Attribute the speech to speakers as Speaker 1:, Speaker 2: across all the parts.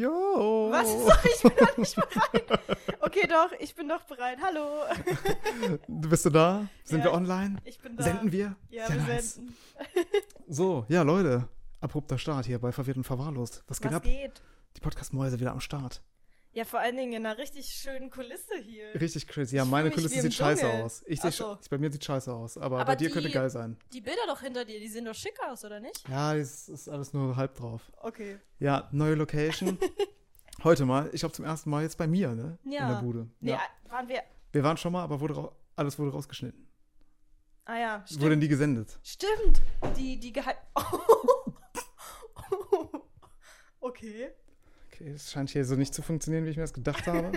Speaker 1: Jo.
Speaker 2: Was? Sorry, ich bin noch nicht bereit. Okay, doch, ich bin doch bereit. Hallo.
Speaker 1: Du bist du da? Sind
Speaker 2: Ja,
Speaker 1: wir
Speaker 2: ich-
Speaker 1: online?
Speaker 2: Ich bin da.
Speaker 1: Senden wir?
Speaker 2: Ja, wir
Speaker 1: nice.
Speaker 2: senden.
Speaker 1: So, ja, Leute. Abrupter Start hier bei Verwirrt und Verwahrlost. Was geht
Speaker 2: Was
Speaker 1: ab?
Speaker 2: geht?
Speaker 1: Die Podcast-Mäuse wieder am Start.
Speaker 2: Ja, vor allen Dingen in einer richtig schönen Kulisse hier.
Speaker 1: Richtig crazy. Ja,
Speaker 2: Ich
Speaker 1: meine
Speaker 2: fühl mich
Speaker 1: Kulisse
Speaker 2: wie im
Speaker 1: sieht scheiße
Speaker 2: Dschungel.
Speaker 1: aus. Ich
Speaker 2: Ach
Speaker 1: seh,
Speaker 2: so.
Speaker 1: Bei mir sieht scheiße aus, aber,
Speaker 2: Aber
Speaker 1: bei dir
Speaker 2: die-
Speaker 1: könnte geil sein.
Speaker 2: Die Bilder doch hinter dir, die sehen doch schick aus, oder nicht?
Speaker 1: Ja, es ist alles nur halb drauf.
Speaker 2: Okay.
Speaker 1: Ja, neue Location. Heute mal. Ich glaube zum ersten Mal jetzt bei mir, ne? In
Speaker 2: Ja.
Speaker 1: der Bude.
Speaker 2: Nee,
Speaker 1: Ja.
Speaker 2: ah, waren wir.
Speaker 1: Wir waren schon mal, aber wurde rau- alles wurde rausgeschnitten.
Speaker 2: Ah ja, stimmt.
Speaker 1: Wurde nie gesendet.
Speaker 2: Stimmt. Die, die geheim. okay.
Speaker 1: Okay, das scheint hier so nicht zu funktionieren, wie ich mir das gedacht habe.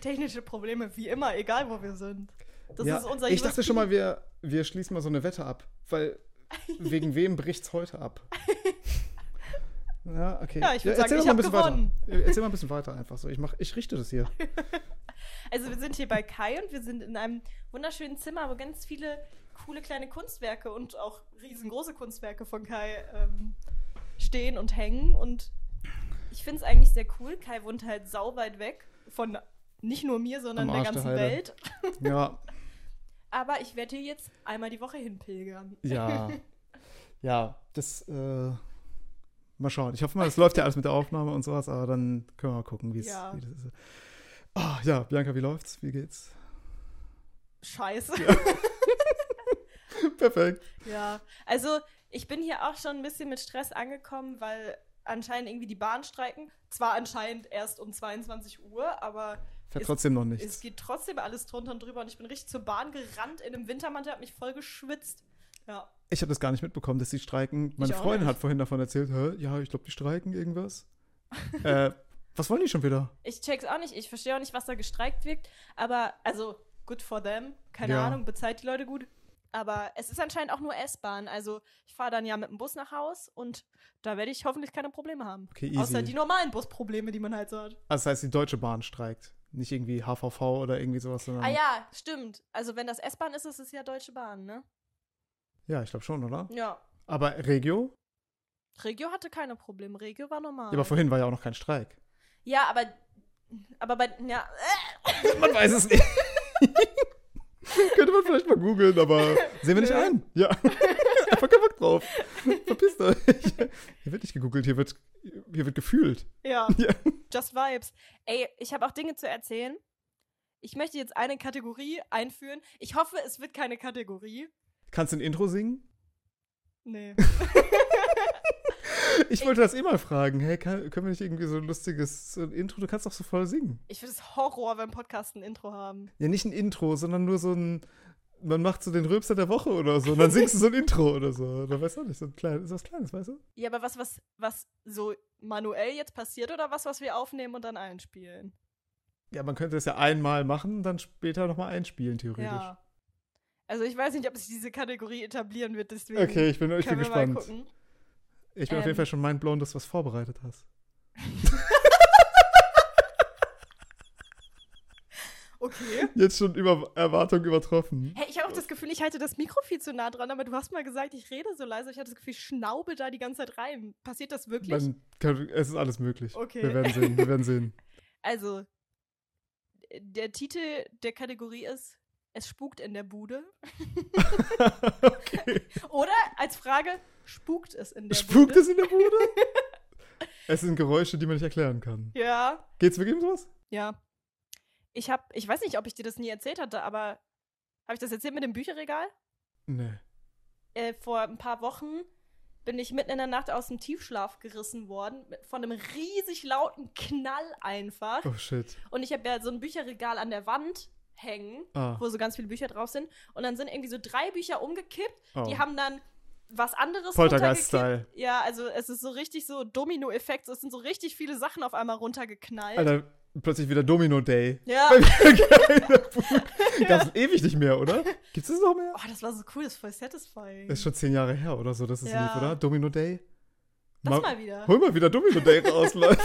Speaker 2: Technische Probleme, wie immer, egal wo wir sind. Das
Speaker 1: ja,
Speaker 2: ist unser
Speaker 1: ich dachte
Speaker 2: USP.
Speaker 1: schon mal, wir, wir schließen mal so eine Wette ab, weil wegen wem bricht's heute ab? Ja, okay.
Speaker 2: Ja, ich würd
Speaker 1: erzähl
Speaker 2: sagen,
Speaker 1: doch mal ein bisschen Weiter.
Speaker 2: ich hab
Speaker 1: Äh, Erzähl mal ein bisschen weiter einfach so. Ich, mach, ich richte das hier.
Speaker 2: Also wir sind hier bei Kai und wir sind in einem wunderschönen Zimmer, wo ganz viele coole kleine Kunstwerke und auch riesengroße Kunstwerke von Kai ähm, stehen und hängen. Und ich finde es eigentlich sehr cool. Kai wohnt halt sau weit weg von nicht nur mir, sondern
Speaker 1: Am
Speaker 2: der
Speaker 1: Arsch der
Speaker 2: ganzen
Speaker 1: Heide.
Speaker 2: Welt.
Speaker 1: Ja,
Speaker 2: Aber ich werde hier jetzt einmal die Woche hinpilgern.
Speaker 1: ja. Ja, das. Äh, mal schauen. Ich hoffe mal, es läuft ja alles mit der Aufnahme und sowas, aber dann können wir mal gucken, wie's-
Speaker 2: Ja.
Speaker 1: wie das ist. Ah, ja, Bianca, wie läuft's? Wie geht's?
Speaker 2: Scheiße.
Speaker 1: Perfekt.
Speaker 2: Ja, also ich bin hier auch schon ein bisschen mit Stress angekommen, weil anscheinend irgendwie die Bahn streiken. Zwar anscheinend erst um 22 Uhr, aber
Speaker 1: Fährt
Speaker 2: Ist-
Speaker 1: trotzdem noch
Speaker 2: es
Speaker 1: nichts.
Speaker 2: geht trotzdem alles drunter und drüber und ich bin richtig zur Bahn gerannt in einem Wintermantel, hab mich voll geschwitzt. Ja,
Speaker 1: Ich habe das gar nicht mitbekommen, dass sie streiken. Meine
Speaker 2: auch
Speaker 1: Freundin hat
Speaker 2: nicht.
Speaker 1: vorhin davon erzählt, Hä? ja, ich glaube, die streiken irgendwas. äh, was wollen die schon wieder?
Speaker 2: ich check's auch nicht. Ich verstehe auch nicht, was da gestreikt wirkt, aber also good for them. Keine
Speaker 1: Ja.
Speaker 2: Ahnung, bezahlt die Leute gut. Aber es ist anscheinend auch nur S-Bahn. Also ich fahre dann ja mit dem Bus nach Haus und da werde ich hoffentlich keine Probleme haben.
Speaker 1: Okay, easy.
Speaker 2: Außer die normalen Busprobleme, die man halt so hat.
Speaker 1: Also das heißt, die Deutsche Bahn streikt. Nicht irgendwie HVV oder irgendwie sowas, sondern.
Speaker 2: Ah ja, stimmt. Also wenn das S-Bahn ist, ist es ja Deutsche Bahn, ne?
Speaker 1: Ja, ich glaube schon, oder?
Speaker 2: Ja.
Speaker 1: Aber Regio?
Speaker 2: Regio hatte keine Probleme. Regio war normal.
Speaker 1: Ja, aber vorhin war ja auch noch kein Streik.
Speaker 2: ja, aber, aber bei ja, äh,
Speaker 1: Man weiß es nicht. Könnte man vielleicht mal googeln, aber sehen wir nicht
Speaker 2: Nö.
Speaker 1: ein. Ja. Einfach keinen Bock drauf. Verpisst euch. Hier wird nicht gegoogelt, hier wird, hier wird gefühlt.
Speaker 2: äh, ja,
Speaker 1: Ja.
Speaker 2: just vibes. Ey, ich habe auch Dinge zu erzählen. Ich möchte jetzt eine Kategorie einführen. Ich hoffe, es wird keine Kategorie.
Speaker 1: Kannst du ein Intro singen?
Speaker 2: Nee.
Speaker 1: Ich wollte das eh mal fragen. Hey, kann, können wir nicht irgendwie so ein lustiges so ein Intro? Du kannst doch so voll singen.
Speaker 2: Ich finde es Horror, wenn Podcasts ein Intro haben.
Speaker 1: Ja, nicht ein Intro, sondern nur so ein. Man macht so den Röpster der Woche oder so. Und dann singst du so ein Intro oder so. Oder weißt du auch nicht, so ein kleines, so was Kleines, weißt du?
Speaker 2: Ja, aber was, was, was so manuell jetzt passiert oder was, was wir aufnehmen und dann einspielen?
Speaker 1: Ja, man könnte das ja einmal machen, dann später nochmal einspielen, theoretisch.
Speaker 2: Ja. Also ich weiß nicht, ob sich diese Kategorie etablieren wird, deswegen.
Speaker 1: Okay, ich bin, ich bin
Speaker 2: können wir mal
Speaker 1: gespannt.
Speaker 2: gucken.
Speaker 1: Ich bin auf
Speaker 2: Ähm.
Speaker 1: jeden Fall schon mindblown, dass du was vorbereitet hast.
Speaker 2: Okay.
Speaker 1: Jetzt schon über Erwartung übertroffen.
Speaker 2: Hey, ich habe auch das Gefühl, ich halte das Mikro viel zu nah dran, aber du hast mal gesagt, ich rede so leise. Ich hatte das Gefühl, ich schnaube da die ganze Zeit rein. Passiert das wirklich?
Speaker 1: Man kann, es ist alles möglich.
Speaker 2: Okay.
Speaker 1: Wir werden sehen, wir werden sehen.
Speaker 2: also, äh, der Titel der Kategorie ist Es spukt in der Bude.
Speaker 1: okay.
Speaker 2: Oder als Frage, spukt es in der
Speaker 1: Spukt
Speaker 2: Bude?
Speaker 1: es in der Bude? es sind Geräusche, die man nicht erklären kann.
Speaker 2: Ja,
Speaker 1: Geht's wirklich um sowas?
Speaker 2: ja. Ich habe, ich weiß nicht, ob ich dir das nie erzählt hatte, aber habe ich das erzählt mit dem Bücherregal?
Speaker 1: Nee.
Speaker 2: äh, vor ein paar Wochen bin ich mitten in der Nacht aus dem Tiefschlaf gerissen worden, mit, von einem riesig lauten Knall einfach.
Speaker 1: Oh shit.
Speaker 2: Und ich habe ja so ein Bücherregal an der Wand hängen,
Speaker 1: Ah.
Speaker 2: wo so ganz viele Bücher drauf sind. Und dann sind irgendwie so drei Bücher umgekippt.
Speaker 1: Oh.
Speaker 2: Die haben dann was anderes
Speaker 1: Poltergeist-Style.
Speaker 2: runtergekippt. Ja, also es ist so richtig so Domino-Effekt. Es sind so richtig viele Sachen auf einmal runtergeknallt.
Speaker 1: Alter, plötzlich wieder Domino Day.
Speaker 2: Ja,
Speaker 1: Bei mir in der Bude. Gab's ewig nicht mehr, oder? Gibt's das noch mehr?
Speaker 2: oh, das war so cool, das ist voll satisfying.
Speaker 1: Das ist schon zehn Jahre her oder so, dass es
Speaker 2: Ja.
Speaker 1: lief, oder? Domino Day?
Speaker 2: Das
Speaker 1: Ma-
Speaker 2: mal wieder.
Speaker 1: Hol mal wieder Domino Day raus, Leute.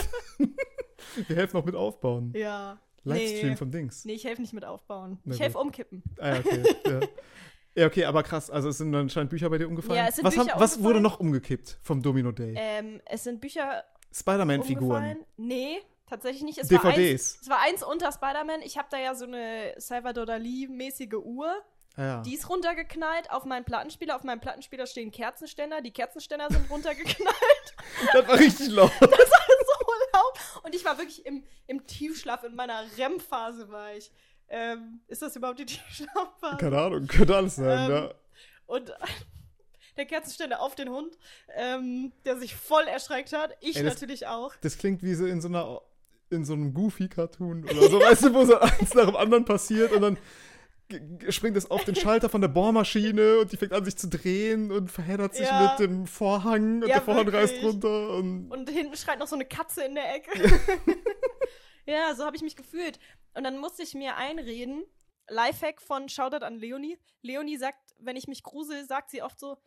Speaker 1: Wir helfen auch mit aufbauen.
Speaker 2: Ja.
Speaker 1: Livestream
Speaker 2: Nee.
Speaker 1: vom Dings.
Speaker 2: Nee, ich helfe nicht mit aufbauen.
Speaker 1: Na
Speaker 2: ich
Speaker 1: gut.
Speaker 2: helfe umkippen.
Speaker 1: Ah, ja, okay. ja. ja, okay, aber krass. Also es sind anscheinend Bücher bei dir umgefallen.
Speaker 2: Ja, es sind
Speaker 1: was,
Speaker 2: Bücher
Speaker 1: was wurde
Speaker 2: umgefallen.
Speaker 1: noch umgekippt vom Domino Day?
Speaker 2: Ähm, es sind Bücher
Speaker 1: Spider-Man-Figuren.
Speaker 2: umgefallen? Nee, tatsächlich nicht. Es War eins,
Speaker 1: DVDs.
Speaker 2: es war eins unter Spider-Man. Ich habe da ja so eine Salvador Dali-mäßige Uhr.
Speaker 1: Ah, ja.
Speaker 2: Die ist runtergeknallt auf meinen Plattenspieler. Auf meinem Plattenspieler stehen Kerzenständer. Die Kerzenständer sind runtergeknallt.
Speaker 1: Das war richtig laut.
Speaker 2: Das war so laut. Und ich war wirklich im, im Tiefschlaf, in meiner REM-Phase war ich. Ähm, ist das überhaupt die Tiefschlafphase?
Speaker 1: Keine Ahnung, könnte alles sein,
Speaker 2: Ähm,
Speaker 1: ja.
Speaker 2: Und der Kerzenständer auf den Hund, ähm, der sich voll erschreckt hat. Ich
Speaker 1: Ey, das-
Speaker 2: natürlich auch.
Speaker 1: Das klingt wie so in so einer in so einem Goofy-Cartoon oder so, weißt du, wo so eins nach dem anderen passiert und dann g- g- springt es auf den Schalter von der Bohrmaschine und die fängt an sich zu drehen und verheddert sich
Speaker 2: Ja.
Speaker 1: mit dem Vorhang und
Speaker 2: Ja,
Speaker 1: der Vorhang reißt
Speaker 2: wirklich.
Speaker 1: runter und,
Speaker 2: Und hinten schreit noch so eine Katze in der Ecke. ja, so habe ich mich gefühlt. Und dann musste ich mir einreden, Lifehack von Shoutout an Leonie. Leonie sagt, wenn ich mich grusel, sagt sie oft so,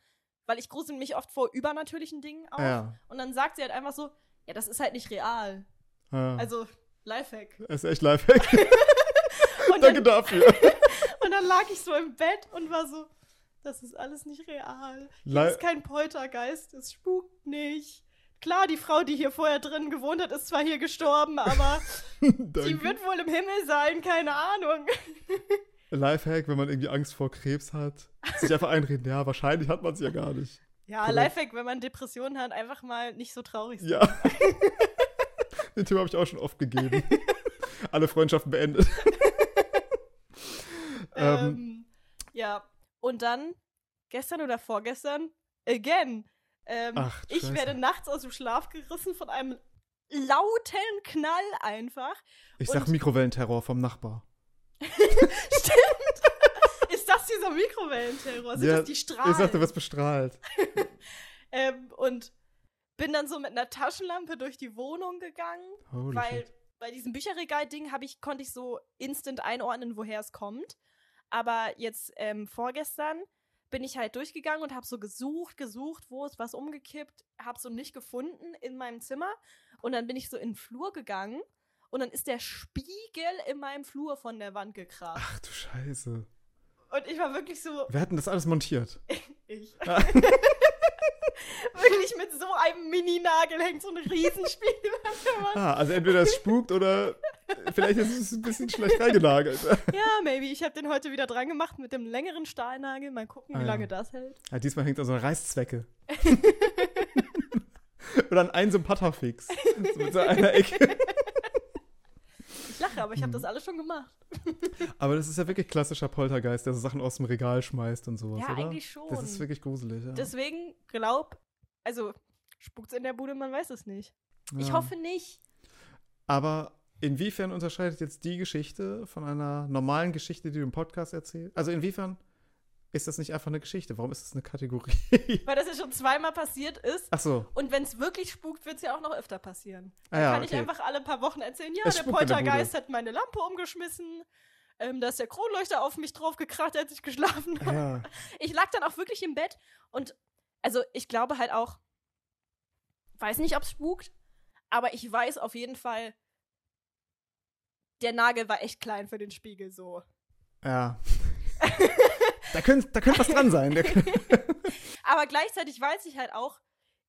Speaker 2: weil ich grusel mich oft vor übernatürlichen Dingen auch.
Speaker 1: ja,
Speaker 2: Und dann sagt sie halt einfach so, ja, das ist halt nicht real.
Speaker 1: ja. Also,
Speaker 2: Also Lifehack.
Speaker 1: ist echt Lifehack.
Speaker 2: Und
Speaker 1: Danke
Speaker 2: dann,
Speaker 1: dafür.
Speaker 2: und dann lag ich so im Bett und war so, das ist alles nicht real.
Speaker 1: Li-
Speaker 2: Das ist kein Poltergeist, es spukt nicht. Klar, die Frau, die hier vorher drin gewohnt hat, ist zwar hier gestorben, aber die
Speaker 1: Danke.
Speaker 2: wird wohl im Himmel sein, keine Ahnung.
Speaker 1: Lifehack, wenn man irgendwie Angst vor Krebs hat, sich einfach einreden, ja, wahrscheinlich hat man es ja gar nicht.
Speaker 2: Ja,
Speaker 1: Korrekt.
Speaker 2: Lifehack, wenn man Depressionen hat, einfach mal nicht so traurig sein.
Speaker 1: Ja. Den Tipp habe ich auch schon oft gegeben. Alle Freundschaften beendet. ähm,
Speaker 2: Ähm, ja, und dann gestern oder vorgestern, again. Ähm,
Speaker 1: Ach,
Speaker 2: ich
Speaker 1: scheiße.
Speaker 2: werde nachts aus dem Schlaf gerissen von einem lauten Knall einfach.
Speaker 1: ich sag
Speaker 2: und-
Speaker 1: Mikrowellenterror vom Nachbar.
Speaker 2: Ist das dieser Mikrowellenterror? Sind
Speaker 1: Ja,
Speaker 2: das die
Speaker 1: Ich sagte,
Speaker 2: Strahlen?
Speaker 1: du wirst bestrahlt.
Speaker 2: ähm, und bin dann so mit einer Taschenlampe durch die Wohnung gegangen,
Speaker 1: Holy
Speaker 2: weil
Speaker 1: shit.
Speaker 2: bei diesem Bücherregal-Ding habe ich, konnte ich so instant einordnen, woher es kommt. Aber jetzt ähm, vorgestern bin ich halt durchgegangen und habe so gesucht, gesucht, wo ist was umgekippt, habe so nicht gefunden in meinem Zimmer. Und dann bin ich so in den Flur gegangen und dann ist der Spiegel in meinem Flur von der Wand gekracht.
Speaker 1: Ach du Scheiße. Ah.
Speaker 2: Und ich war wirklich so,
Speaker 1: Wir hatten das alles montiert.
Speaker 2: ich.
Speaker 1: Ah.
Speaker 2: wirklich mit so einem Mini-Nagel hängt so ein Riesenspiegel an der Wand.
Speaker 1: Ah, also entweder es spukt oder vielleicht ist es ein bisschen schlecht reingelagert.
Speaker 2: Ja, maybe. Ich habe den heute wieder dran gemacht mit dem längeren Stahlnagel. Mal gucken, wie
Speaker 1: Ah, ja.
Speaker 2: lange das hält.
Speaker 1: Ja, diesmal hängt an so einer Reißzwecke. oder an einem so einem Patterfix. So mit so einer Ecke.
Speaker 2: Ich lache, aber ich
Speaker 1: Hm.
Speaker 2: habe das alles schon gemacht.
Speaker 1: Aber das ist ja wirklich klassischer Poltergeist, der so Sachen aus dem Regal schmeißt und sowas,
Speaker 2: ja,
Speaker 1: oder?
Speaker 2: eigentlich schon.
Speaker 1: Das ist wirklich gruselig. Ja.
Speaker 2: Deswegen glaub, also spukt's in der Bude, man weiß es nicht. Ich
Speaker 1: Ja.
Speaker 2: hoffe nicht.
Speaker 1: Aber inwiefern unterscheidet jetzt die Geschichte von einer normalen Geschichte, die du im Podcast erzählst? Also inwiefern ist das nicht einfach eine Geschichte? Warum ist das eine Kategorie?
Speaker 2: Weil das ja schon zweimal passiert ist.
Speaker 1: Ach so.
Speaker 2: Und wenn es wirklich spukt, wird es ja auch noch öfter passieren.
Speaker 1: Ah, ja,
Speaker 2: Kann
Speaker 1: okay.
Speaker 2: ich einfach alle paar Wochen erzählen, ja,
Speaker 1: Es
Speaker 2: der
Speaker 1: spukt in der
Speaker 2: Poltergeist hat meine Lampe umgeschmissen. Ähm, da ist der Kronleuchter auf mich draufgekracht, als ich geschlafen habe.
Speaker 1: Ah ja.
Speaker 2: ich lag dann auch wirklich im Bett und also ich glaube halt auch, weiß nicht, ob es spukt, aber ich weiß auf jeden Fall, der Nagel war echt klein für den Spiegel so.
Speaker 1: ja. da könnte da könnt was dran sein. Da könnt-
Speaker 2: Aber gleichzeitig weiß ich halt auch,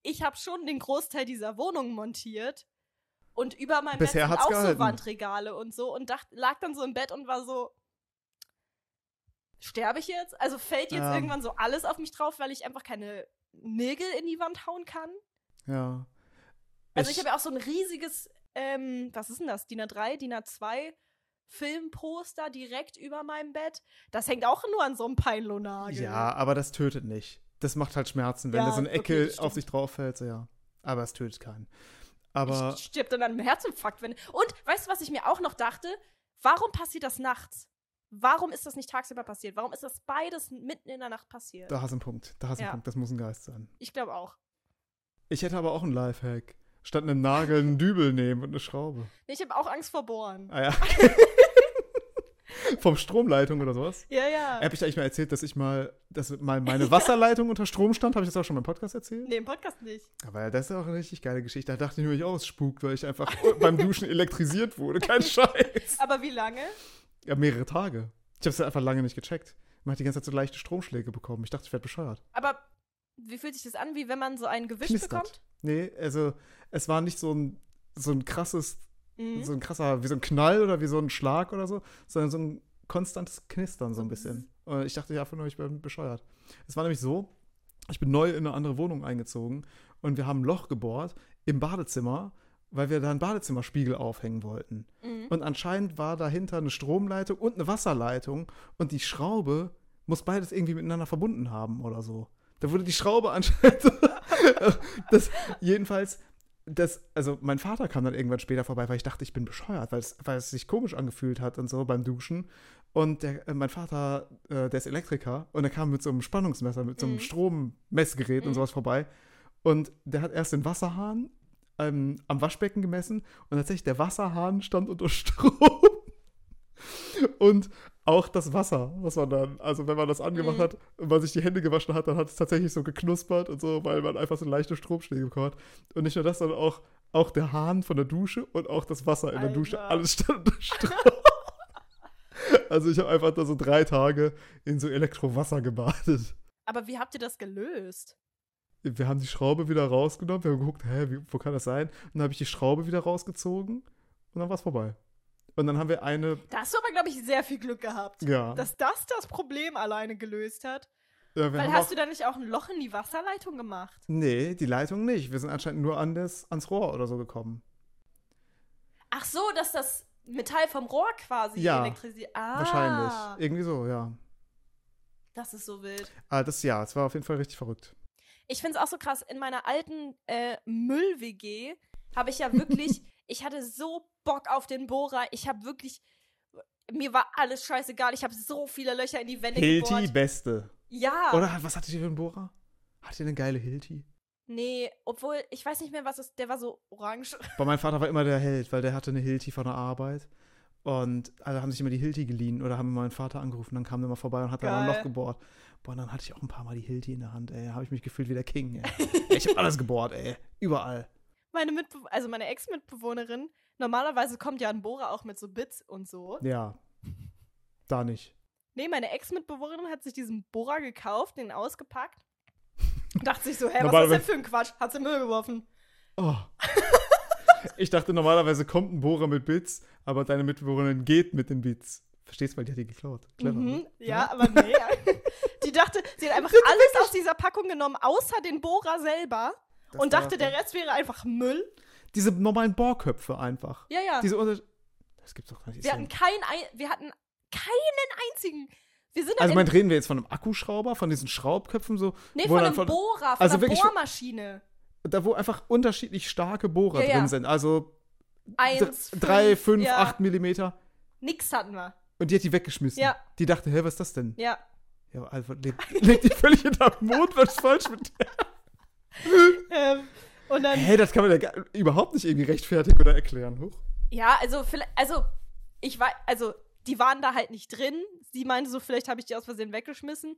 Speaker 2: ich habe schon den Großteil dieser Wohnung montiert und über meinem Bett
Speaker 1: Bisher
Speaker 2: sind
Speaker 1: hat's
Speaker 2: auch
Speaker 1: gehalten.
Speaker 2: so Wandregale und so und dacht, lag dann so im Bett und war so, sterbe ich jetzt? Also fällt jetzt
Speaker 1: Ja.
Speaker 2: irgendwann so alles auf mich drauf, weil ich einfach keine Nägel in die Wand hauen kann?
Speaker 1: ja.
Speaker 2: Also ich habe ja auch so ein riesiges, ähm, was ist denn das? DIN A3, DIN A2 Filmposter direkt über meinem Bett. Das hängt auch nur an so einem Peinlo-Nagel.
Speaker 1: ja, aber das tötet nicht. Das macht halt Schmerzen, wenn
Speaker 2: Ja,
Speaker 1: da so eine
Speaker 2: okay,
Speaker 1: Ecke
Speaker 2: das
Speaker 1: auf
Speaker 2: stimmt.
Speaker 1: sich drauf fällt. So, ja. Aber es tötet keinen. Aber
Speaker 2: ich stirb dann an einem Herzinfarkt, wenn. Und weißt du, was ich mir auch noch dachte? Warum passiert das nachts? Warum ist das nicht tagsüber passiert? Warum ist das beides mitten in der Nacht passiert?
Speaker 1: da hast du einen Punkt. Da hast du
Speaker 2: Ja.
Speaker 1: einen Punkt. Das muss ein Geist sein.
Speaker 2: Ich glaube auch.
Speaker 1: Ich hätte aber auch einen Lifehack. Statt einem Nagel einen Dübel nehmen und eine Schraube.
Speaker 2: Ich habe auch Angst vor Bohren.
Speaker 1: Ah ja. Vom Stromleitung oder sowas.
Speaker 2: Ja, ja.
Speaker 1: Habe ich da eigentlich mal erzählt, dass ich mal, dass mal meine Wasserleitung unter Strom stand? Habe ich das auch schon mal im Podcast erzählt?
Speaker 2: Nee, im Podcast nicht.
Speaker 1: Aber das ist auch eine richtig geile Geschichte. Da dachte ich nämlich auch, es spukt, weil ich einfach beim Duschen elektrisiert wurde. Kein Scheiß.
Speaker 2: Aber wie lange?
Speaker 1: Ja, mehrere Tage. Ich habe es einfach lange nicht gecheckt. Man hat die ganze Zeit so leichte Stromschläge bekommen. Ich dachte, ich werde bescheuert.
Speaker 2: Aber wie fühlt sich das an, wie wenn man so einen gewischt
Speaker 1: Knistert.
Speaker 2: bekommt?
Speaker 1: Nee, also es war nicht so ein, so ein krasses,
Speaker 2: Mhm.
Speaker 1: so ein krasser, wie so ein Knall oder wie so ein Schlag oder so, sondern so ein konstantes Knistern so ein bisschen. Und ich dachte ja von euch, ich bin bescheuert. Es war nämlich so, ich bin neu in eine andere Wohnung eingezogen und wir haben ein Loch gebohrt im Badezimmer, weil wir da einen Badezimmerspiegel aufhängen wollten.
Speaker 2: Mhm.
Speaker 1: Und anscheinend war dahinter eine Stromleitung und eine Wasserleitung und die Schraube muss beides irgendwie miteinander verbunden haben oder so. Da wurde die Schraube anscheinend. das, jedenfalls, das, also mein Vater kam dann irgendwann später vorbei, weil ich dachte, ich bin bescheuert, weil es, weil es sich komisch angefühlt hat und so beim Duschen. Und der, äh, mein Vater, äh, der ist Elektriker und er kam mit so einem Spannungsmesser, mit so einem
Speaker 2: Mhm.
Speaker 1: Strommessgerät und
Speaker 2: Mhm.
Speaker 1: sowas vorbei. Und der hat erst den Wasserhahn ähm, am Waschbecken gemessen und tatsächlich der Wasserhahn stand unter Strom. Und auch das Wasser, was man dann, also wenn man das angemacht
Speaker 2: Mhm.
Speaker 1: hat und man sich die Hände gewaschen hat, dann hat es tatsächlich so geknuspert und so, weil man einfach so leichte Stromschläge bekommen hat. Und nicht nur das, sondern auch, auch der Hahn von der Dusche und auch das Wasser in der
Speaker 2: Alter.
Speaker 1: Dusche, alles stand unter Strom. also ich habe einfach da so drei Tage in so Elektrowasser gebadet.
Speaker 2: Aber wie habt ihr das gelöst?
Speaker 1: Wir haben die Schraube wieder rausgenommen, wir haben geguckt, hä, wie, wo kann das sein? Und dann habe ich die Schraube wieder rausgezogen und dann war es vorbei. Und dann haben wir eine,
Speaker 2: Da hast du aber, glaube ich, sehr viel Glück gehabt.
Speaker 1: ja,
Speaker 2: Dass das das Problem alleine gelöst hat.
Speaker 1: ja wir
Speaker 2: Weil
Speaker 1: haben
Speaker 2: hast
Speaker 1: auch-
Speaker 2: du da nicht auch ein Loch in die Wasserleitung gemacht?
Speaker 1: Nee, die Leitung nicht. Wir sind anscheinend nur an das, ans Rohr oder so gekommen.
Speaker 2: Ach so, dass das Metall vom Rohr quasi
Speaker 1: Ja,
Speaker 2: elektrisiert. Ah,
Speaker 1: Wahrscheinlich. Irgendwie so, ja.
Speaker 2: Das ist so wild.
Speaker 1: Ah, das ja, es war auf jeden Fall richtig verrückt.
Speaker 2: Ich finde es auch so krass, in meiner alten äh, Müll-WG habe ich ja wirklich, ich hatte so Bock auf den Bohrer. Ich habe wirklich, mir war alles scheißegal. Ich habe so viele Löcher in die Wände
Speaker 1: Hilti
Speaker 2: gebohrt.
Speaker 1: Beste.
Speaker 2: Ja.
Speaker 1: Oder was hattet ihr für einen Bohrer? Hattet ihr eine geile Hilti?
Speaker 2: Nee, obwohl, ich weiß nicht mehr, was es, der war so orange.
Speaker 1: Bei meinem Vater war immer der Held, weil der hatte eine Hilti von der Arbeit. Und alle haben sich immer die Hilti geliehen oder haben meinen Vater angerufen, dann kam der mal vorbei und hat da ein
Speaker 2: Geil.
Speaker 1: Loch gebohrt. Boah, und dann hatte ich auch ein paar Mal die Hilti in der Hand, ey. Da habe ich mich gefühlt wie der King, ey. ich habe alles gebohrt, ey. Überall.
Speaker 2: Meine Mitbe also meine Ex-Mitbewohnerin, normalerweise kommt ja ein Bohrer auch mit so Bits und so.
Speaker 1: Ja. Da nicht.
Speaker 2: Nee, meine Ex-Mitbewohnerin hat sich diesen Bohrer gekauft, den ausgepackt. Und dachte sich so, hä, was ist das denn
Speaker 1: Normalerweise-
Speaker 2: für ein Quatsch? Hat sie in den Müll geworfen.
Speaker 1: Oh. ich dachte, normalerweise kommt ein Bohrer mit Bits, aber deine Mitbewohnerin geht mit den Bits. Verstehst, weil die hat die geklaut. Clever.
Speaker 2: Mhm,
Speaker 1: ne?
Speaker 2: ja, aber nee. Die dachte, sie hat einfach alles aus dieser Packung genommen, außer den Bohrer selber.
Speaker 1: Das
Speaker 2: und
Speaker 1: war-
Speaker 2: dachte, der Rest wäre einfach Müll.
Speaker 1: Diese normalen Bohrköpfe einfach.
Speaker 2: Ja, ja.
Speaker 1: Diese Unter Das gibt's doch gar nicht.
Speaker 2: wir, hatten keinen ein, wir hatten keinen einzigen. Wir sind dann
Speaker 1: also,
Speaker 2: in-
Speaker 1: mein, reden wir jetzt von einem Akkuschrauber, von diesen Schraubköpfen, so,
Speaker 2: nee,
Speaker 1: wo
Speaker 2: von
Speaker 1: dann
Speaker 2: einem
Speaker 1: von-
Speaker 2: Bohrer, von
Speaker 1: also
Speaker 2: einer
Speaker 1: wirklich-
Speaker 2: Bohrmaschine.
Speaker 1: da wo einfach unterschiedlich starke Bohrer
Speaker 2: Ja, ja.
Speaker 1: drin sind. Also
Speaker 2: Eins,
Speaker 1: 3, 5,
Speaker 2: ja.
Speaker 1: 8 Millimeter.
Speaker 2: Nix hatten wir.
Speaker 1: Und die hat die weggeschmissen.
Speaker 2: Ja.
Speaker 1: Die dachte, hä, was ist das denn?
Speaker 2: Ja.
Speaker 1: Ja, also lebt, lebt die völlig hinterm Mond, was ist falsch mit der?
Speaker 2: Ähm, und dann
Speaker 1: Hä, das kann man ja gar, überhaupt nicht irgendwie rechtfertigen oder erklären. Huch.
Speaker 2: Ja, also vielleicht, also ich war, also die waren da halt nicht drin. Sie meinte so, vielleicht habe ich die aus Versehen weggeschmissen.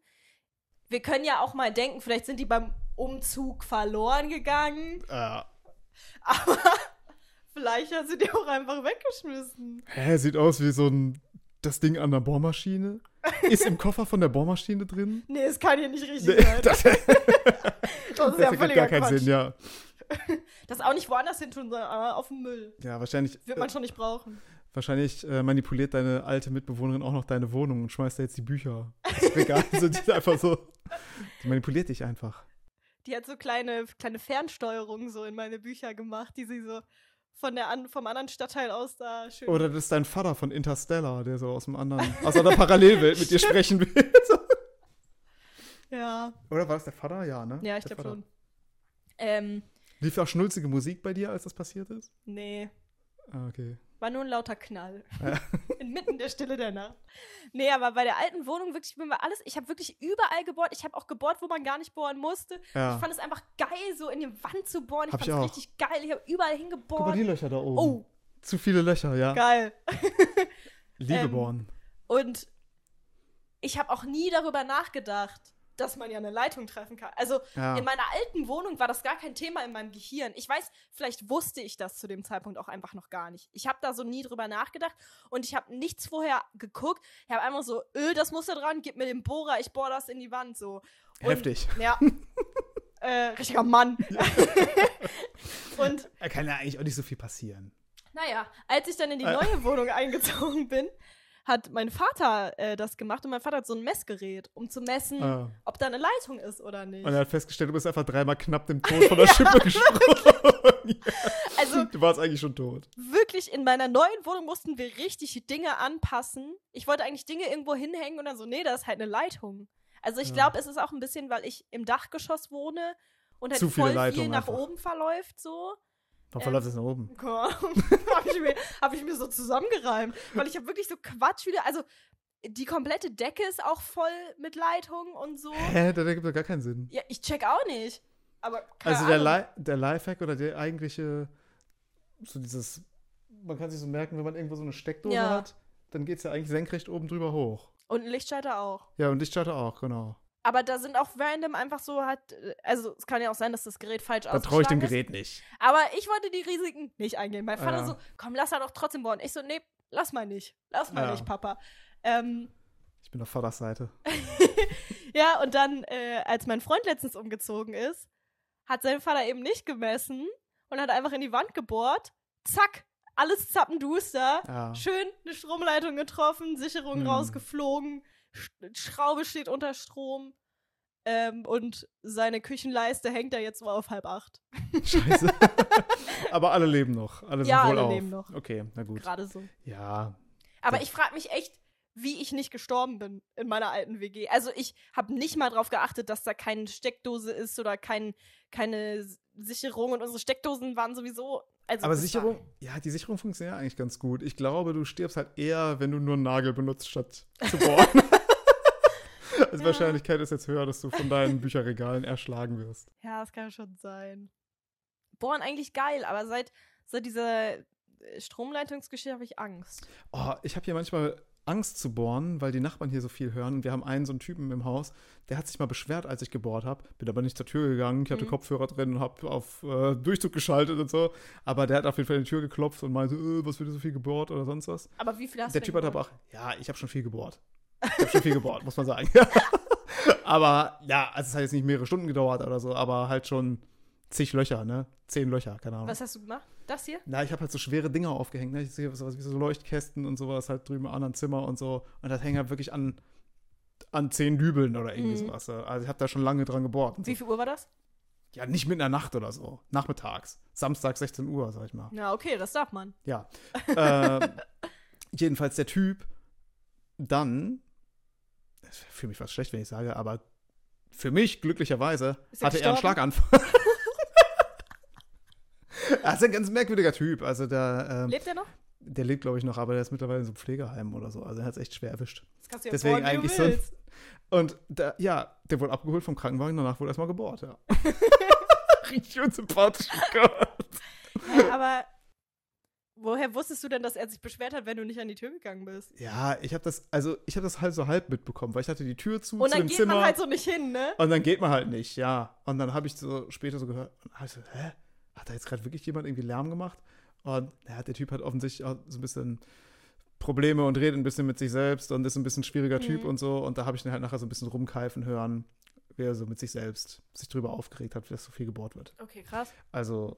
Speaker 2: Wir können ja auch mal denken, vielleicht sind die beim Umzug verloren gegangen,
Speaker 1: Äh,
Speaker 2: aber vielleicht hat sie die auch einfach weggeschmissen.
Speaker 1: hä, sieht aus wie so ein das Ding an der Bohrmaschine. Ist im Koffer von der Bohrmaschine drin?
Speaker 2: Nee, es kann hier nicht richtig
Speaker 1: Nee,
Speaker 2: sein.
Speaker 1: das, das
Speaker 2: Das ist ja
Speaker 1: ergibt
Speaker 2: völliger
Speaker 1: gar keinen
Speaker 2: Quatsch.
Speaker 1: Sinn, ja.
Speaker 2: Das auch nicht woanders hin tun, sondern äh, auf den Müll.
Speaker 1: Ja, wahrscheinlich,
Speaker 2: Wird man schon nicht brauchen.
Speaker 1: wahrscheinlich äh, manipuliert deine alte Mitbewohnerin auch noch deine Wohnung und schmeißt da jetzt die Bücher. Das Regal sind die einfach so. Die manipuliert dich einfach.
Speaker 2: Die hat so kleine, kleine Fernsteuerungen so in meine Bücher gemacht, die sie so von der an, vom anderen Stadtteil aus da schön
Speaker 1: Oder das ist dein Vater von Interstellar, der so aus dem anderen, aus einer Parallelwelt mit dir sprechen will.
Speaker 2: Ja,
Speaker 1: Oder war das der Vater? Ja, ne?
Speaker 2: ja, ich
Speaker 1: Der
Speaker 2: glaube
Speaker 1: Vater.
Speaker 2: schon. Ähm,
Speaker 1: Lief auch schnulzige Musik bei dir, als das passiert ist?
Speaker 2: nee,
Speaker 1: Ah, okay.
Speaker 2: war nur ein lauter Knall.
Speaker 1: Ja.
Speaker 2: Inmitten der Stille der Nacht. Nee, aber bei der alten Wohnung wirklich, ich bin bei alles, ich habe wirklich überall gebohrt. Ich habe auch gebohrt, wo man gar nicht bohren musste.
Speaker 1: Ja.
Speaker 2: Ich fand es einfach geil, so in die Wand zu bohren. Ich
Speaker 1: Hab ich
Speaker 2: fand es
Speaker 1: auch.
Speaker 2: richtig geil. Ich habe
Speaker 1: Guck
Speaker 2: überall
Speaker 1: mal,
Speaker 2: hingebohrt.
Speaker 1: die Löcher da oben.
Speaker 2: Oh,
Speaker 1: Zu viele Löcher, ja.
Speaker 2: geil. Ähm,
Speaker 1: Liebeborn.
Speaker 2: Und ich habe auch nie darüber nachgedacht, dass man ja eine Leitung treffen kann. Also
Speaker 1: ja.
Speaker 2: In meiner alten Wohnung war das gar kein Thema in meinem Gehirn. Ich weiß, vielleicht wusste ich das zu dem Zeitpunkt auch einfach noch gar nicht. Ich habe da so nie drüber nachgedacht und ich habe nichts vorher geguckt. Ich habe einfach so, öh, das muss da dran, gib mir den Bohrer, ich bohre das in die Wand so. Und,
Speaker 1: Heftig.
Speaker 2: Ja. äh, richtiger Mann. Und
Speaker 1: Da kann ja eigentlich auch nicht so viel passieren.
Speaker 2: naja, als ich dann
Speaker 1: Äh.
Speaker 2: in die neue Wohnung eingezogen bin, hat mein Vater äh, das gemacht und mein Vater hat so ein Messgerät, um zu messen,
Speaker 1: Ah.
Speaker 2: ob da eine Leitung ist oder nicht.
Speaker 1: Und er hat festgestellt, du bist einfach dreimal knapp dem Tod von der Schippe gesprungen.
Speaker 2: Also
Speaker 1: du warst eigentlich schon tot.
Speaker 2: wirklich in meiner neuen Wohnung mussten wir richtig Dinge anpassen. Ich wollte eigentlich Dinge irgendwo hinhängen und dann so, nee, da ist halt eine Leitung. Also ich
Speaker 1: Ja.
Speaker 2: glaube, es ist auch ein bisschen, weil ich im Dachgeschoss wohne und halt
Speaker 1: Zu viele
Speaker 2: voll viel
Speaker 1: Leitungen
Speaker 2: nach
Speaker 1: einfach.
Speaker 2: oben verläuft so.
Speaker 1: Warum
Speaker 2: Ähm.
Speaker 1: verläuft das nach oben?
Speaker 2: habe ich, mir- hab ich mir so zusammengereimt. Weil ich habe wirklich so Quatsch wieder. Also, die komplette Decke ist auch voll mit Leitungen und so.
Speaker 1: Hä, da gibt doch gar keinen Sinn.
Speaker 2: Ja, ich check auch nicht. Aber keine
Speaker 1: also der,
Speaker 2: Ahnung.
Speaker 1: Li der Lifehack oder der eigentliche, so dieses, man kann sich so merken, wenn man irgendwo so eine Steckdose
Speaker 2: Ja.
Speaker 1: hat, dann geht es ja eigentlich senkrecht oben drüber hoch.
Speaker 2: Und ein Lichtschalter auch.
Speaker 1: Ja, und Lichtschalter auch, genau.
Speaker 2: Aber da sind auch random einfach so halt. äh, Also, es kann ja auch sein, dass das Gerät falsch
Speaker 1: Da traue ich dem
Speaker 2: ausgeschlagen
Speaker 1: Gerät nicht.
Speaker 2: Ist. Aber ich wollte die Risiken nicht eingehen. Mein Vater
Speaker 1: Ja.
Speaker 2: so, komm, lass da doch trotzdem bohren. Ich so, nee, lass mal nicht. Lass mal
Speaker 1: Ja.
Speaker 2: nicht, Papa. Ähm,
Speaker 1: Ich bin auf Vaters Seite.
Speaker 2: Ja, und dann, äh, als mein Freund letztens umgezogen ist, hat sein Vater eben nicht gemessen und hat einfach in die Wand gebohrt. Zack, alles zappenduster.
Speaker 1: Ja.
Speaker 2: Schön eine Stromleitung getroffen, Sicherung
Speaker 1: Hm.
Speaker 2: rausgeflogen, Sch Schraube steht unter Strom. Ähm, und seine Küchenleiste hängt da jetzt mal auf halb acht.
Speaker 1: Scheiße. Aber alle leben noch. Alle sind
Speaker 2: Ja,
Speaker 1: wohl
Speaker 2: alle
Speaker 1: auf.
Speaker 2: leben noch.
Speaker 1: Okay, na gut.
Speaker 2: Gerade so.
Speaker 1: Ja.
Speaker 2: Aber
Speaker 1: Ja.
Speaker 2: ich frage mich echt, wie ich nicht gestorben bin in meiner alten WG. Also ich habe nicht mal drauf geachtet, dass da keine Steckdose ist oder kein, keine S- Sicherung. Und unsere Steckdosen waren sowieso. Also
Speaker 1: Aber
Speaker 2: das
Speaker 1: Sicherung,
Speaker 2: War,
Speaker 1: ja, die Sicherung funktioniert eigentlich ganz gut. Ich glaube, du stirbst halt eher, wenn du nur einen Nagel benutzt, statt zu bohren. also
Speaker 2: Ja.
Speaker 1: Wahrscheinlichkeit ist jetzt höher, dass du von deinen Bücherregalen erschlagen wirst.
Speaker 2: ja, das kann schon sein. Bohren eigentlich geil, aber seit, seit dieser äh, Stromleitungsgeschichte habe ich Angst.
Speaker 1: Oh, ich habe hier manchmal Angst zu bohren, weil die Nachbarn hier so viel hören. Und wir haben einen so einen Typen im Haus, der hat sich mal beschwert, als ich gebohrt habe. Bin aber nicht zur Tür gegangen. Ich hatte
Speaker 2: Mhm.
Speaker 1: Kopfhörer drin und habe auf äh, Durchzug geschaltet und so. Aber der hat auf jeden Fall in die Tür geklopft und meinte, äh, was wird so viel gebohrt oder sonst was.
Speaker 2: Aber wie viel hast
Speaker 1: Der
Speaker 2: du?
Speaker 1: Typ
Speaker 2: denn
Speaker 1: hat aber
Speaker 2: gebohrt?
Speaker 1: auch, ja, ich habe schon viel gebohrt. Ich habe schon viel gebohrt, muss man sagen. aber ja, also es hat jetzt nicht mehrere Stunden gedauert oder so, aber halt schon zig Löcher, ne? Zehn Löcher, keine Ahnung.
Speaker 2: Was hast du gemacht? Das hier?
Speaker 1: Na, ich habe halt so schwere Dinger aufgehängt, ne? Ich sehe sowas wie so Leuchtkästen und sowas halt drüben im anderen Zimmer und so. Und das hängt halt wirklich an, an zehn Dübeln oder irgendwie
Speaker 2: Mhm.
Speaker 1: sowas. Also ich habe da schon lange dran gebohrt. Und so.
Speaker 2: Wie viel Uhr war das?
Speaker 1: Ja, nicht mitten in der Nacht oder so. Nachmittags. Samstag 16 Uhr, sag ich mal.
Speaker 2: Na, okay, das darf man.
Speaker 1: Ja. äh, jedenfalls der Typ dann, ich fühle mich fast schlecht, wenn ich sage, aber für mich glücklicherweise
Speaker 2: Ist er
Speaker 1: hatte er einen
Speaker 2: gestorben?
Speaker 1: Schlaganfall. Er ist ein ganz merkwürdiger Typ. Also der, ähm,
Speaker 2: Lebt er noch?
Speaker 1: der lebt, glaube ich, noch, aber der ist mittlerweile in so einem Pflegeheim oder so. Also er hat es echt schwer erwischt.
Speaker 2: Das kannst du ja
Speaker 1: Deswegen
Speaker 2: bohren, wie du
Speaker 1: eigentlich so ein-
Speaker 2: willst.
Speaker 1: Und da, ja, der wurde abgeholt vom Krankenwagen, danach wurde erstmal gebohrt, ja. Richtig unsympathisch.
Speaker 2: Hä, aber woher wusstest du denn, dass er sich beschwert hat, wenn du nicht an die Tür gegangen bist?
Speaker 1: Ja, ich habe das, also ich habe das halt so halb mitbekommen, weil ich hatte die Tür Hm, zu, zu
Speaker 2: Und dann
Speaker 1: dem
Speaker 2: geht
Speaker 1: Zimmer.
Speaker 2: man halt so nicht hin, ne?
Speaker 1: Und dann geht man halt nicht, ja. Und dann habe ich so später so gehört, und hab ich so, hä? Hat da jetzt gerade wirklich jemand irgendwie Lärm gemacht? Und naja, der Typ hat offensichtlich auch so ein bisschen Probleme und redet ein bisschen mit sich selbst und ist ein bisschen schwieriger Typ
Speaker 2: Mhm.
Speaker 1: und so. Und da habe ich ihn halt nachher so ein bisschen rumkeifen hören, wie er so mit sich selbst sich drüber aufgeregt hat, dass so viel gebohrt wird.
Speaker 2: Okay, krass.
Speaker 1: Also,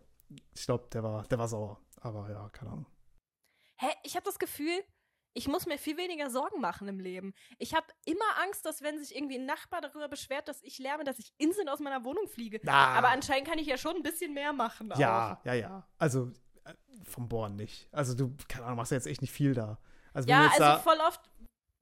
Speaker 1: ich glaube, der war, der war sauer. Aber ja, keine Ahnung.
Speaker 2: Hä, ich habe das Gefühl, ich muss mir viel weniger Sorgen machen im Leben. Ich habe immer Angst, dass wenn sich irgendwie ein Nachbar darüber beschwert, dass ich lärme, dass ich instant aus meiner Wohnung fliege.
Speaker 1: Ah.
Speaker 2: Aber anscheinend kann ich ja schon ein bisschen mehr machen.
Speaker 1: Ja, ja, ja. Also äh, vom Born nicht. Also du, keine Ahnung, machst ja jetzt echt nicht viel da. Also wenn
Speaker 2: Auch.
Speaker 1: du
Speaker 2: Ja,
Speaker 1: jetzt
Speaker 2: also
Speaker 1: da,
Speaker 2: voll oft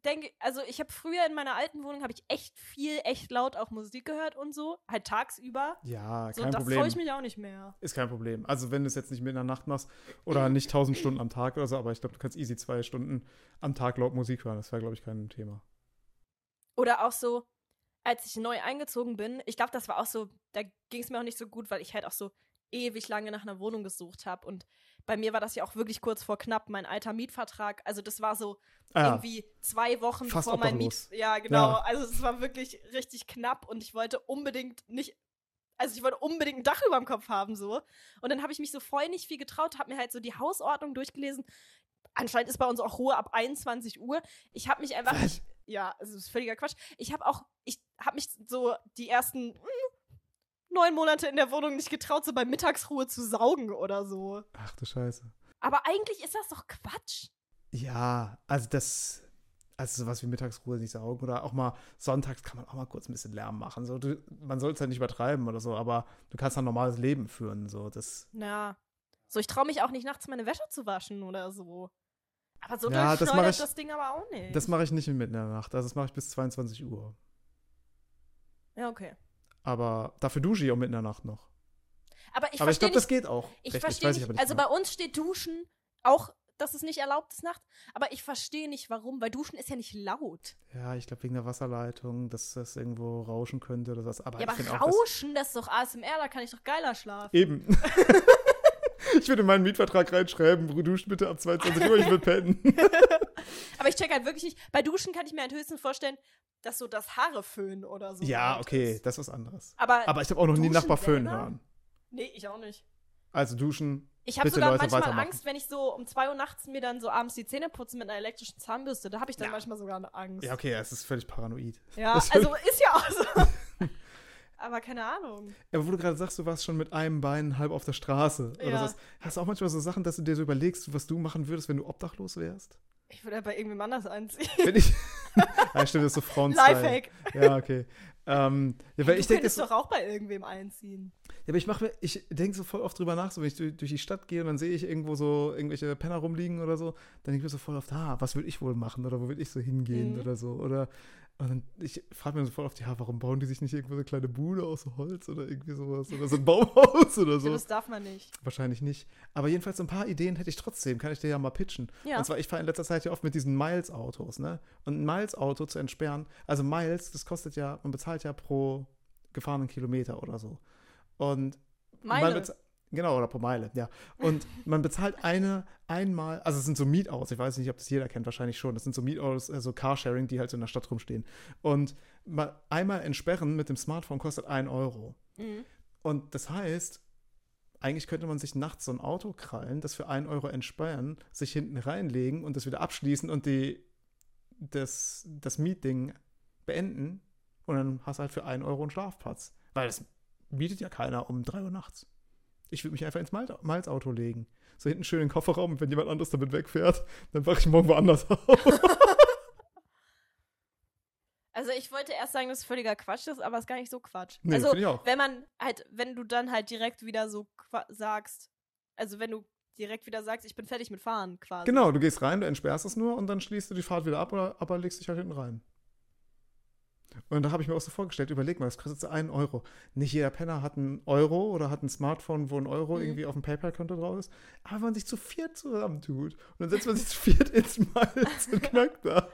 Speaker 2: denke, also ich habe früher in meiner alten Wohnung habe ich echt viel, echt laut auch Musik gehört und so, halt tagsüber.
Speaker 1: ja,
Speaker 2: So,
Speaker 1: kein
Speaker 2: das
Speaker 1: Problem.
Speaker 2: freue ich mich auch nicht mehr.
Speaker 1: Ist kein Problem. Also wenn du es jetzt nicht mitten in der Nacht machst oder nicht 1000 Stunden am Tag oder so, aber ich glaube, du kannst easy zwei Stunden am Tag laut Musik hören. Das wäre, glaube ich, kein Thema.
Speaker 2: Oder auch so, als ich neu eingezogen bin, ich glaube, das war auch so, da ging es mir auch nicht so gut, weil ich halt auch so ewig lange nach einer Wohnung gesucht habe. Und bei mir war das ja auch wirklich kurz vor knapp, mein alter Mietvertrag. Also das war so
Speaker 1: Ah, ja.
Speaker 2: irgendwie zwei Wochen
Speaker 1: Fast
Speaker 2: vor meinem Miet.
Speaker 1: obdachlos.
Speaker 2: Ja, genau.
Speaker 1: Ja.
Speaker 2: Also es war wirklich richtig knapp und ich wollte unbedingt nicht. Also ich wollte unbedingt ein Dach über dem Kopf haben so und dann habe ich mich so voll nicht viel getraut, habe mir halt so die Hausordnung durchgelesen. Anscheinend ist bei uns auch Ruhe ab 21 Uhr. Ich habe mich einfach
Speaker 1: Was?
Speaker 2: nicht, ja, also das ist völliger Quatsch. Ich habe auch ich habe mich so die ersten mm, neun Monate in der Wohnung nicht getraut, so bei Mittagsruhe zu saugen oder so.
Speaker 1: Ach du Scheiße.
Speaker 2: Aber eigentlich ist das doch Quatsch.
Speaker 1: Ja, also das, also sowas wie Mittagsruhe nicht saugen oder auch mal sonntags kann man auch mal kurz ein bisschen Lärm machen. So, du, man soll es halt nicht übertreiben oder so, aber du kannst ein normales Leben führen. So, das,
Speaker 2: Na. So, ich traue mich auch nicht nachts meine Wäsche zu waschen oder so. Aber so
Speaker 1: Ja,
Speaker 2: ja,
Speaker 1: das
Speaker 2: das,
Speaker 1: mach ich-
Speaker 2: das Ding aber auch nicht.
Speaker 1: das mache ich nicht mitten in der Nacht. Also das mache ich bis 22 Uhr.
Speaker 2: ja, okay.
Speaker 1: Aber dafür dusche ich auch mitten in der Nacht noch.
Speaker 2: Aber ich
Speaker 1: aber ich
Speaker 2: verstehe
Speaker 1: glaube,
Speaker 2: nicht,
Speaker 1: das geht auch.
Speaker 2: ich
Speaker 1: rechtlich,
Speaker 2: verstehe
Speaker 1: weiß ich
Speaker 2: nicht,
Speaker 1: aber genau.
Speaker 2: also
Speaker 1: mehr.
Speaker 2: bei uns steht Duschen auch, dass es nicht erlaubt ist nachts, aber ich verstehe nicht, warum, weil Duschen ist ja nicht laut.
Speaker 1: Ja, ich glaube wegen der Wasserleitung, dass das irgendwo rauschen könnte oder was. Aber
Speaker 2: ja,
Speaker 1: ich
Speaker 2: aber
Speaker 1: finde auch das
Speaker 2: Rauschen, das ist doch ASMR, da kann ich doch geiler schlafen.
Speaker 1: eben. ich würde in meinen Mietvertrag reinschreiben, duscht bitte ab 22 Uhr, ich will pennen.
Speaker 2: Aber ich check halt wirklich nicht, bei Duschen kann ich mir halt höchstens vorstellen, dass so das Haare föhnen oder so.
Speaker 1: ja,
Speaker 2: laut
Speaker 1: okay,
Speaker 2: ist.
Speaker 1: das ist was anderes.
Speaker 2: Aber,
Speaker 1: Aber ich habe auch noch nie
Speaker 2: Äh, Duschen
Speaker 1: Nachbarföhn
Speaker 2: selber?
Speaker 1: hören.
Speaker 2: nee, ich auch nicht.
Speaker 1: Also duschen.
Speaker 2: Ich habe
Speaker 1: Bitte,
Speaker 2: sogar
Speaker 1: Leute,
Speaker 2: manchmal
Speaker 1: weitermachen.
Speaker 2: Angst, wenn ich so um 2 Uhr nachts mir dann so abends die Zähne putze mit einer elektrischen Zahnbürste. Da habe ich dann
Speaker 1: Ja.
Speaker 2: manchmal sogar eine Angst.
Speaker 1: Ja, okay, es ist völlig paranoid.
Speaker 2: Ja,
Speaker 1: Das-
Speaker 2: also ist ja auch so. Aber keine Ahnung.
Speaker 1: Aber wo du gerade sagst, du warst schon mit einem Bein halb auf der Straße oder
Speaker 2: Ja.
Speaker 1: sowas. Hast du auch manchmal so Sachen, dass du dir so überlegst, was du machen würdest, wenn du obdachlos wärst?
Speaker 2: Ich würde bei irgendwem anders anziehen.
Speaker 1: Wenn ich. ja, stimmt, das ist so frauen
Speaker 2: Lifehack.
Speaker 1: Ja, okay. Ähm, ja, weil
Speaker 2: du
Speaker 1: ich denke,
Speaker 2: könntest
Speaker 1: ja,
Speaker 2: doch auch bei irgendwem einziehen.
Speaker 1: aber ich mache mir, ich denke so voll oft drüber nach, so wenn ich durch, durch die Stadt gehe und dann sehe ich irgendwo so irgendwelche Penner rumliegen oder so, dann denke ich mir so voll oft, ah, was würde ich wohl machen oder wo würde ich so hingehen
Speaker 2: Mhm.
Speaker 1: oder so oder und dann, ich frage mir so voll oft, ja, warum bauen die sich nicht irgendwo so eine kleine Bude aus Holz oder irgendwie sowas oder so ein Baumhaus oder
Speaker 2: So.
Speaker 1: so?
Speaker 2: Das darf man nicht.
Speaker 1: Wahrscheinlich nicht. Aber jedenfalls so ein paar Ideen hätte ich trotzdem, kann ich dir ja mal pitchen.
Speaker 2: Ja.
Speaker 1: Und zwar, ich fahre in letzter Zeit ja oft mit diesen Miles-Autos, ne? Und ein Miles-Auto zu entsperren, also Miles, das kostet ja, man bezahlt ja pro gefahrenen Kilometer oder so. Und man
Speaker 2: Meine.
Speaker 1: bezahlt, genau, oder pro Meile, ja. Und man bezahlt eine, einmal, also es sind so Mietautos, ich weiß nicht, ob das jeder kennt, wahrscheinlich schon. Das sind so Mietautos, also Carsharing, die halt so in der Stadt rumstehen. Und mal, einmal entsperren mit dem Smartphone kostet 1 Euro.
Speaker 2: Mhm.
Speaker 1: Und das heißt, eigentlich könnte man sich nachts so ein Auto krallen, das für 1 Euro entsperren, sich hinten reinlegen und das wieder abschließen und die, das, das Mietding beenden. Und dann hast du halt für 1 Euro einen Schlafplatz. Weil das mietet ja keiner um 3 Uhr nachts. Ich würde mich einfach ins Mal- Malz-Auto legen. So hinten schön in den Kofferraum und wenn jemand anderes damit wegfährt, dann wache ich morgen woanders auf.
Speaker 2: Also ich wollte erst sagen, dass es völliger Quatsch ist, aber es ist gar nicht so Quatsch.
Speaker 1: Nee,
Speaker 2: also
Speaker 1: finde ich auch.
Speaker 2: wenn man halt, wenn du dann halt direkt wieder so qua- sagst, also wenn du direkt wieder sagst, ich bin fertig mit Fahren quasi.
Speaker 1: Genau, du gehst rein, du entsperrst es nur und dann schließt du die Fahrt wieder ab, oder, aber legst dich halt hinten rein. Und da habe ich mir auch so vorgestellt, überleg mal, das kostet so einen Euro. Nicht jeder Penner hat einen Euro oder hat ein Smartphone, wo ein Euro
Speaker 2: Mhm.
Speaker 1: irgendwie auf dem PayPal-Konto drauf ist. Aber wenn man sich zu viert zusammentut und dann setzt man sich zu viert ins Malz und knackt da.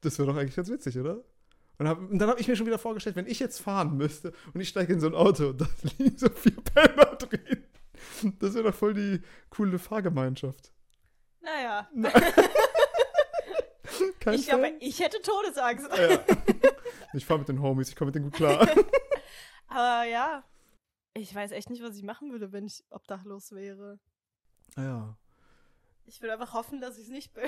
Speaker 1: Das wäre doch eigentlich ganz witzig, oder? Und, hab, und dann habe ich mir schon wieder vorgestellt, wenn ich jetzt fahren müsste und ich steige in so ein Auto und da liegen so vier Penner drin. Das wäre doch voll die coole Fahrgemeinschaft.
Speaker 2: Naja.
Speaker 1: Kein
Speaker 2: Ich glaube, ich hätte Todesangst.
Speaker 1: Ja. Ich fahre mit den Homies, ich komme mit denen gut klar.
Speaker 2: Aber ja, ich weiß echt nicht, was ich machen würde, wenn ich obdachlos wäre.
Speaker 1: Ja.
Speaker 2: Ich würde einfach hoffen, dass ich es nicht bin.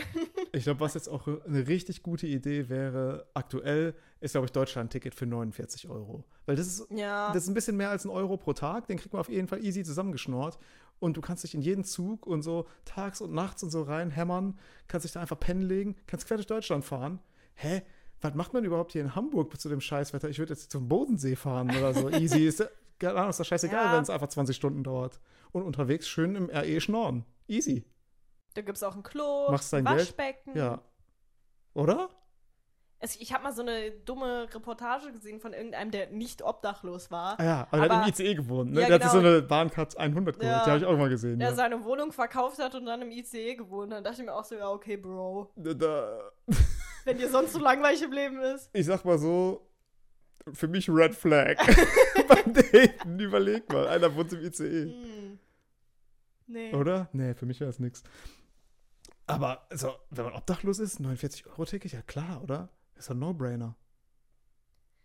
Speaker 1: Ich glaube, was jetzt auch eine richtig gute Idee wäre, aktuell ist, glaube ich, Deutschland-Ticket für 49 Euro. Weil das ist,
Speaker 2: Ja.
Speaker 1: das ist ein bisschen mehr als ein Euro pro Tag, den kriegt man auf jeden Fall easy zusammengeschnort. Und du kannst dich in jeden Zug und so tags und nachts und so reinhämmern, kannst dich da einfach pennen legen, kannst quer durch Deutschland fahren. Hä? Was macht man überhaupt hier in Hamburg zu dem Scheißwetter? Ich würde jetzt zum Bodensee fahren oder so. Easy. Ist, keine Ahnung, ist das scheißegal,
Speaker 2: Ja.
Speaker 1: wenn es einfach 20 Stunden dauert. Und unterwegs schön im RE schnorren. Easy.
Speaker 2: da gibt es auch ein Klo,
Speaker 1: Machst dein
Speaker 2: ein
Speaker 1: Geld?
Speaker 2: Waschbecken.
Speaker 1: Ja. Oder?
Speaker 2: Also ich habe mal so eine dumme Reportage gesehen von irgendeinem, der nicht obdachlos war.
Speaker 1: Ah ja, aber, der hat
Speaker 2: Aber-
Speaker 1: im ICE gewohnt. Ne?
Speaker 2: Ja,
Speaker 1: der hat sich
Speaker 2: genau.
Speaker 1: so eine Bahncard 100 geholt.
Speaker 2: Ja.
Speaker 1: Die habe ich auch mal gesehen.
Speaker 2: Der
Speaker 1: Ja.
Speaker 2: seine Wohnung verkauft hat und dann im ICE gewohnt. Dann dachte ich mir auch so, ja, okay, Bro.
Speaker 1: Da,
Speaker 2: Wenn dir sonst so langweilig im Leben ist.
Speaker 1: ich sag mal so, für mich Red Flag. Beim Daten, überleg mal. Einer wohnt im ICE.
Speaker 2: Hm. Nee.
Speaker 1: Oder? Nee, für mich wäre es nix. Aber also, wenn man obdachlos ist, 49 Euro Ticket, ja klar, oder? Ist doch ein No-Brainer.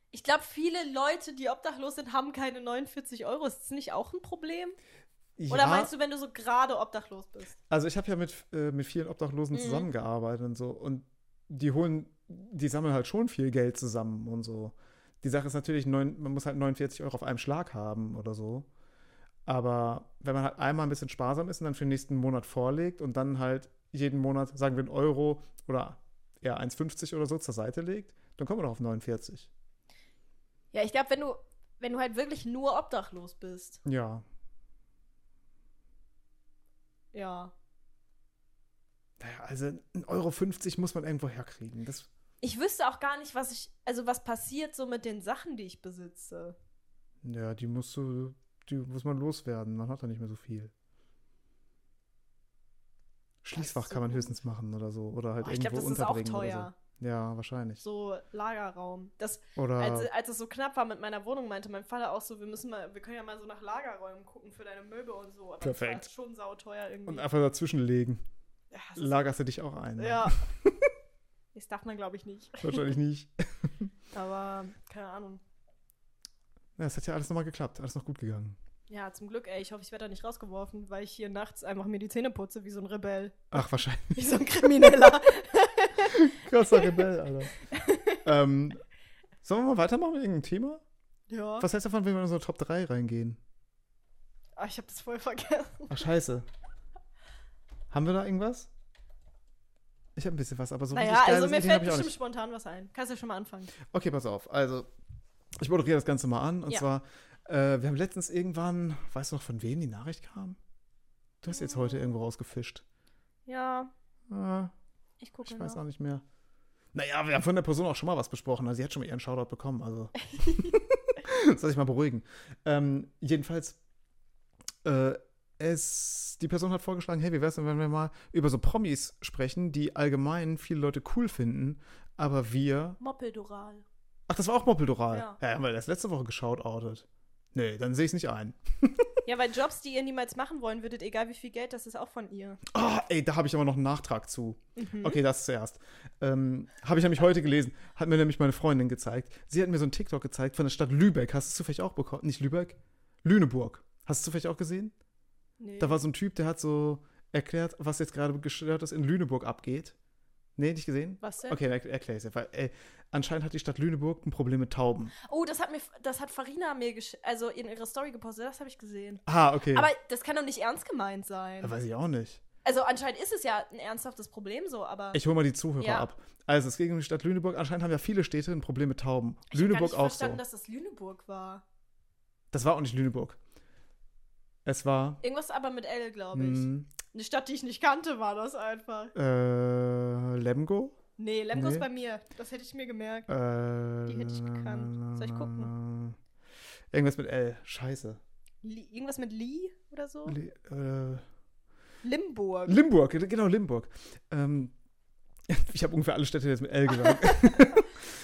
Speaker 2: Ich glaube, viele Leute, die obdachlos sind, haben keine 49 Euro. Ist das nicht auch ein Problem? Oder
Speaker 1: ja,
Speaker 2: meinst du, wenn du so gerade obdachlos bist?
Speaker 1: Also ich habe ja mit, äh, mit vielen Obdachlosen
Speaker 2: Mhm.
Speaker 1: zusammengearbeitet und so. Und die holen, die sammeln halt schon viel Geld zusammen und so. Die Sache ist natürlich, neun, man muss halt 49 Euro auf einem Schlag haben oder so. Aber wenn man halt einmal ein bisschen sparsam ist und dann für den nächsten Monat vorlegt und dann halt jeden Monat, sagen wir, einen Euro oder eher 1,50 oder so zur Seite legt, dann kommen wir doch auf 49.
Speaker 2: Ja, ich glaube, wenn du, wenn du halt wirklich nur obdachlos bist.
Speaker 1: Ja.
Speaker 2: Ja.
Speaker 1: Naja, also 1,50 Euro 50 muss man irgendwo herkriegen. Das,
Speaker 2: Ich wüsste auch gar nicht, was ich, also was passiert so mit den Sachen, die ich besitze.
Speaker 1: ja, die musst du, die muss man loswerden. Man hat da nicht mehr so viel. Schließfach
Speaker 2: so
Speaker 1: kann man
Speaker 2: gut.
Speaker 1: höchstens machen oder so. Oder halt
Speaker 2: Oh, ich
Speaker 1: irgendwo
Speaker 2: glaube, das ist auch
Speaker 1: unterbringen
Speaker 2: teuer.
Speaker 1: oder so. Ja, wahrscheinlich.
Speaker 2: So also, Lagerraum. Das,
Speaker 1: oder
Speaker 2: als, als es so knapp war mit meiner Wohnung, meinte mein Vater auch so, wir müssen mal, wir können ja mal so nach Lagerräumen gucken für deine Möbel und so. Aber das war halt
Speaker 1: Perfekt.
Speaker 2: schon sauteuer irgendwie.
Speaker 1: und einfach dazwischen legen.
Speaker 2: ja, das ist-
Speaker 1: Lagerst du dich auch ein. ne?
Speaker 2: ja. das darf man, glaube ich, nicht.
Speaker 1: Wahrscheinlich nicht.
Speaker 2: Aber keine Ahnung.
Speaker 1: Ja, es hat ja alles nochmal geklappt. Alles noch gut gegangen.
Speaker 2: Ja, zum Glück, ey. Ich hoffe, ich werde da nicht rausgeworfen, weil ich hier nachts einfach mir die Zähne putze, wie so ein Rebell.
Speaker 1: Ach, wahrscheinlich.
Speaker 2: Wie so ein Krimineller.
Speaker 1: Krasser Rebell, Alter. ähm, sollen wir mal weitermachen mit irgendeinem Thema?
Speaker 2: ja.
Speaker 1: Was heißt davon, wenn wir in unsere Top 3 reingehen?
Speaker 2: Ah, ich habe das voll vergessen.
Speaker 1: Ach, scheiße. Haben wir da irgendwas? Ich habe ein bisschen was, aber so
Speaker 2: naja,
Speaker 1: richtig geile
Speaker 2: also mir
Speaker 1: Ideen hab
Speaker 2: fällt
Speaker 1: ich auch
Speaker 2: bestimmt
Speaker 1: nicht.
Speaker 2: spontan was ein. Kannst ja schon mal anfangen.
Speaker 1: Okay, pass auf. Also, ich moderiere das Ganze mal an. Und
Speaker 2: Ja.
Speaker 1: zwar, äh, wir haben letztens irgendwann, weißt du noch, von wem die Nachricht kam? Du hast jetzt heute irgendwo rausgefischt.
Speaker 2: Ja, Äh,
Speaker 1: Ah,
Speaker 2: ich gucke
Speaker 1: ich
Speaker 2: mal.
Speaker 1: weiß auch nicht mehr. Naja, wir haben von der Person auch schon mal was besprochen. Also, sie hat schon mal ihren Shoutout bekommen. Also, soll ich mal beruhigen. Ähm, jedenfalls, äh, es, die Person hat vorgeschlagen: hey, wie wär's denn, wenn wir mal über so Promis sprechen, die allgemein viele Leute cool finden, aber wir
Speaker 2: Moppeldural.
Speaker 1: Ach, das war auch Moppeldoral.
Speaker 2: Ja.
Speaker 1: Ja. haben wir das letzte Woche geschautoutet. Nee, dann sehe ich es nicht ein.
Speaker 2: Ja, weil Jobs, die ihr niemals machen wollen würdet, egal wie viel Geld, das ist auch von ihr.
Speaker 1: Ah, ey, da habe ich aber noch einen Nachtrag zu.
Speaker 2: Mhm.
Speaker 1: Okay, das zuerst. Ähm, habe ich nämlich heute gelesen. Hat mir nämlich meine Freundin gezeigt. Sie hat mir so einen TikTok gezeigt von der Stadt Lübeck. Hast du es zufällig auch bekommen? Nicht Lübeck? Lüneburg. Hast du es zufällig auch gesehen?
Speaker 2: Nee.
Speaker 1: Da war so ein Typ, der hat so erklärt, was jetzt gerade gestörtes in Lüneburg abgeht. Nee, nicht gesehen?
Speaker 2: was denn?
Speaker 1: Okay, dann erkläre ich es dir. Weil, ey, anscheinend hat die Stadt Lüneburg ein Problem mit Tauben.
Speaker 2: Oh, das hat mir, das hat Farina mir, gesch also in ihrer Story gepostet, das habe ich gesehen.
Speaker 1: Ah, okay.
Speaker 2: Aber das kann doch nicht ernst gemeint sein.
Speaker 1: Ja, weiß ich auch nicht.
Speaker 2: Also anscheinend ist es ja ein ernsthaftes Problem so, aber
Speaker 1: Ich hole mal die Zuhörer
Speaker 2: Ja.
Speaker 1: ab. Also, es ging um die Stadt Lüneburg. Anscheinend haben ja viele Städte ein Problem mit Tauben.
Speaker 2: ich hab
Speaker 1: Lüneburg
Speaker 2: gar nicht
Speaker 1: auch so.
Speaker 2: verstanden, dass das Lüneburg war.
Speaker 1: das war auch nicht Lüneburg. Es war. hm,
Speaker 2: Irgendwas aber mit L, glaube ich.
Speaker 1: Mh,
Speaker 2: Eine Stadt, die ich nicht kannte, war das einfach.
Speaker 1: äh, Lemgo?
Speaker 2: Nee, Lemgo ist
Speaker 1: Nee.
Speaker 2: bei mir. Das hätte ich mir gemerkt.
Speaker 1: Äh, die
Speaker 2: hätte ich gekannt. Soll ich gucken?
Speaker 1: Irgendwas mit L. Scheiße.
Speaker 2: Li irgendwas mit Lee oder so?
Speaker 1: Li äh,
Speaker 2: Limburg.
Speaker 1: Limburg, genau, Limburg. Ähm, ich habe ungefähr alle Städte jetzt mit L gesagt.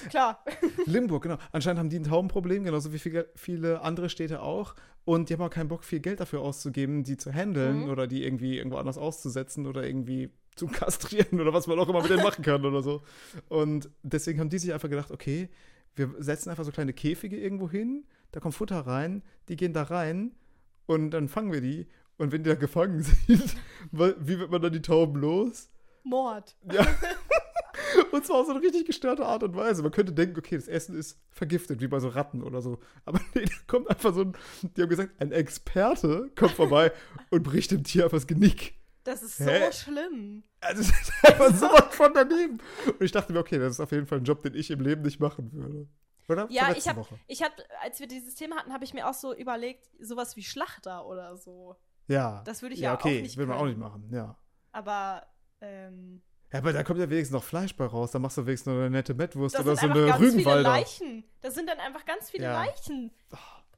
Speaker 2: Klar.
Speaker 1: Limburg, genau. Anscheinend haben die ein Taubenproblem, genauso wie viele, viele andere Städte auch. Und die haben auch keinen Bock, viel Geld dafür auszugeben, die zu handeln
Speaker 2: Mhm.
Speaker 1: oder die irgendwie irgendwo anders auszusetzen oder irgendwie zu kastrieren oder was man auch immer mit denen machen kann oder so. Und deswegen haben die sich einfach gedacht, okay, wir setzen einfach so kleine Käfige irgendwo hin, da kommt Futter rein, die gehen da rein und dann fangen wir die. Und wenn die da gefangen sind, wa- wie wird man dann die Tauben los?
Speaker 2: Mord.
Speaker 1: Ja. Und zwar auf so eine richtig gestörte Art und Weise. Man könnte denken, okay, das Essen ist vergiftet, wie bei so Ratten oder so. Aber nee, da kommt einfach so ein, die haben gesagt, ein Experte kommt vorbei und bricht dem Tier einfach das Genick.
Speaker 2: Das ist so
Speaker 1: Hä?
Speaker 2: schlimm.
Speaker 1: Also das ist einfach sowas von daneben. Und ich dachte mir, okay, das ist auf jeden Fall ein Job, den ich im Leben nicht machen würde. Oder?
Speaker 2: Ja,
Speaker 1: Von
Speaker 2: ich
Speaker 1: letzter
Speaker 2: hab-
Speaker 1: Woche.
Speaker 2: Ich hab, als wir dieses Thema hatten, habe ich mir auch so überlegt, sowas wie Schlachter oder so.
Speaker 1: Ja.
Speaker 2: Das würde ich
Speaker 1: ja,
Speaker 2: ja,
Speaker 1: okay,
Speaker 2: auch nicht
Speaker 1: will man auch
Speaker 2: können.
Speaker 1: nicht machen, ja.
Speaker 2: Aber ähm,
Speaker 1: Ja, aber da kommt ja wenigstens noch Fleisch bei raus. Da machst du wenigstens noch eine nette Mettwurst
Speaker 2: das
Speaker 1: oder
Speaker 2: sind
Speaker 1: so
Speaker 2: einfach
Speaker 1: eine
Speaker 2: ganz viele
Speaker 1: Rügenwalder.
Speaker 2: Leichen. Das sind dann einfach ganz viele
Speaker 1: Ja. Ah.
Speaker 2: Leichen.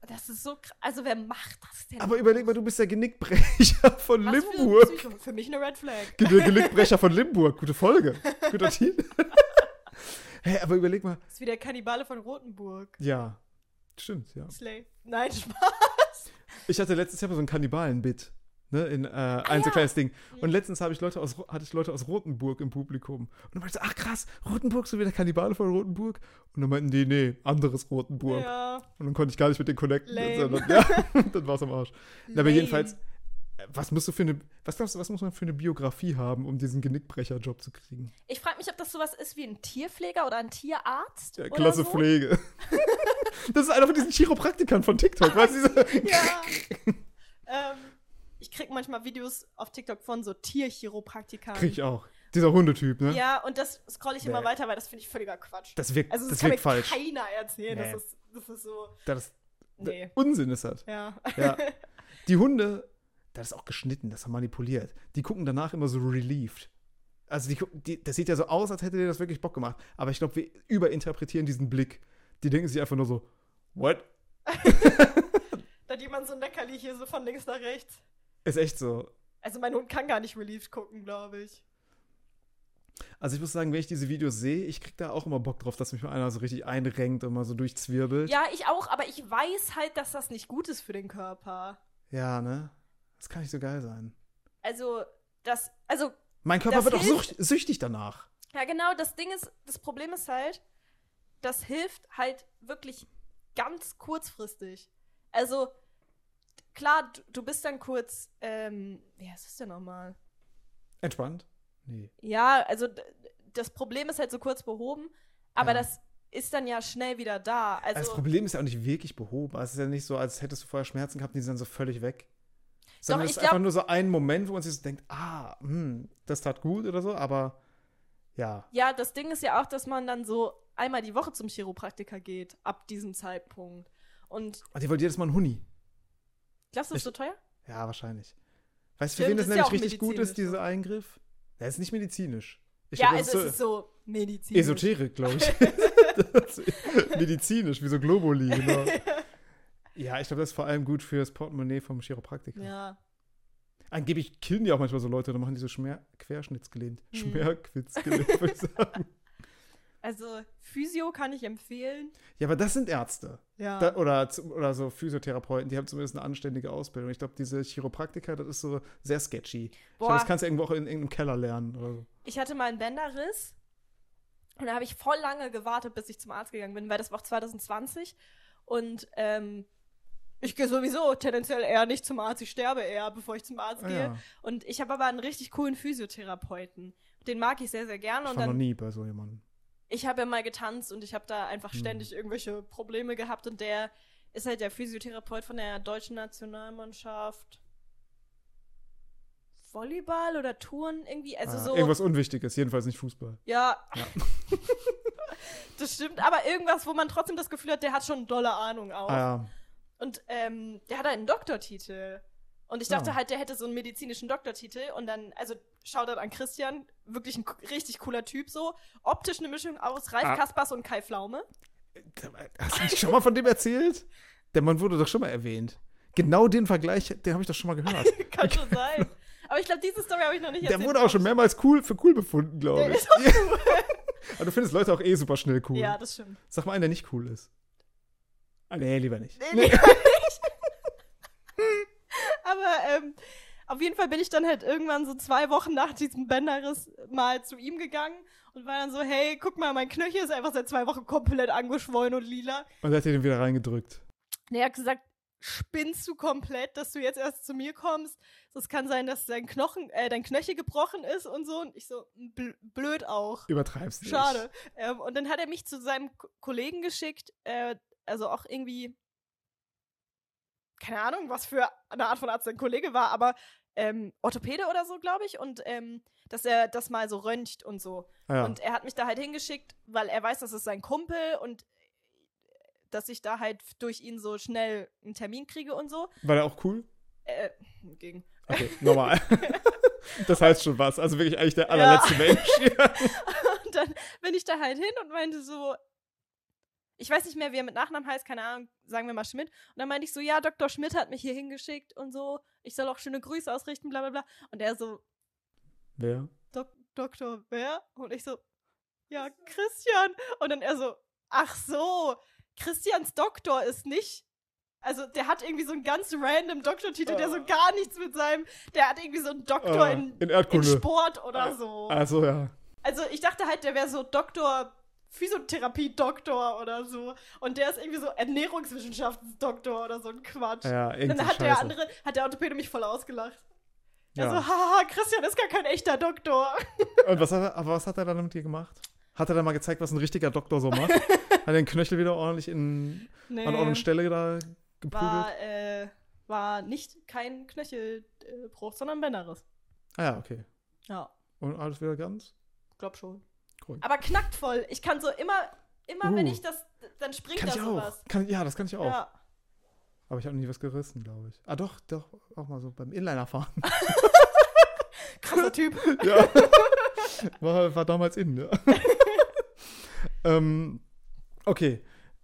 Speaker 2: Das ist so krass. Also wer macht das denn?
Speaker 1: Aber überleg mal, du bist der Genickbrecher von
Speaker 2: Was für ein
Speaker 1: Limburg.
Speaker 2: Psycho. Für mich eine Red Flag.
Speaker 1: Ge- Der Genickbrecher von Limburg. Gute Folge. Guter Titel. Hä, aber überleg mal.
Speaker 2: Das ist wie der Kannibale von Rothenburg.
Speaker 1: Ja. Stimmt, ja.
Speaker 2: Slay. Nein, Spaß.
Speaker 1: Ich hatte letztes Jahr mal so ein Kannibalen-Bit. Ne, in äh, ein so
Speaker 2: Ah ja.
Speaker 1: kleines Ding. Und letztens habe ich Leute aus, Ro- hatte ich Leute aus Rothenburg im Publikum. Und dann meinte ich, ach krass, Rothenburg, so wie der Kannibale von Rothenburg. Und dann meinten die, nee, anderes Rothenburg.
Speaker 2: Ja.
Speaker 1: Und dann konnte ich gar nicht mit denen connecten.
Speaker 2: Lame.
Speaker 1: Sondern, ja, dann war es am Arsch. Na, Aber
Speaker 2: Lame.
Speaker 1: jedenfalls, äh, Was musst du für eine, was glaubst du, was muss man für eine Biografie haben, um diesen Genickbrecherjob zu kriegen?
Speaker 2: Ich frage mich, ob das sowas ist wie ein Tierpfleger oder ein Tierarzt.
Speaker 1: Ja,
Speaker 2: oder
Speaker 1: klasse
Speaker 2: so.
Speaker 1: Pflege. das ist einer von diesen Chiropraktikern von TikTok, weißt du? diese-
Speaker 2: Ja. ähm, ich krieg manchmal Videos auf TikTok von so Tierchiropraktikern.
Speaker 1: Krieg ich auch. Dieser Hundetyp, ne?
Speaker 2: Ja, und das scroll ich immer
Speaker 1: Nee.
Speaker 2: weiter, weil das finde ich völliger Quatsch.
Speaker 1: Das wirkt,
Speaker 2: also, das,
Speaker 1: das
Speaker 2: kann mir
Speaker 1: wirkt falsch.
Speaker 2: keiner erzählen.
Speaker 1: Nee.
Speaker 2: Das, ist, das ist so.
Speaker 1: Das, das
Speaker 2: Nee.
Speaker 1: Unsinn ist das.
Speaker 2: Ja.
Speaker 1: Ja. Die Hunde, das ist auch geschnitten, das ist manipuliert. Die gucken danach immer so relieved. Also die, gucken- die, das sieht ja so aus, als hätte dir das wirklich Bock gemacht. Aber ich glaube, wir überinterpretieren diesen Blick. Die denken sich einfach nur so, what?
Speaker 2: Da hat jemand so ein Leckerli hier so von links nach rechts.
Speaker 1: Ist echt so.
Speaker 2: Also mein Hund kann gar nicht relieved gucken, glaube ich.
Speaker 1: Also ich muss sagen, wenn ich diese Videos sehe, ich krieg da auch immer Bock drauf, dass mich mal einer so richtig einrenkt und mal so durchzwirbelt.
Speaker 2: Ja, ich auch, aber ich weiß halt, dass das nicht gut ist für den Körper.
Speaker 1: ja ne? Das kann nicht so geil sein.
Speaker 2: Also, das, also,
Speaker 1: Mein Körper
Speaker 2: Das
Speaker 1: wird auch
Speaker 2: hilft-
Speaker 1: sucht, süchtig danach.
Speaker 2: ja genau, das Ding ist, das Problem ist halt, das hilft halt wirklich ganz kurzfristig. Also, klar, du, du bist dann kurz, ähm, ja, was ist denn nochmal?
Speaker 1: Entspannt? Nee.
Speaker 2: Ja, also d- das Problem ist halt so kurz behoben, aber
Speaker 1: Ja.
Speaker 2: das ist dann ja schnell wieder da.
Speaker 1: das
Speaker 2: Also,
Speaker 1: Problem ist ja auch nicht wirklich behoben. Es ist ja nicht so, als hättest du vorher Schmerzen gehabt und die sind dann so völlig weg. Sondern
Speaker 2: Doch,
Speaker 1: es
Speaker 2: ich
Speaker 1: ist einfach
Speaker 2: glaub-
Speaker 1: nur so ein Moment, wo man sich so denkt, ah, hm, das tat gut oder so, aber ja.
Speaker 2: ja, das Ding ist ja auch, dass man dann so einmal die Woche zum Chiropraktiker geht, ab diesem Zeitpunkt. Und
Speaker 1: Und die wollte jedes Mal einen Huni.
Speaker 2: glaubst du, das
Speaker 1: Ich-
Speaker 2: ist so teuer?
Speaker 1: Ja, wahrscheinlich. Weißt du, für
Speaker 2: Stimmt,
Speaker 1: wen das
Speaker 2: ist ja
Speaker 1: nämlich
Speaker 2: auch
Speaker 1: richtig gut ist,
Speaker 2: medizinisch,
Speaker 1: dieser Eingriff? Der ist nicht medizinisch. Ich
Speaker 2: ja,
Speaker 1: glaub, das
Speaker 2: also es
Speaker 1: so-
Speaker 2: ist so medizinisch.
Speaker 1: Esoterik, glaube ich. Das- Medizinisch, wie so Globuli, genau. Ja, ich glaube, das ist vor allem gut fürs Portemonnaie vom Chiropraktiker.
Speaker 2: Ja.
Speaker 1: Angeblich killen die auch manchmal so Leute, dann machen die so Schmer Querschnittsgelähmt.
Speaker 2: Mhm.
Speaker 1: Schmerquitzgelähmt, würde ich sagen.
Speaker 2: Also Physio kann ich empfehlen.
Speaker 1: Ja, aber das sind Ärzte.
Speaker 2: Ja.
Speaker 1: Da, oder, zu- oder so Physiotherapeuten, die haben zumindest eine anständige Ausbildung. Ich glaube, diese Chiropraktiker, das ist so sehr sketchy. Ich
Speaker 2: Boah.
Speaker 1: glaube, das kannst du irgendwo auch in irgendeinem Keller lernen. Oder so.
Speaker 2: ich hatte mal einen Bänderriss und da habe ich voll lange gewartet, bis ich zum Arzt gegangen bin, weil das war auch 2020 und ähm, ich gehe sowieso tendenziell eher nicht zum Arzt, ich sterbe eher, bevor ich zum Arzt
Speaker 1: Ah,
Speaker 2: gehe.
Speaker 1: ja.
Speaker 2: Und ich habe aber einen richtig coolen Physiotherapeuten. Den mag ich sehr, sehr gerne.
Speaker 1: Ich
Speaker 2: Und
Speaker 1: war noch
Speaker 2: dann,
Speaker 1: nie bei so jemandem.
Speaker 2: ich habe ja mal getanzt und ich habe da einfach
Speaker 1: Hm.
Speaker 2: ständig irgendwelche Probleme gehabt. Und der ist halt der Physiotherapeut von der deutschen Nationalmannschaft. Volleyball oder Touren irgendwie. Also
Speaker 1: ah,
Speaker 2: so.
Speaker 1: Irgendwas Unwichtiges, jedenfalls nicht Fußball.
Speaker 2: Ja.
Speaker 1: Ja.
Speaker 2: das stimmt, aber irgendwas, wo man trotzdem das Gefühl hat, der hat schon eine dolle Ahnung auch.
Speaker 1: Ah, ja.
Speaker 2: Und ähm, der hat einen Doktortitel. Und ich dachte
Speaker 1: Ah.
Speaker 2: halt, der hätte so einen medizinischen Doktortitel. Und dann, also Shoutout an Christian, wirklich ein k- richtig cooler Typ so. Optisch eine Mischung aus Ralf
Speaker 1: Ah.
Speaker 2: Kaspers und Kai Pflaume.
Speaker 1: Hast du nicht schon mal von dem erzählt? Der Mann wurde doch schon mal erwähnt. Genau den Vergleich, den habe ich doch schon mal gehört.
Speaker 2: Kann schon sein. Aber ich glaube, diese Story habe ich noch nicht
Speaker 1: Der
Speaker 2: erzählt.
Speaker 1: wurde auch schon mehrmals cool für cool befunden, glaube
Speaker 2: Der
Speaker 1: ich.
Speaker 2: ist auch
Speaker 1: Aber du findest Leute auch eh super schnell cool.
Speaker 2: Ja, das stimmt.
Speaker 1: Sag mal einen, der nicht cool ist. Ah, nee, lieber nicht.
Speaker 2: Nee, nee. Aber ähm, auf jeden Fall bin ich dann halt irgendwann so zwei Wochen nach diesem Bänderriss mal zu ihm gegangen und war dann so, hey, guck mal, mein Knöchel ist einfach seit zwei Wochen komplett angeschwollen und lila.
Speaker 1: Und dann hat er den wieder reingedrückt.
Speaker 2: Und er hat gesagt, spinnst du komplett, dass du jetzt erst zu mir kommst? Es kann sein, dass dein Knochen, äh, dein Knöchel gebrochen ist und so. Und ich so, "Hm, bl blöd auch.
Speaker 1: Übertreibst nicht.
Speaker 2: Schade. Ähm, und dann hat er mich zu seinem K Kollegen geschickt, äh, also auch irgendwie, keine Ahnung, was für eine Art von Arzt sein Kollege war, aber ähm, Orthopäde oder so, glaube ich. Und ähm, dass er das mal so röntgt und so.
Speaker 1: Ah, ja.
Speaker 2: Und er hat mich da halt hingeschickt, weil er weiß, das ist sein Kumpel und äh, dass ich da halt durch ihn so schnell einen Termin kriege und so.
Speaker 1: War der auch cool?
Speaker 2: Äh, gegen.
Speaker 1: Okay, normal. das heißt schon was. Also wirklich eigentlich der allerletzte Mensch. Ja.
Speaker 2: Und dann bin ich da halt hin und meinte so, ich weiß nicht mehr, wie er mit Nachnamen heißt, keine Ahnung, sagen wir mal Schmidt. Und dann meinte ich so, ja, Dr. Schmidt hat mich hier hingeschickt und so, ich soll auch schöne Grüße ausrichten, bla bla bla. Und er so,
Speaker 1: Wer?
Speaker 2: Dok Doktor, wer? Und ich so, ja, Christian. Und dann er so, ach so, Christians Doktor ist nicht. Also der hat irgendwie so einen ganz random Doktortitel, der so gar nichts mit seinem, der hat irgendwie so einen Doktor
Speaker 1: Ah,
Speaker 2: Äh. in, Äh,
Speaker 1: in
Speaker 2: in
Speaker 1: Erdkunde.
Speaker 2: Sport oder so.
Speaker 1: Also ja.
Speaker 2: Also ich dachte halt, der wäre so Doktor Physiotherapie-Doktor oder so. Und der ist irgendwie so Ernährungswissenschaftsdoktor oder so ein Quatsch.
Speaker 1: Ah Ja, irgendwie
Speaker 2: Dann hat
Speaker 1: Scheiße.
Speaker 2: der andere, hat der Orthopäde mich voll ausgelacht. Ja.
Speaker 1: ja.
Speaker 2: Also, haha, Christian ist gar kein echter Doktor.
Speaker 1: Und was hat er, aber was hat er dann mit dir gemacht? Hat er dann mal gezeigt, was ein richtiger Doktor so macht? hat er den Knöchel wieder ordentlich in,
Speaker 2: Nee,
Speaker 1: an Ort und Stelle da geprügelt?
Speaker 2: war, äh, war nicht kein Knöchelbruch, sondern Bänderriss.
Speaker 1: Ah ja, okay.
Speaker 2: Ja,
Speaker 1: Und alles wieder ganz?
Speaker 2: glaub schon.
Speaker 1: Cool.
Speaker 2: Aber knackt voll. Ich kann so immer, immer wenn
Speaker 1: Uh.
Speaker 2: ich das, dann springt
Speaker 1: Kann
Speaker 2: da
Speaker 1: ich auch.
Speaker 2: sowas.
Speaker 1: Kann, ja, das kann ich auch.
Speaker 2: Ja.
Speaker 1: Aber ich habe nie was gerissen, glaube ich. Ah doch, doch, auch mal so beim Inlinerfahren.
Speaker 2: Krasser Typ.
Speaker 1: ja. War, war damals in, ja. ähm, okay.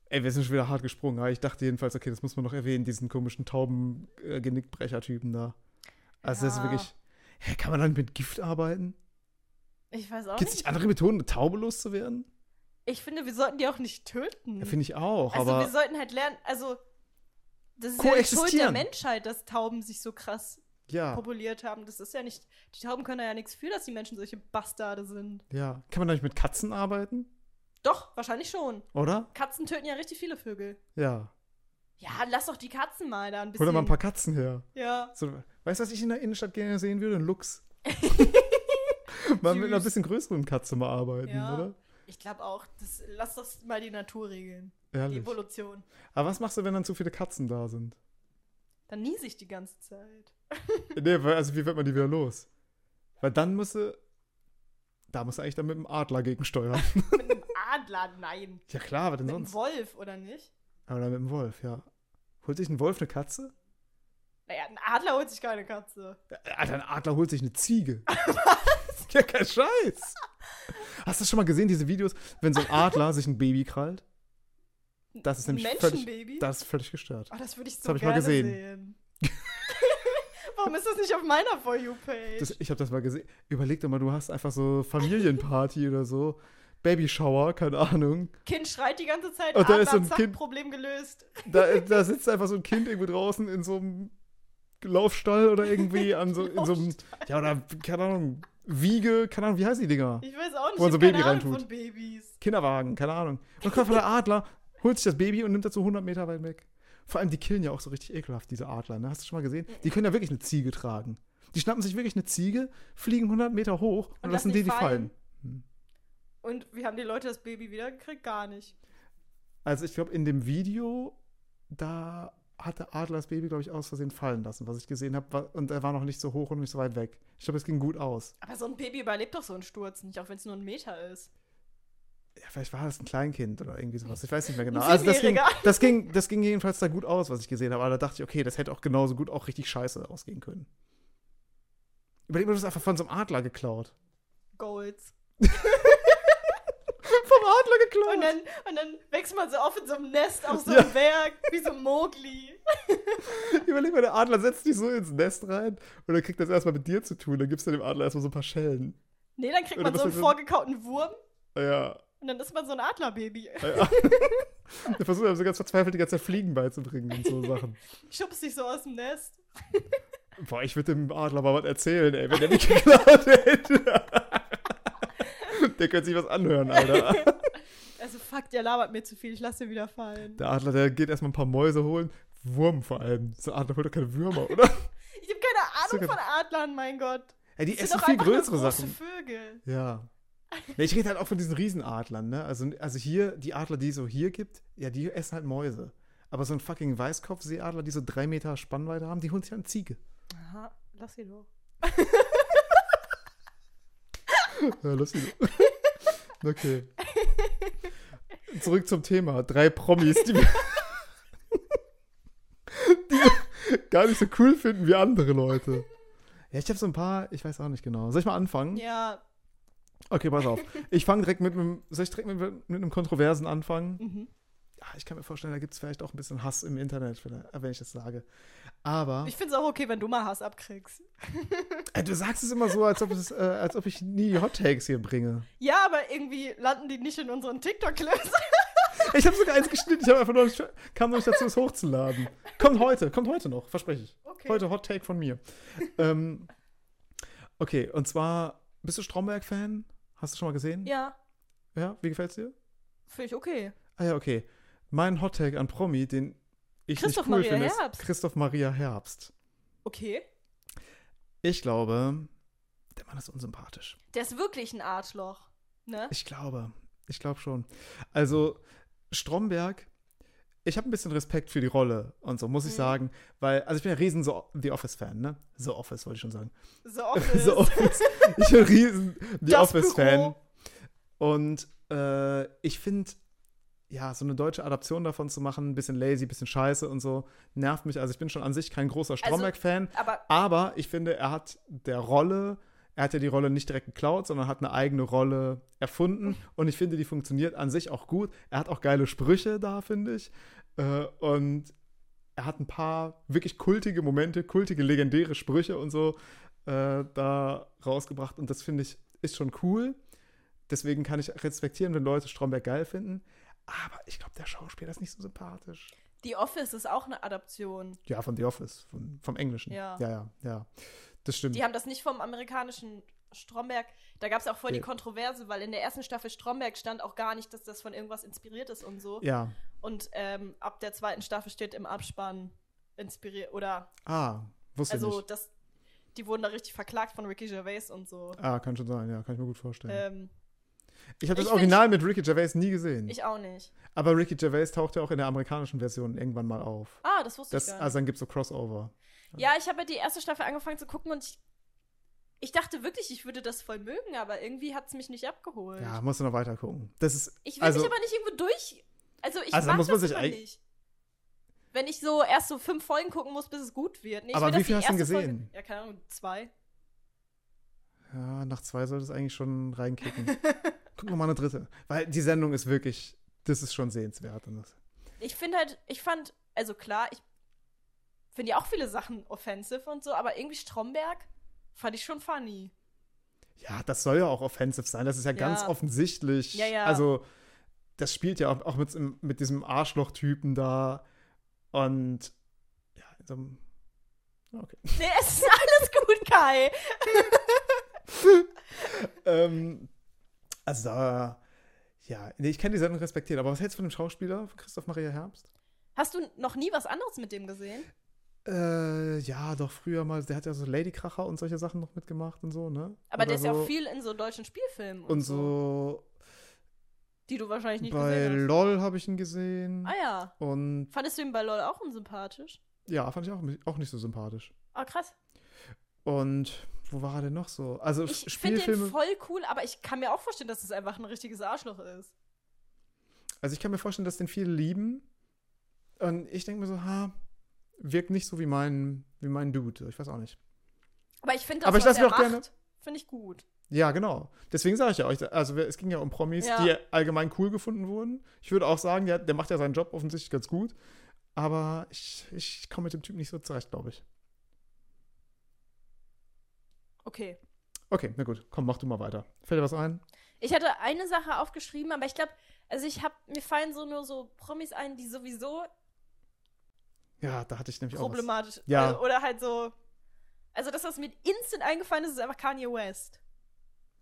Speaker 1: Ey, wir sind schon wieder hart gesprungen. Aber ich dachte jedenfalls, okay, das muss man noch erwähnen, diesen komischen tauben äh, Genickbrecher-Typen da. Also das ist
Speaker 2: Ja.
Speaker 1: wirklich. Hä, kann man dann mit Gift arbeiten?
Speaker 2: Ich weiß auch
Speaker 1: Gibt es
Speaker 2: nicht.
Speaker 1: nicht andere Methoden, eine Taube loszuwerden?
Speaker 2: Ich finde, wir sollten die auch nicht töten.
Speaker 1: Ja, finde ich auch,
Speaker 2: also wir
Speaker 1: aber.
Speaker 2: sollten halt lernen, also das ist ja die Schuld der
Speaker 1: Koexistieren. Ah.
Speaker 2: Menschheit, dass Tauben sich so krass
Speaker 1: Ja,
Speaker 2: populiert haben. Das ist ja nicht, die Tauben können da ja nichts für, dass die Menschen solche Bastarde sind.
Speaker 1: ja. Kann man da nicht mit Katzen arbeiten?
Speaker 2: Doch, wahrscheinlich schon.
Speaker 1: Oder?
Speaker 2: Katzen töten ja richtig viele Vögel.
Speaker 1: Ja.
Speaker 2: Ja, lass doch die Katzen mal da ein bisschen.
Speaker 1: Hol doch mal ein paar Katzen her.
Speaker 2: ja.
Speaker 1: So, weißt du, was ich in der Innenstadt gerne sehen würde? Ein Luchs. mal mit einer
Speaker 2: Süß.
Speaker 1: bisschen größeren Katze mal arbeiten,
Speaker 2: Ja.
Speaker 1: oder?
Speaker 2: Ich glaube auch, das, lass das mal die Natur regeln. Die
Speaker 1: Ehrlich.
Speaker 2: Evolution.
Speaker 1: Aber was machst du, wenn dann zu viele Katzen da sind?
Speaker 2: Dann niese ich die ganze Zeit.
Speaker 1: nee, weil, also wie wird man die wieder los? Weil dann müsste. Da musst du eigentlich dann mit dem Adler gegensteuern.
Speaker 2: Mit einem Adler, nein.
Speaker 1: ja klar, was denn
Speaker 2: Mit einem
Speaker 1: sonst?
Speaker 2: Wolf, oder nicht?
Speaker 1: Aber dann mit dem Wolf, ja. Holt sich ein Wolf eine Katze? Äh,
Speaker 2: Naja, ein Adler holt sich keine Katze.
Speaker 1: Alter, ein Adler holt sich eine Ziege. Ja, kein Scheiß. Hast du das schon mal gesehen, diese Videos, wenn so ein Adler sich ein Baby krallt? Das ist
Speaker 2: Ein
Speaker 1: nämlich völlig,
Speaker 2: Menschenbaby?
Speaker 1: das ist völlig gestört.
Speaker 2: oh, das würde ich so
Speaker 1: hab ich mal
Speaker 2: gerne
Speaker 1: gesehen.
Speaker 2: sehen. Warum ist das nicht auf meiner For You-Page?
Speaker 1: Das, ich habe das mal gesehen. Überleg doch mal, du hast einfach so Familienparty oder so. Babyshower, keine Ahnung.
Speaker 2: Kind schreit die ganze Zeit,
Speaker 1: Und Oh, da
Speaker 2: Adler,
Speaker 1: ist so ein
Speaker 2: zack,
Speaker 1: Kind-
Speaker 2: Problem gelöst.
Speaker 1: Da, da sitzt einfach so ein Kind irgendwo draußen in so einem Laufstall oder irgendwie an so, in so einem, ja, oder, keine Ahnung, Wiege, keine Ahnung, wie heißen die Dinger?
Speaker 2: Ich weiß auch nicht,
Speaker 1: Wo man so
Speaker 2: ich hab
Speaker 1: Baby
Speaker 2: keine Ahnung
Speaker 1: reintut.
Speaker 2: von Babys.
Speaker 1: Kinderwagen, keine Ahnung. Und dann kommt einfach der Adler, holt sich das Baby und nimmt das so 100 Meter weit weg. Vor allem, die killen ja auch so richtig ekelhaft, diese Adler, ne? Hast du schon mal gesehen? Die können ja wirklich eine Ziege tragen. Die schnappen sich wirklich eine Ziege, fliegen 100 Meter hoch und,
Speaker 2: Und lassen
Speaker 1: lassen
Speaker 2: die
Speaker 1: die die fallen.
Speaker 2: fallen. Und wie haben die Leute das Baby wiedergekriegt? Gar nicht.
Speaker 1: Also ich glaube, in dem Video, da hatte Adler das Baby, glaube ich, aus Versehen fallen lassen, was ich gesehen habe. Und er war noch nicht so hoch und nicht so weit weg. Ich glaube, es ging gut aus.
Speaker 2: Aber so ein Baby überlebt doch so einen Sturz nicht, auch wenn es nur ein Meter ist.
Speaker 1: Ja, vielleicht war das ein Kleinkind oder irgendwie sowas. Ich weiß nicht mehr
Speaker 2: Ein
Speaker 1: genau. Also das ging,
Speaker 2: Siebenjähriger.
Speaker 1: das, ging, das ging jedenfalls da gut aus, was ich gesehen habe. Aber da dachte ich, okay, das hätte auch genauso gut auch richtig scheiße ausgehen können. Überleg mal, du hast einfach von so einem Adler geklaut.
Speaker 2: Golds.
Speaker 1: Vom Adler geklaut?
Speaker 2: Und dann, und dann wächst man so auf in so einem Nest auf so
Speaker 1: Ja.
Speaker 2: einem Berg, wie so ein Mogli.
Speaker 1: Überleg mal, der Adler setzt dich so ins Nest rein und dann kriegt das erstmal mit dir zu tun. Dann gibst du dem Adler erstmal so ein paar Schellen.
Speaker 2: Nee, dann kriegt
Speaker 1: Oder
Speaker 2: man
Speaker 1: was
Speaker 2: so einen
Speaker 1: für ein-
Speaker 2: vorgekauten Wurm
Speaker 1: Ja,
Speaker 2: und dann ist man so ein Adlerbaby.
Speaker 1: Ja. Der versucht aber so ganz verzweifelt, die ganze Zeit Fliegen beizubringen und so Sachen.
Speaker 2: Schubst dich so aus dem Nest.
Speaker 1: Boah, ich würde dem Adler mal was erzählen, ey, wenn der nicht geklaut hätte. Der könnte sich was anhören, Alter.
Speaker 2: Also fuck, der labert mir zu viel, ich lasse ihn wieder fallen.
Speaker 1: Der Adler, der geht erstmal ein paar Mäuse holen. Wurm vor allem. So ein Adler holt doch keine Würmer, oder?
Speaker 2: Ich habe keine Ahnung
Speaker 1: Sogar-
Speaker 2: von Adlern, mein Gott.
Speaker 1: Ey, die
Speaker 2: Das
Speaker 1: essen
Speaker 2: doch
Speaker 1: viel
Speaker 2: einfach nur
Speaker 1: größere
Speaker 2: große
Speaker 1: Sachen.
Speaker 2: Vögel.
Speaker 1: Ja. Nee, ich rede halt auch von diesen Riesenadlern, ne? Also, also hier, die Adler, die es so hier gibt, ja, die essen halt Mäuse. Aber so ein fucking Weißkopfseeadler, die so drei Meter Spannweite haben, die holen sich eine Ziege.
Speaker 2: Aha, lass sie doch.
Speaker 1: Ja, lass ihn. Okay. Zurück zum Thema. Drei Promis, die wir die wir gar nicht so cool finden wie andere Leute. Ja, ich habe so ein paar, ich weiß auch nicht genau. Soll ich mal anfangen?
Speaker 2: Ja,
Speaker 1: Okay, pass auf. Ich fange direkt mit einem, soll ich direkt mit, mit einem Kontroversen anfangen?
Speaker 2: mhm.
Speaker 1: Ja, ich kann mir vorstellen, da gibt es vielleicht auch ein bisschen Hass im Internet, vielleicht, wenn ich das sage. Aber
Speaker 2: ich find's auch okay, wenn du mal Hass abkriegst.
Speaker 1: äh, du sagst es immer so, als ob, es, äh, als ob ich nie Hot Takes hier bringe.
Speaker 2: Ja, aber irgendwie landen die nicht in unseren TikTok-Clips.
Speaker 1: Ich habe sogar eins geschnitten. Ich habe einfach nur nicht, kam noch nicht dazu, es hochzuladen. Kommt heute, kommt heute noch, verspreche ich.
Speaker 2: Okay.
Speaker 1: Heute Hot Take von mir. ähm, okay, und zwar bist du Stromberg-Fan? Hast du schon mal gesehen?
Speaker 2: Ja,
Speaker 1: Ja, wie gefällt's dir?
Speaker 2: Finde ich okay.
Speaker 1: Ah ja, okay. Mein Hottag an Promi, den ich
Speaker 2: Christoph
Speaker 1: nicht cool
Speaker 2: Maria
Speaker 1: finde,
Speaker 2: Herbst.
Speaker 1: ist Christoph Maria Herbst.
Speaker 2: Okay.
Speaker 1: Ich glaube, der Mann ist unsympathisch.
Speaker 2: Der ist wirklich ein Arschloch. Ne?
Speaker 1: Ich glaube, ich glaube schon. Also Stromberg, ich habe ein bisschen Respekt für die Rolle und so, muss ich
Speaker 2: Mhm.
Speaker 1: sagen, weil, also ich bin ja riesen so The Office-Fan, ne? The Office wollte ich schon sagen.
Speaker 2: So Office.
Speaker 1: The Office. Ich bin riesen The
Speaker 2: Äh, Das
Speaker 1: Office-Fan.
Speaker 2: Büro.
Speaker 1: Und äh, ich finde, ja, so eine deutsche Adaption davon zu machen, ein bisschen lazy, ein bisschen scheiße und so, nervt mich. Also ich bin schon an sich kein großer Stromberg-Fan,
Speaker 2: Aber
Speaker 1: aber ich finde, er hat der Rolle, er hat ja die Rolle nicht direkt geklaut, sondern hat eine eigene Rolle erfunden. Und ich finde, die funktioniert an sich auch gut. Er hat auch geile Sprüche da, finde ich. Äh, und er hat ein paar wirklich kultige Momente, kultige, legendäre Sprüche und so äh, da rausgebracht. Und das finde ich, ist schon cool. Deswegen kann ich respektieren, wenn Leute Stromberg geil finden. Aber ich glaube, der Schauspieler ist nicht so sympathisch.
Speaker 2: The Office ist auch eine Adaption.
Speaker 1: Ja, von The Office, von, vom Englischen.
Speaker 2: Ja.
Speaker 1: ja, ja. ja. Das stimmt.
Speaker 2: Die haben das nicht vom amerikanischen Stromberg. Da gab es auch voll die
Speaker 1: Nee.
Speaker 2: Kontroverse, weil in der ersten Staffel Stromberg stand auch gar nicht, dass das von irgendwas inspiriert ist und so.
Speaker 1: Ja.
Speaker 2: Und ähm, ab der zweiten Staffel steht im Abspann inspiriert oder
Speaker 1: Ah, wusste ich
Speaker 2: also
Speaker 1: nicht.
Speaker 2: das. Die wurden da richtig verklagt von Ricky Gervais und so.
Speaker 1: Ah, kann schon sein, ja, kann ich mir gut vorstellen.
Speaker 2: Ähm,
Speaker 1: ich habe das
Speaker 2: ich find-
Speaker 1: Original mit Ricky Gervais nie gesehen.
Speaker 2: ich auch nicht.
Speaker 1: aber Ricky Gervais taucht ja auch in der amerikanischen Version irgendwann mal auf.
Speaker 2: Ah, das wusste
Speaker 1: Das,
Speaker 2: ich gar nicht.
Speaker 1: also dann gibt es so Crossover.
Speaker 2: Ja, ich habe ja die erste Staffel angefangen zu gucken und ich, ich dachte wirklich, ich würde das voll mögen, aber irgendwie hat es mich nicht abgeholt.
Speaker 1: Ja, musst du noch weiter gucken. Das ist,
Speaker 2: ich will
Speaker 1: also,
Speaker 2: mich aber nicht irgendwo durch. Also ich
Speaker 1: Also da
Speaker 2: mag
Speaker 1: muss man
Speaker 2: das
Speaker 1: sich
Speaker 2: immer
Speaker 1: eig-
Speaker 2: nicht. Wenn ich so erst so fünf Folgen gucken muss, bis es gut wird. Nee, ich
Speaker 1: Aber
Speaker 2: will,
Speaker 1: wie
Speaker 2: dass
Speaker 1: viel
Speaker 2: die
Speaker 1: hast du denn
Speaker 2: erste
Speaker 1: gesehen?
Speaker 2: Folge, ja, keine Ahnung, zwei.
Speaker 1: ja, nach zwei sollte es eigentlich schon reinkicken. Guck noch mal eine dritte. Weil die Sendung ist wirklich, das ist schon sehenswert. Und das,
Speaker 2: Ich finde halt, ich fand, also klar, ich finde ja auch viele Sachen offensive und so, aber irgendwie Stromberg fand ich schon funny.
Speaker 1: ja, das soll ja auch offensiv sein. Das ist ja, ganz
Speaker 2: Ja.
Speaker 1: offensichtlich.
Speaker 2: Ja, ja.
Speaker 1: Also, das spielt ja auch, auch mit, diesem- mit diesem Arschloch-Typen da. Und ja, in so einem. Okay.
Speaker 2: Nee, es ist alles gut, Kai.
Speaker 1: Ähm, also da, ja, nee, ich kann die Sendung respektieren, aber was hältst du von dem Schauspieler, von Christoph Maria Herbst?
Speaker 2: Hast du noch nie was anderes mit dem gesehen?
Speaker 1: Äh, ja, doch früher mal, der hat ja so Ladykracher und solche Sachen noch mitgemacht und so, ne?
Speaker 2: Aber der
Speaker 1: Oder
Speaker 2: ist ja auch viel in so deutschen Spielfilmen und,
Speaker 1: Und so,
Speaker 2: die du wahrscheinlich nicht
Speaker 1: bei
Speaker 2: gesehen
Speaker 1: LOL habe ich ihn gesehen.
Speaker 2: hast. Ah ja.
Speaker 1: Und
Speaker 2: Fandest du ihn bei LOL auch unsympathisch?
Speaker 1: ja, fand ich auch, auch nicht so sympathisch.
Speaker 2: Ah, krass.
Speaker 1: Und wo war er denn noch so? Also
Speaker 2: Ich finde den
Speaker 1: Spielfilme.
Speaker 2: voll cool, aber ich kann mir auch vorstellen, dass es einfach ein richtiges Arschloch ist.
Speaker 1: Also ich kann mir vorstellen, dass den viele lieben. Und ich denke mir so, ha, wirkt nicht so wie mein, wie mein Dude. Ich weiß auch nicht.
Speaker 2: Aber ich finde das,
Speaker 1: Aber ich
Speaker 2: was
Speaker 1: lass
Speaker 2: er
Speaker 1: mir auch gerne-
Speaker 2: macht, finde ich gut.
Speaker 1: Ja, genau. Deswegen sage ich ja euch, also wir- es ging ja um Promis,
Speaker 2: Ja.
Speaker 1: die allgemein cool gefunden wurden. Ich würde auch sagen, der, der macht ja seinen Job offensichtlich ganz gut. Aber ich, ich komme mit dem Typ nicht so zurecht, glaube ich.
Speaker 2: Okay.
Speaker 1: Okay, na gut, komm, mach du mal weiter. Fällt dir was ein?
Speaker 2: Ich hatte eine Sache aufgeschrieben, aber ich glaube, also ich habe mir fallen so nur so Promis ein, die sowieso
Speaker 1: Ja, da hatte ich nämlich auch was.
Speaker 2: problematisch
Speaker 1: Ja.
Speaker 2: also, oder halt so also das, was mir instant eingefallen ist, ist einfach Kanye West.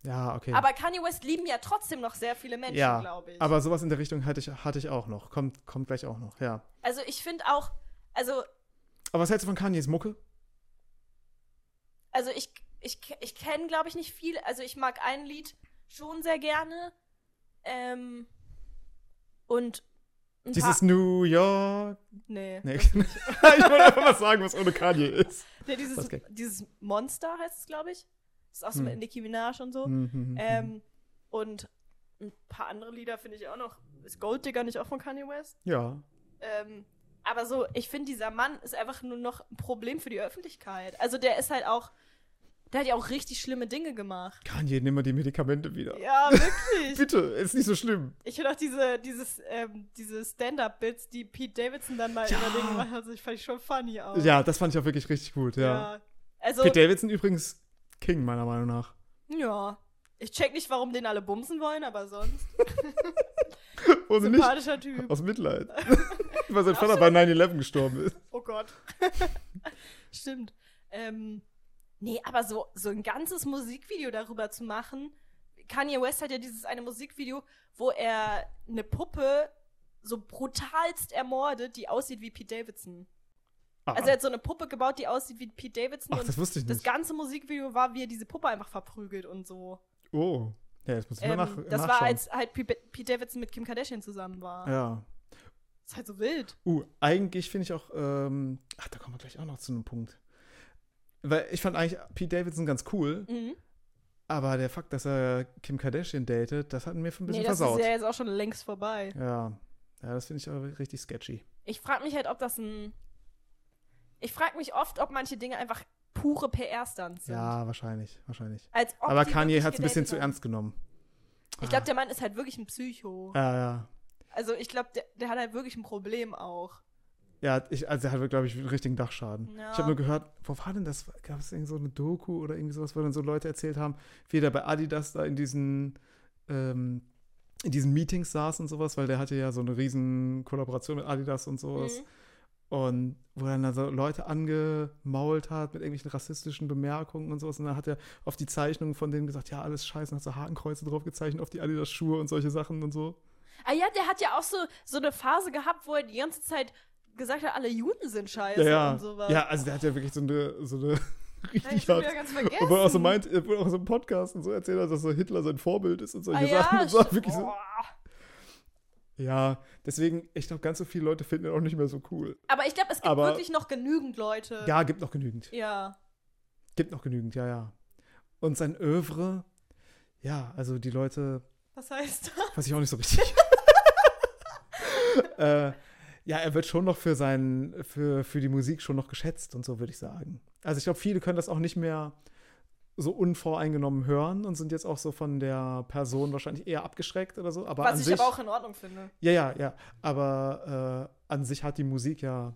Speaker 1: Ja, okay.
Speaker 2: Aber Kanye West lieben ja trotzdem noch sehr viele Menschen,
Speaker 1: ja,
Speaker 2: glaube ich.
Speaker 1: aber sowas in der Richtung hatte ich, hatte ich auch noch. Kommt, kommt gleich auch noch, ja.
Speaker 2: Also ich finde auch, also,
Speaker 1: Aber was hältst du von Kanyes Mucke?
Speaker 2: also ich, ich, ich kenne, glaube ich, nicht viel. Also ich mag ein Lied schon sehr gerne. Ähm, und ein
Speaker 1: Dieses
Speaker 2: paar,
Speaker 1: New York.
Speaker 2: nee,
Speaker 1: Nee. ich wollte einfach mal sagen, was ohne Kanye ist.
Speaker 2: nee, dieses,
Speaker 1: Okay.
Speaker 2: dieses Monster heißt es, glaube ich. Ist auch so
Speaker 1: Hm.
Speaker 2: mit Nicki Minaj und so.
Speaker 1: Mhm.
Speaker 2: Ähm, und ein paar andere Lieder finde ich auch noch. Ist Gold Digger nicht auch von Kanye West?
Speaker 1: ja.
Speaker 2: Ähm, aber so, ich finde, dieser Mann ist einfach nur noch ein Problem für die Öffentlichkeit. Also der ist halt auch, der hat ja auch richtig schlimme Dinge gemacht.
Speaker 1: Kanye, nimm mal die Medikamente wieder.
Speaker 2: Ja, wirklich.
Speaker 1: Bitte, ist nicht so schlimm.
Speaker 2: ich finde auch diese, dieses, ähm, diese Stand-Up-Bits, die Pete Davidson dann mal
Speaker 1: Ja.
Speaker 2: in der Ding gemacht hat, also ich fand ich schon funny auch.
Speaker 1: Ja, das fand ich auch wirklich richtig gut, ja.
Speaker 2: Ja. Also,
Speaker 1: Pete Davidson übrigens King, meiner Meinung nach.
Speaker 2: ja. Ich check nicht, warum den alle bumsen wollen, aber sonst.
Speaker 1: Oder Also nicht?
Speaker 2: Sympathischer Typ.
Speaker 1: Aus Mitleid. Weil sein
Speaker 2: Auch
Speaker 1: Vater
Speaker 2: so.
Speaker 1: bei 9-11 gestorben ist.
Speaker 2: Oh Gott. Stimmt. Ähm, nee, aber so, so ein ganzes Musikvideo darüber zu machen, Kanye West hat ja dieses eine Musikvideo, wo er eine Puppe so brutalst ermordet, die aussieht wie Pete Davidson.
Speaker 1: Ah,
Speaker 2: Also er hat so eine Puppe gebaut, die aussieht wie Pete Davidson
Speaker 1: ach,
Speaker 2: und
Speaker 1: das wusste ich
Speaker 2: das
Speaker 1: nicht.
Speaker 2: ganze Musikvideo war, wie er diese Puppe einfach verprügelt und so.
Speaker 1: Oh. Ja, jetzt muss ich mal
Speaker 2: Ähm,
Speaker 1: nach,
Speaker 2: das
Speaker 1: nachschauen.
Speaker 2: war, als halt Pete Pete Davidson mit Kim Kardashian zusammen war.
Speaker 1: Ja.
Speaker 2: Ist halt so wild.
Speaker 1: Uh, eigentlich finde ich auch, ähm, ach, da kommen wir gleich auch noch zu einem Punkt. Weil ich fand eigentlich Pete Davidson ganz cool,
Speaker 2: Mhm.
Speaker 1: aber der Fakt, dass er Kim Kardashian datet, das hat mir ein bisschen
Speaker 2: Nee, das
Speaker 1: versaut.
Speaker 2: ist ja jetzt auch schon längst vorbei.
Speaker 1: Ja. Ja, das finde ich aber richtig sketchy.
Speaker 2: Ich frage mich halt, ob das ein. Ich frage mich oft, ob manche Dinge einfach pure PR-Stunts sind.
Speaker 1: Ja, wahrscheinlich, wahrscheinlich.
Speaker 2: Als ob
Speaker 1: aber
Speaker 2: die
Speaker 1: Kanye
Speaker 2: wirklich
Speaker 1: hat es ein bisschen
Speaker 2: gedatet
Speaker 1: zu
Speaker 2: haben.
Speaker 1: ernst genommen.
Speaker 2: Ich glaube, der Mann ist halt wirklich ein Psycho.
Speaker 1: Ja, ja.
Speaker 2: Also ich glaube, der, der hat halt wirklich ein Problem auch.
Speaker 1: Ja, ich, also er hatte, glaube ich, einen richtigen Dachschaden.
Speaker 2: Ja.
Speaker 1: Ich habe nur gehört, wo war denn das? Gab es irgend so eine Doku oder irgendwie sowas, wo dann so Leute erzählt haben, wie der bei Adidas da in diesen, ähm, in diesen Meetings saß und sowas, weil der hatte ja so eine riesen Kollaboration mit Adidas und sowas.
Speaker 2: Mhm.
Speaker 1: Und wo er dann da so Leute angemault hat mit irgendwelchen rassistischen Bemerkungen und sowas. Und dann hat er auf die Zeichnungen von denen gesagt, ja, alles scheiße, und hat so Hakenkreuze drauf gezeichnet auf die Adidas-Schuhe und solche Sachen und so.
Speaker 2: Ah ja, der hat ja auch so, so eine Phase gehabt, wo er die ganze Zeit gesagt hat, alle Juden sind scheiße
Speaker 1: ja,
Speaker 2: und
Speaker 1: ja.
Speaker 2: sowas.
Speaker 1: ja, also der hat ja wirklich so eine, so eine
Speaker 2: Nein,
Speaker 1: richtig
Speaker 2: ich hab
Speaker 1: hart.
Speaker 2: ja ganz
Speaker 1: Und wo er auch so
Speaker 2: vergessen.
Speaker 1: meint, er wurde auch so im Podcast und so erzählt hat, dass so Hitler sein Vorbild ist und solche
Speaker 2: ah,
Speaker 1: Sachen.
Speaker 2: ja, Oh.
Speaker 1: Das war wirklich so,
Speaker 2: boah.
Speaker 1: ja, deswegen, ich glaube, ganz so viele Leute finden ihn auch nicht mehr so cool.
Speaker 2: Aber ich glaube, es gibt
Speaker 1: Aber-
Speaker 2: wirklich noch genügend Leute.
Speaker 1: Ja, gibt noch genügend.
Speaker 2: Ja.
Speaker 1: Gibt noch genügend, ja, ja. Und sein Övre, ja, also die Leute,
Speaker 2: Was heißt
Speaker 1: weiß ich auch nicht so richtig. äh, ja, er wird schon noch für seinen, für, für die Musik schon noch geschätzt und so, würde ich sagen. Also ich glaube, viele können das auch nicht mehr so unvoreingenommen hören und sind jetzt auch so von der Person wahrscheinlich eher abgeschreckt oder so. Aber an
Speaker 2: Was ich
Speaker 1: sich,
Speaker 2: aber auch in Ordnung finde.
Speaker 1: Ja, ja, ja. Aber äh, an sich hat die Musik ja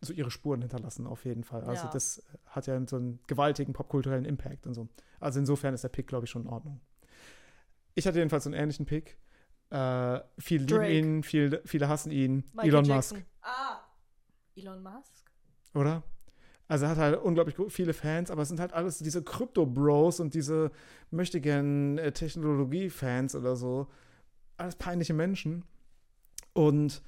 Speaker 1: so ihre Spuren hinterlassen, auf jeden Fall. Also
Speaker 2: Ja.
Speaker 1: das hat ja so einen gewaltigen popkulturellen Impact und so. Also insofern ist der Pick, glaube ich, schon in Ordnung. Ich hatte jedenfalls so einen ähnlichen Pick. Äh, viele
Speaker 2: Drake.
Speaker 1: lieben ihn, viele, viele hassen ihn.
Speaker 2: Michael
Speaker 1: Elon
Speaker 2: Jackson.
Speaker 1: Musk,
Speaker 2: Ah. Elon Musk?
Speaker 1: oder? Also er hat halt unglaublich gro- viele Fans, aber es sind halt alles diese Krypto-Bros und diese möchtegern äh, Technologie-Fans oder so. Alles peinliche Menschen. Und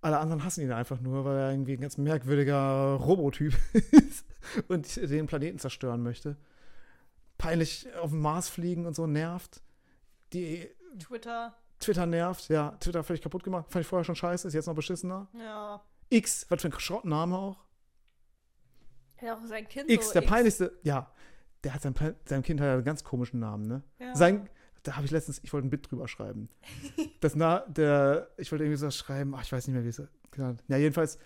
Speaker 1: alle anderen hassen ihn einfach nur, weil er irgendwie ein ganz merkwürdiger Robotyp ist und den Planeten zerstören möchte. Peinlich auf den Mars fliegen und so nervt. Die
Speaker 2: Hm. Twitter?
Speaker 1: Twitter nervt, ja, Twitter völlig kaputt gemacht. Fand ich vorher schon scheiße, ist jetzt noch beschissener.
Speaker 2: Ja.
Speaker 1: X, was für ein Schrottname auch.
Speaker 2: Ja, auch sein Kind
Speaker 1: X,
Speaker 2: so.
Speaker 1: der peinlichste, ja, der hat sein, Pe- sein Kind hat ja einen ganz komischen Namen, ne?
Speaker 2: Ja.
Speaker 1: Sein, da habe ich letztens, ich wollte ein Bit drüber schreiben. Das na, der, ich wollte irgendwie so was schreiben, ach, ich weiß nicht mehr, wie es genannt. Ja, jedenfalls,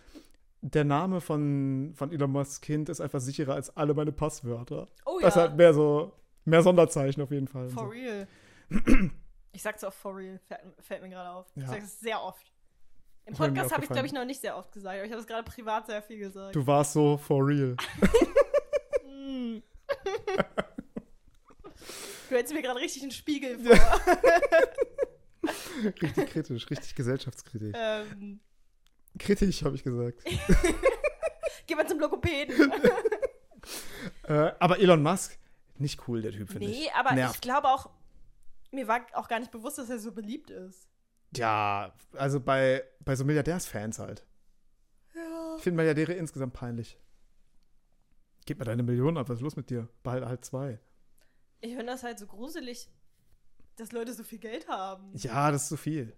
Speaker 1: der Name von, von Elon Musks Kind ist einfach sicherer als alle meine Passwörter.
Speaker 2: Oh
Speaker 1: Das
Speaker 2: ja.
Speaker 1: hat mehr so, mehr Sonderzeichen auf jeden Fall. und
Speaker 2: For
Speaker 1: So.
Speaker 2: real. Ich sag's auch for real, fällt, fällt mir gerade auf.
Speaker 1: Ja.
Speaker 2: Ich sag's sehr oft. Im
Speaker 1: Ist mir
Speaker 2: Podcast habe ich,
Speaker 1: aufgefallen.
Speaker 2: glaube ich, noch nicht sehr oft gesagt, aber ich habe es gerade privat sehr viel gesagt.
Speaker 1: Du warst so for real.
Speaker 2: Mm. du hältst mir gerade richtig einen Spiegel vor.
Speaker 1: Ja. Richtig kritisch, richtig gesellschaftskritisch.
Speaker 2: Ähm,
Speaker 1: Kritisch, habe ich gesagt.
Speaker 2: geh mal zum Logopäden.
Speaker 1: äh, aber Elon Musk, nicht cool, der Typ, finde ich.
Speaker 2: Nee, aber
Speaker 1: Nervt.
Speaker 2: ich glaube auch, mir war auch gar nicht bewusst, dass er so beliebt ist.
Speaker 1: Ja, also bei, bei so Milliardärsfans halt.
Speaker 2: Ja.
Speaker 1: Ich finde Milliardäre insgesamt peinlich. Gib mir deine Millionen ab, was ist los mit dir? Behalt halt zwei.
Speaker 2: Ich finde das halt so gruselig, dass Leute so viel Geld haben.
Speaker 1: Ja, das ist zu viel.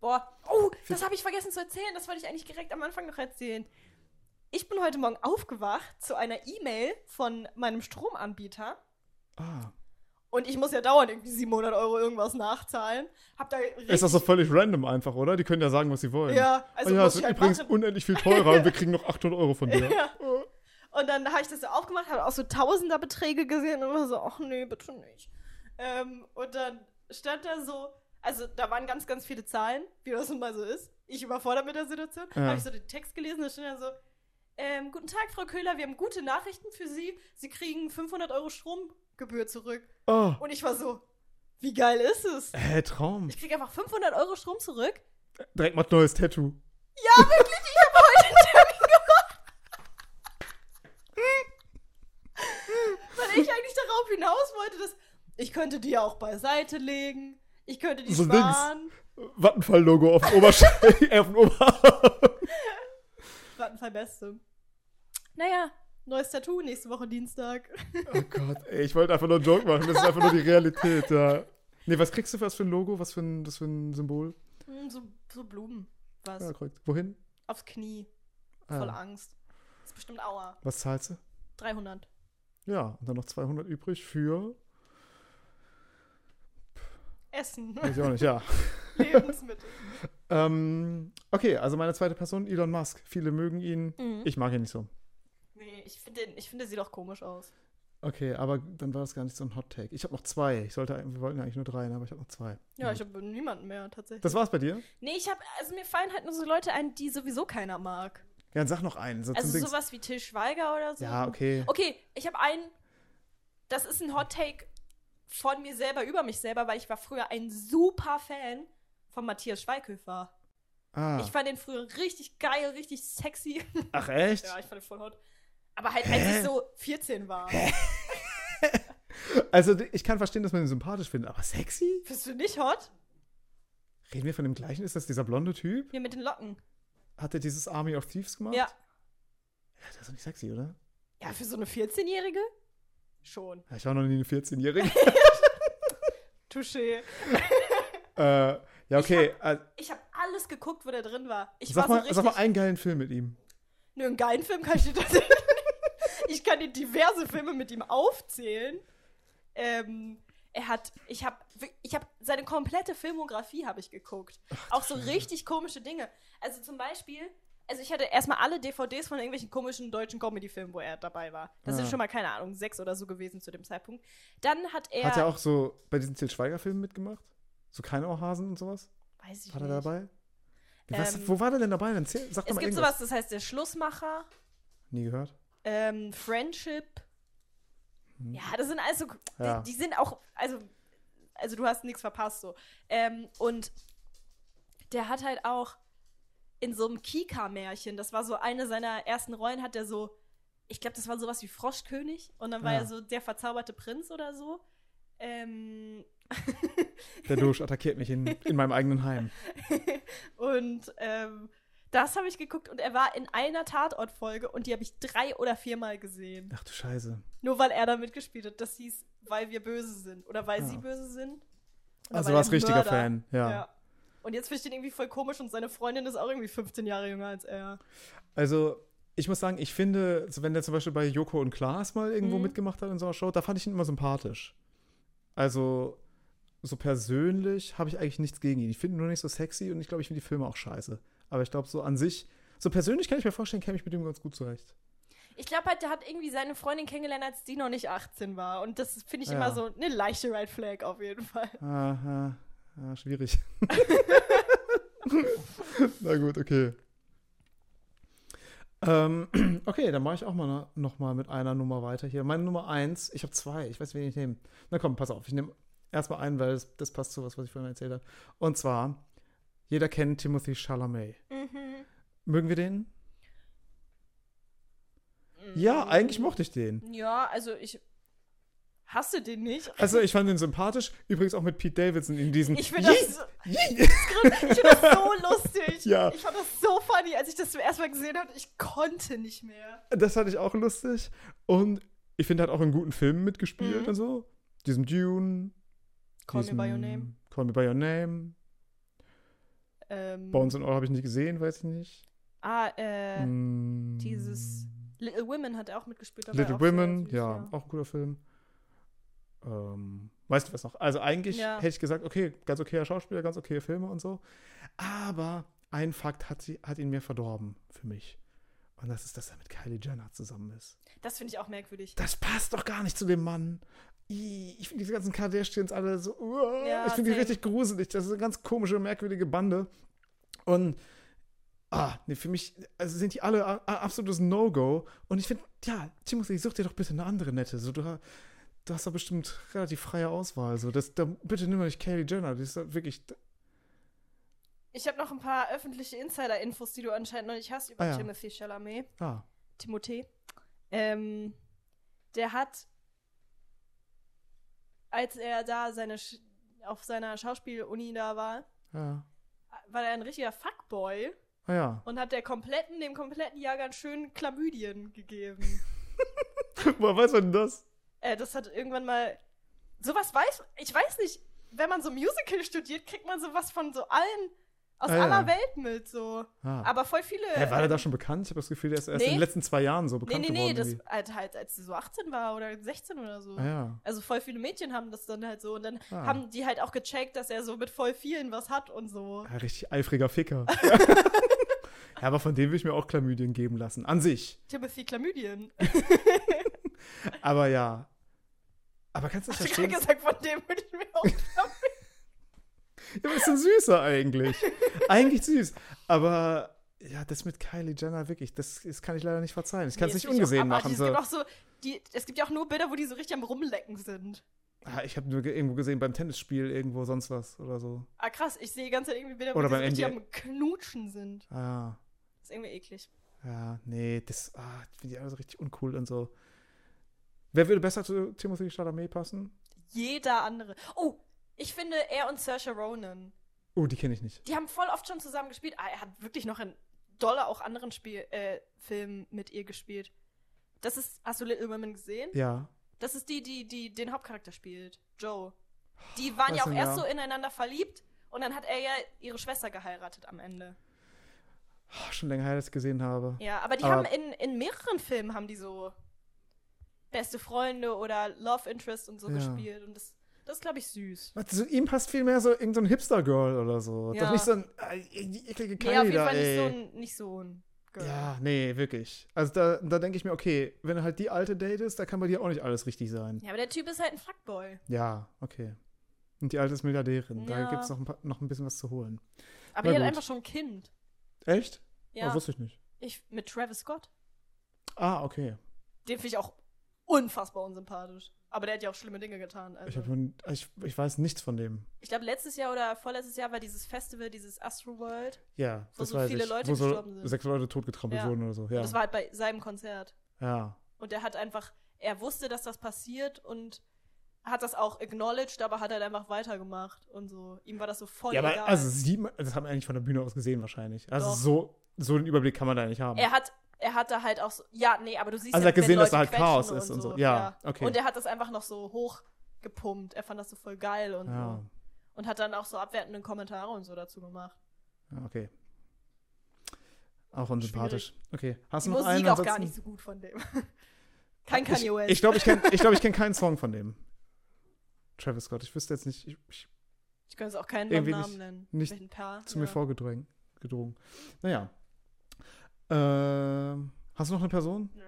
Speaker 2: Boah, oh, das habe ich vergessen zu erzählen. Das wollte ich eigentlich direkt am Anfang noch erzählen. Ich bin heute Morgen aufgewacht zu einer E-Mail von meinem Stromanbieter.
Speaker 1: Ah.
Speaker 2: Und ich muss ja dauernd irgendwie 700 Euro irgendwas nachzahlen. Hab da richtig,
Speaker 1: Ist das so völlig random einfach, oder? Die können ja sagen, was sie wollen.
Speaker 2: Ja, also
Speaker 1: ah, ja,
Speaker 2: muss
Speaker 1: es
Speaker 2: ich
Speaker 1: ist
Speaker 2: halt
Speaker 1: übrigens
Speaker 2: machen.
Speaker 1: unendlich viel teurer und wir kriegen noch 800 Euro von dir.
Speaker 2: Ja. Mhm. Und dann habe ich das so aufgemacht, habe auch so Tausenderbeträge gesehen und war so, ach nee, bitte nicht. Ähm, und dann stand da so, also da waren ganz, ganz viele Zahlen, wie das nun mal so ist. Ich überfordert mit der Situation.
Speaker 1: Ja.
Speaker 2: Habe ich so den Text gelesen, da stand da so, ähm, guten Tag, Frau Köhler, wir haben gute Nachrichten für Sie. Sie kriegen 500 Euro Stromgebühr zurück.
Speaker 1: Oh,
Speaker 2: Und ich war so, wie geil ist es?
Speaker 1: äh, Traum.
Speaker 2: Ich krieg einfach 500 Euro Strom zurück.
Speaker 1: Direkt mal ein neues Tattoo.
Speaker 2: Ja, wirklich, ich habe heute einen Termin gemacht. Weil ich eigentlich darauf hinaus wollte, dass Ich könnte die ja auch beiseite legen. Ich könnte die
Speaker 1: So links.
Speaker 2: sparen.
Speaker 1: Vattenfall-Logo auf dem Oberschenkel, äh, auf dem Oberarm.
Speaker 2: Rattenfall Beste. Naja, neues Tattoo nächste Woche Dienstag.
Speaker 1: Oh Gott, ey, ich wollte einfach nur einen Joke machen. Das ist einfach nur die Realität, ja. Nee, was kriegst du für was für ein Logo? Was für ein, das für ein Symbol?
Speaker 2: Hm, so, so Blumen. Was?
Speaker 1: Ja, korrekt. Wohin?
Speaker 2: Aufs Knie.
Speaker 1: Ah,
Speaker 2: Voll Angst. Ist bestimmt Aua.
Speaker 1: was zahlst du?
Speaker 2: 300.
Speaker 1: Ja, und dann noch 200 übrig für,
Speaker 2: Essen.
Speaker 1: weiß ich auch nicht, ja.
Speaker 2: Lebensmittel.
Speaker 1: Ähm, okay, also meine zweite Person, Elon Musk. Viele mögen ihn.
Speaker 2: Mhm.
Speaker 1: Ich mag ihn nicht so.
Speaker 2: Nee, ich finde, den- ich finde, der sieht doch komisch aus.
Speaker 1: Okay, aber dann war das gar nicht so ein Hot Take. Ich habe noch zwei. Ich sollte, wir wollten eigentlich nur drei, ne, aber ich habe noch zwei.
Speaker 2: Ja,
Speaker 1: Mhm.
Speaker 2: ich habe niemanden mehr tatsächlich.
Speaker 1: Das war's bei dir?
Speaker 2: nee, ich habe, also mir fallen halt nur so Leute ein, die sowieso keiner mag.
Speaker 1: Ja, dann sag noch einen. So zum
Speaker 2: Also Oh,
Speaker 1: Dings.
Speaker 2: sowas wie Till Schweiger oder so.
Speaker 1: Ja, okay.
Speaker 2: Okay, ich habe einen. Das ist ein Hot Take von mir selber über mich selber, weil ich war früher ein super Fan von Matthias Schweighöfer.
Speaker 1: Ah.
Speaker 2: Ich fand den früher richtig geil, richtig sexy.
Speaker 1: Ach, echt?
Speaker 2: ja, ich fand den voll hot. Aber halt, als
Speaker 1: Hä?
Speaker 2: ich so 14 war.
Speaker 1: Also, d- ich kann verstehen, dass man ihn sympathisch findet, aber sexy?
Speaker 2: Bist du nicht hot?
Speaker 1: Reden wir von dem gleichen? Ist das dieser blonde Typ?
Speaker 2: Hier mit den Locken.
Speaker 1: Hat er dieses Army of Thieves gemacht?
Speaker 2: Ja.
Speaker 1: Ja, Das ist doch nicht sexy, oder?
Speaker 2: Ja, für so eine 14-Jährige? Schon.
Speaker 1: Ja, Ich war noch nie eine 14-Jährige.
Speaker 2: Touché.
Speaker 1: äh, ja, okay. äh,
Speaker 2: Ich habe alles geguckt, wo der drin war. Ich
Speaker 1: sag,
Speaker 2: war
Speaker 1: mal,
Speaker 2: so richtig.
Speaker 1: sag mal einen geilen Film mit ihm.
Speaker 2: Nö, einen geilen Film kann ich dir tatsächlich. ich kann dir diverse Filme mit ihm aufzählen. Ähm, er hat, ich habe, ich habe seine komplette Filmografie habe ich geguckt. Auch so richtig komische Dinge. Also zum Beispiel, also ich hatte erstmal alle DVDs von irgendwelchen komischen deutschen Comedy-Filmen, wo er dabei war. Das
Speaker 1: Ah.
Speaker 2: sind schon mal keine Ahnung sechs oder so gewesen zu dem Zeitpunkt. Dann hat er,
Speaker 1: Hat er auch so bei diesen Til Schweiger-Filmen mitgemacht? So keine Ohrhasen und sowas?
Speaker 2: weiß ich
Speaker 1: War er
Speaker 2: nicht.
Speaker 1: dabei? Wie, was,
Speaker 2: Ähm,
Speaker 1: wo war der denn dabei? Dann zähl, sag doch
Speaker 2: Es
Speaker 1: mal
Speaker 2: gibt
Speaker 1: irgendwas.
Speaker 2: sowas, das heißt der Schlussmacher.
Speaker 1: Nie gehört.
Speaker 2: ähm, Friendship. Ja, das sind also, die,
Speaker 1: Hm. Ja.
Speaker 2: die sind auch, also, also du hast nichts verpasst so. Ähm, und der hat halt auch in so einem Kika-Märchen, das war so eine seiner ersten Rollen, hat er so, ich glaube, das war sowas wie Froschkönig und dann war
Speaker 1: Ja.
Speaker 2: er so der verzauberte Prinz oder so. Ähm,
Speaker 1: Der Dusch attackiert mich in, in meinem eigenen Heim.
Speaker 2: und ähm, das habe ich geguckt und er war in einer Tatortfolge und die habe ich drei oder viermal gesehen.
Speaker 1: Ach du Scheiße.
Speaker 2: Nur weil er da mitgespielt hat. Das hieß, weil wir böse sind. Oder weil
Speaker 1: Ja.
Speaker 2: sie böse sind. Oder
Speaker 1: Ah. Also
Speaker 2: weil
Speaker 1: warst
Speaker 2: er
Speaker 1: richtiger
Speaker 2: Mörder.
Speaker 1: Fan. Ja.
Speaker 2: Und jetzt finde ich den irgendwie voll komisch und seine Freundin ist auch irgendwie 15 Jahre jünger als er.
Speaker 1: Also ich muss sagen, ich finde, so wenn der zum Beispiel bei Joko und Klaas mal irgendwo
Speaker 2: Mhm.
Speaker 1: mitgemacht hat in so einer Show, da fand ich ihn immer sympathisch. Also so persönlich habe ich eigentlich nichts gegen ihn. Ich finde ihn nur nicht so sexy und ich glaube, ich finde die Filme auch scheiße. Aber ich glaube so an sich, so persönlich kann ich mir vorstellen, käme ich mit ihm ganz gut zurecht.
Speaker 2: Ich glaube halt, der hat irgendwie seine Freundin kennengelernt, als die noch nicht 18 war. Und das finde ich
Speaker 1: Ja.
Speaker 2: immer so eine leichte Red Flag auf jeden Fall.
Speaker 1: Aha, ah, schwierig. Na gut, okay. Ähm, okay, dann mache ich auch mal ne- noch mal mit einer Nummer weiter hier. Meine Nummer eins, ich habe zwei, ich weiß, wen ich nehme. Na komm, pass auf, ich nehme erstmal einen, weil das, das passt zu was, was ich vorhin erzählt habe. Und zwar, jeder kennt Timothy Chalamet.
Speaker 2: Mhm.
Speaker 1: Mögen wir den?
Speaker 2: Mm.
Speaker 1: Ja, eigentlich mochte ich den.
Speaker 2: Ja, also ich hasse den nicht.
Speaker 1: Also, ich fand ihn sympathisch. Übrigens auch mit Pete Davidson in diesem.
Speaker 2: Ich finde das, so, ich find das so lustig.
Speaker 1: Ja.
Speaker 2: Ich fand das so funny, als ich das zum ersten Mal gesehen habe. Ich konnte nicht mehr.
Speaker 1: Das fand ich auch lustig. Und ich finde, er hat auch in guten Filmen mitgespielt
Speaker 2: Mhm.
Speaker 1: und so. Diesem Dune.
Speaker 2: Call
Speaker 1: diesem
Speaker 2: Me By Your Name. Mhm.
Speaker 1: Call Me By Your Name.
Speaker 2: Ähm,
Speaker 1: Bones and All habe ich nicht gesehen, weiß ich nicht.
Speaker 2: Ah, äh,
Speaker 1: Mm.
Speaker 2: dieses Little Women hat er auch mitgespielt. da war er
Speaker 1: Little
Speaker 2: auch sehr
Speaker 1: Women,
Speaker 2: süß,
Speaker 1: ja, auch ein guter Film. Ähm, weißt du was noch? Also eigentlich
Speaker 2: Ja.
Speaker 1: hätte ich gesagt, okay, ganz okayer Schauspieler, ganz okaye Filme und so. Aber ein Fakt hat, sie, hat ihn mir verdorben für mich. Und das ist, dass er mit Kylie Jenner zusammen ist.
Speaker 2: Das finde ich auch merkwürdig.
Speaker 1: das passt doch gar nicht zu dem Mann. Ih, Ich finde diese ganzen Kardashians alle so, uah,
Speaker 2: Ja,
Speaker 1: ich finde die
Speaker 2: same.
Speaker 1: richtig gruselig. Das ist eine ganz komische, merkwürdige Bande. Und, ah, nee, für mich also sind die alle a- a- absolutes No-Go. Und ich finde, ja, Timothy, such dir doch bitte eine andere nette. So, du, ha- du hast da bestimmt relativ freie Auswahl. So, das, da, bitte nimm doch nicht Kylie Jenner. Die ist da wirklich,
Speaker 2: Ich habe noch ein paar öffentliche Insider-Infos, die du anscheinend noch nicht hast über
Speaker 1: Ah, ja.
Speaker 2: Timothy Chalamet.
Speaker 1: ah,
Speaker 2: Timothée. Ähm, der hat als er da seine Sch auf seiner Schauspieluni da war,
Speaker 1: Ja.
Speaker 2: war er ein richtiger Fuckboy
Speaker 1: Ah ja.
Speaker 2: und hat der kompletten, dem kompletten Jahrgang schön Chlamydien gegeben.
Speaker 1: Woher weiß man denn das?
Speaker 2: äh, das hat irgendwann mal. Sowas weiß. Ich weiß nicht, wenn man so Musical studiert, kriegt man sowas von so allen. Aus
Speaker 1: Ah, ja.
Speaker 2: aller Welt mit, so.
Speaker 1: Ah.
Speaker 2: Aber voll viele.
Speaker 1: Hä, war der da schon bekannt? Ich habe das Gefühl, der ist erst
Speaker 2: Nee.
Speaker 1: in den letzten zwei Jahren so
Speaker 2: Nee,
Speaker 1: bekannt
Speaker 2: nee, nee,
Speaker 1: geworden.
Speaker 2: das
Speaker 1: irgendwie.
Speaker 2: halt, halt, als sie so 18 war oder 16 oder so.
Speaker 1: ah, ja.
Speaker 2: Also voll viele Mädchen haben das dann halt so. Und dann
Speaker 1: Ah.
Speaker 2: haben die halt auch gecheckt, dass er so mit voll vielen was hat und so.
Speaker 1: ja, richtig eifriger Ficker. ja, aber von dem will ich mir auch Chlamydien geben lassen. An sich.
Speaker 2: Timothy Chlamydien.
Speaker 1: Aber ja. Aber kannst du das
Speaker 2: Ich hab
Speaker 1: verstehen?
Speaker 2: gesagt, von dem würde ich mir auch.
Speaker 1: Ja, aber ist ein süßer eigentlich. eigentlich süß. Aber ja, das mit Kylie Jenner wirklich, das, das kann ich leider nicht verzeihen. Ich kann es
Speaker 2: Nee,
Speaker 1: nicht
Speaker 2: find ich auch
Speaker 1: ungesehen
Speaker 2: abartig.
Speaker 1: machen.
Speaker 2: Es
Speaker 1: So.
Speaker 2: gibt auch so, die, es gibt ja auch nur Bilder, wo die so richtig am Rumlecken sind.
Speaker 1: Ah, ich habe nur ge- irgendwo gesehen beim Tennisspiel irgendwo sonst was oder so.
Speaker 2: Ah, krass, ich sehe die ganze Zeit irgendwie Bilder, wo
Speaker 1: Oder
Speaker 2: die so
Speaker 1: beim
Speaker 2: richtig
Speaker 1: NBA.
Speaker 2: am Knutschen sind.
Speaker 1: Ah,
Speaker 2: Das ist irgendwie eklig.
Speaker 1: ja, nee, das ah, finde ich alles richtig uncool und so. Wer würde besser zu Timothy Chalamet passen?
Speaker 2: Jeder andere. Oh, ich finde, er und Saoirse Ronan,
Speaker 1: Oh, die kenne ich nicht.
Speaker 2: die haben voll oft schon zusammen gespielt. Ah, er hat wirklich noch in Dollar auch anderen Spiel, äh, Filmen mit ihr gespielt. Das ist, hast du Little Women gesehen?
Speaker 1: Ja.
Speaker 2: Das ist die, die, die den Hauptcharakter spielt, Joe. Die waren
Speaker 1: Weiß
Speaker 2: ja auch
Speaker 1: nicht,
Speaker 2: erst
Speaker 1: ja.
Speaker 2: so ineinander verliebt und dann hat er ja ihre Schwester geheiratet am Ende.
Speaker 1: Ah, schon länger her, dass ich gesehen habe.
Speaker 2: Ja, aber die
Speaker 1: Aber-
Speaker 2: haben in, in mehreren Filmen haben die so beste Freunde oder Love Interest und so
Speaker 1: Ja.
Speaker 2: gespielt und das, das glaube ich süß.
Speaker 1: Was, zu ihm passt viel mehr so irgendein so ein Hipster-Girl oder so.
Speaker 2: Ja.
Speaker 1: Doch nicht so ein äh, die eklige Kylie
Speaker 2: Nee, auf jeden
Speaker 1: da,
Speaker 2: Fall nicht
Speaker 1: ey.
Speaker 2: so, ein, nicht so ein Girl.
Speaker 1: Ja, nee, wirklich. Also da, da denke ich mir, okay, wenn du halt die alte datest, da kann bei dir auch nicht alles richtig sein.
Speaker 2: Ja, aber der Typ ist halt ein Fuckboy.
Speaker 1: Ja, okay. Und die alte ist Milliardärin. Da
Speaker 2: Ja.
Speaker 1: gibt es noch, ein paar- noch ein bisschen was zu holen.
Speaker 2: Aber
Speaker 1: Na
Speaker 2: die hat
Speaker 1: gut.
Speaker 2: einfach schon ein Kind.
Speaker 1: Echt?
Speaker 2: Ja,
Speaker 1: Oh, wusste ich nicht.
Speaker 2: ich, mit Travis Scott.
Speaker 1: Ah, okay.
Speaker 2: Den finde ich auch unfassbar unsympathisch. Aber der hat ja auch schlimme Dinge getan. Also.
Speaker 1: Ich, hab, nun- ich, ich weiß nichts von dem.
Speaker 2: Ich glaube, letztes Jahr oder vorletztes Jahr war dieses Festival, dieses Astro World.
Speaker 1: Ja,
Speaker 2: Wo
Speaker 1: das
Speaker 2: so
Speaker 1: weiß
Speaker 2: viele
Speaker 1: ich.
Speaker 2: Leute
Speaker 1: Wo so
Speaker 2: gestorben sind.
Speaker 1: sechs Leute totgetrampelt
Speaker 2: Ja.
Speaker 1: wurden oder so. Ja.
Speaker 2: Und das war halt bei seinem Konzert.
Speaker 1: ja.
Speaker 2: Und er hat einfach, er wusste, dass das passiert und hat das auch acknowledged, aber hat halt einfach weitergemacht und so. Ihm war das so voll
Speaker 1: ja, aber
Speaker 2: Oh, egal.
Speaker 1: also sieht man, das haben wir eigentlich von der Bühne aus gesehen wahrscheinlich. Also
Speaker 2: Doch.
Speaker 1: so, so den Überblick kann man da nicht haben.
Speaker 2: er hat, er hat da halt auch so, ja, nee, aber du siehst
Speaker 1: Also
Speaker 2: ja,
Speaker 1: er hat gesehen,
Speaker 2: wenn
Speaker 1: dass
Speaker 2: Leute
Speaker 1: da halt
Speaker 2: quetschen
Speaker 1: Chaos ist und so. Ja, okay.
Speaker 2: Und er hat das einfach noch so hochgepumpt. Er fand das so voll geil und
Speaker 1: ja.
Speaker 2: so. Und hat dann auch so abwertende Kommentare und so dazu gemacht.
Speaker 1: Ja, Okay. Auch unsympathisch. Okay. Hast
Speaker 2: Die
Speaker 1: du noch
Speaker 2: Musik
Speaker 1: einen?
Speaker 2: auch gar
Speaker 1: ansonsten?
Speaker 2: nicht so gut von dem. Kein Kanye West.
Speaker 1: Ich, ich glaube, ich kenne ich glaub, ich kenn keinen Song von dem. Travis Scott. Ich wüsste jetzt nicht, ich, ich
Speaker 2: Ich kann es auch keinen
Speaker 1: Irgendwie
Speaker 2: Namen
Speaker 1: nicht-
Speaker 2: nennen.
Speaker 1: nicht
Speaker 2: Welchen Paar?
Speaker 1: zu
Speaker 2: ja.
Speaker 1: mir vorgedrungen. Gedrungen. Naja. Ähm, hast du noch eine Person?
Speaker 2: Nö.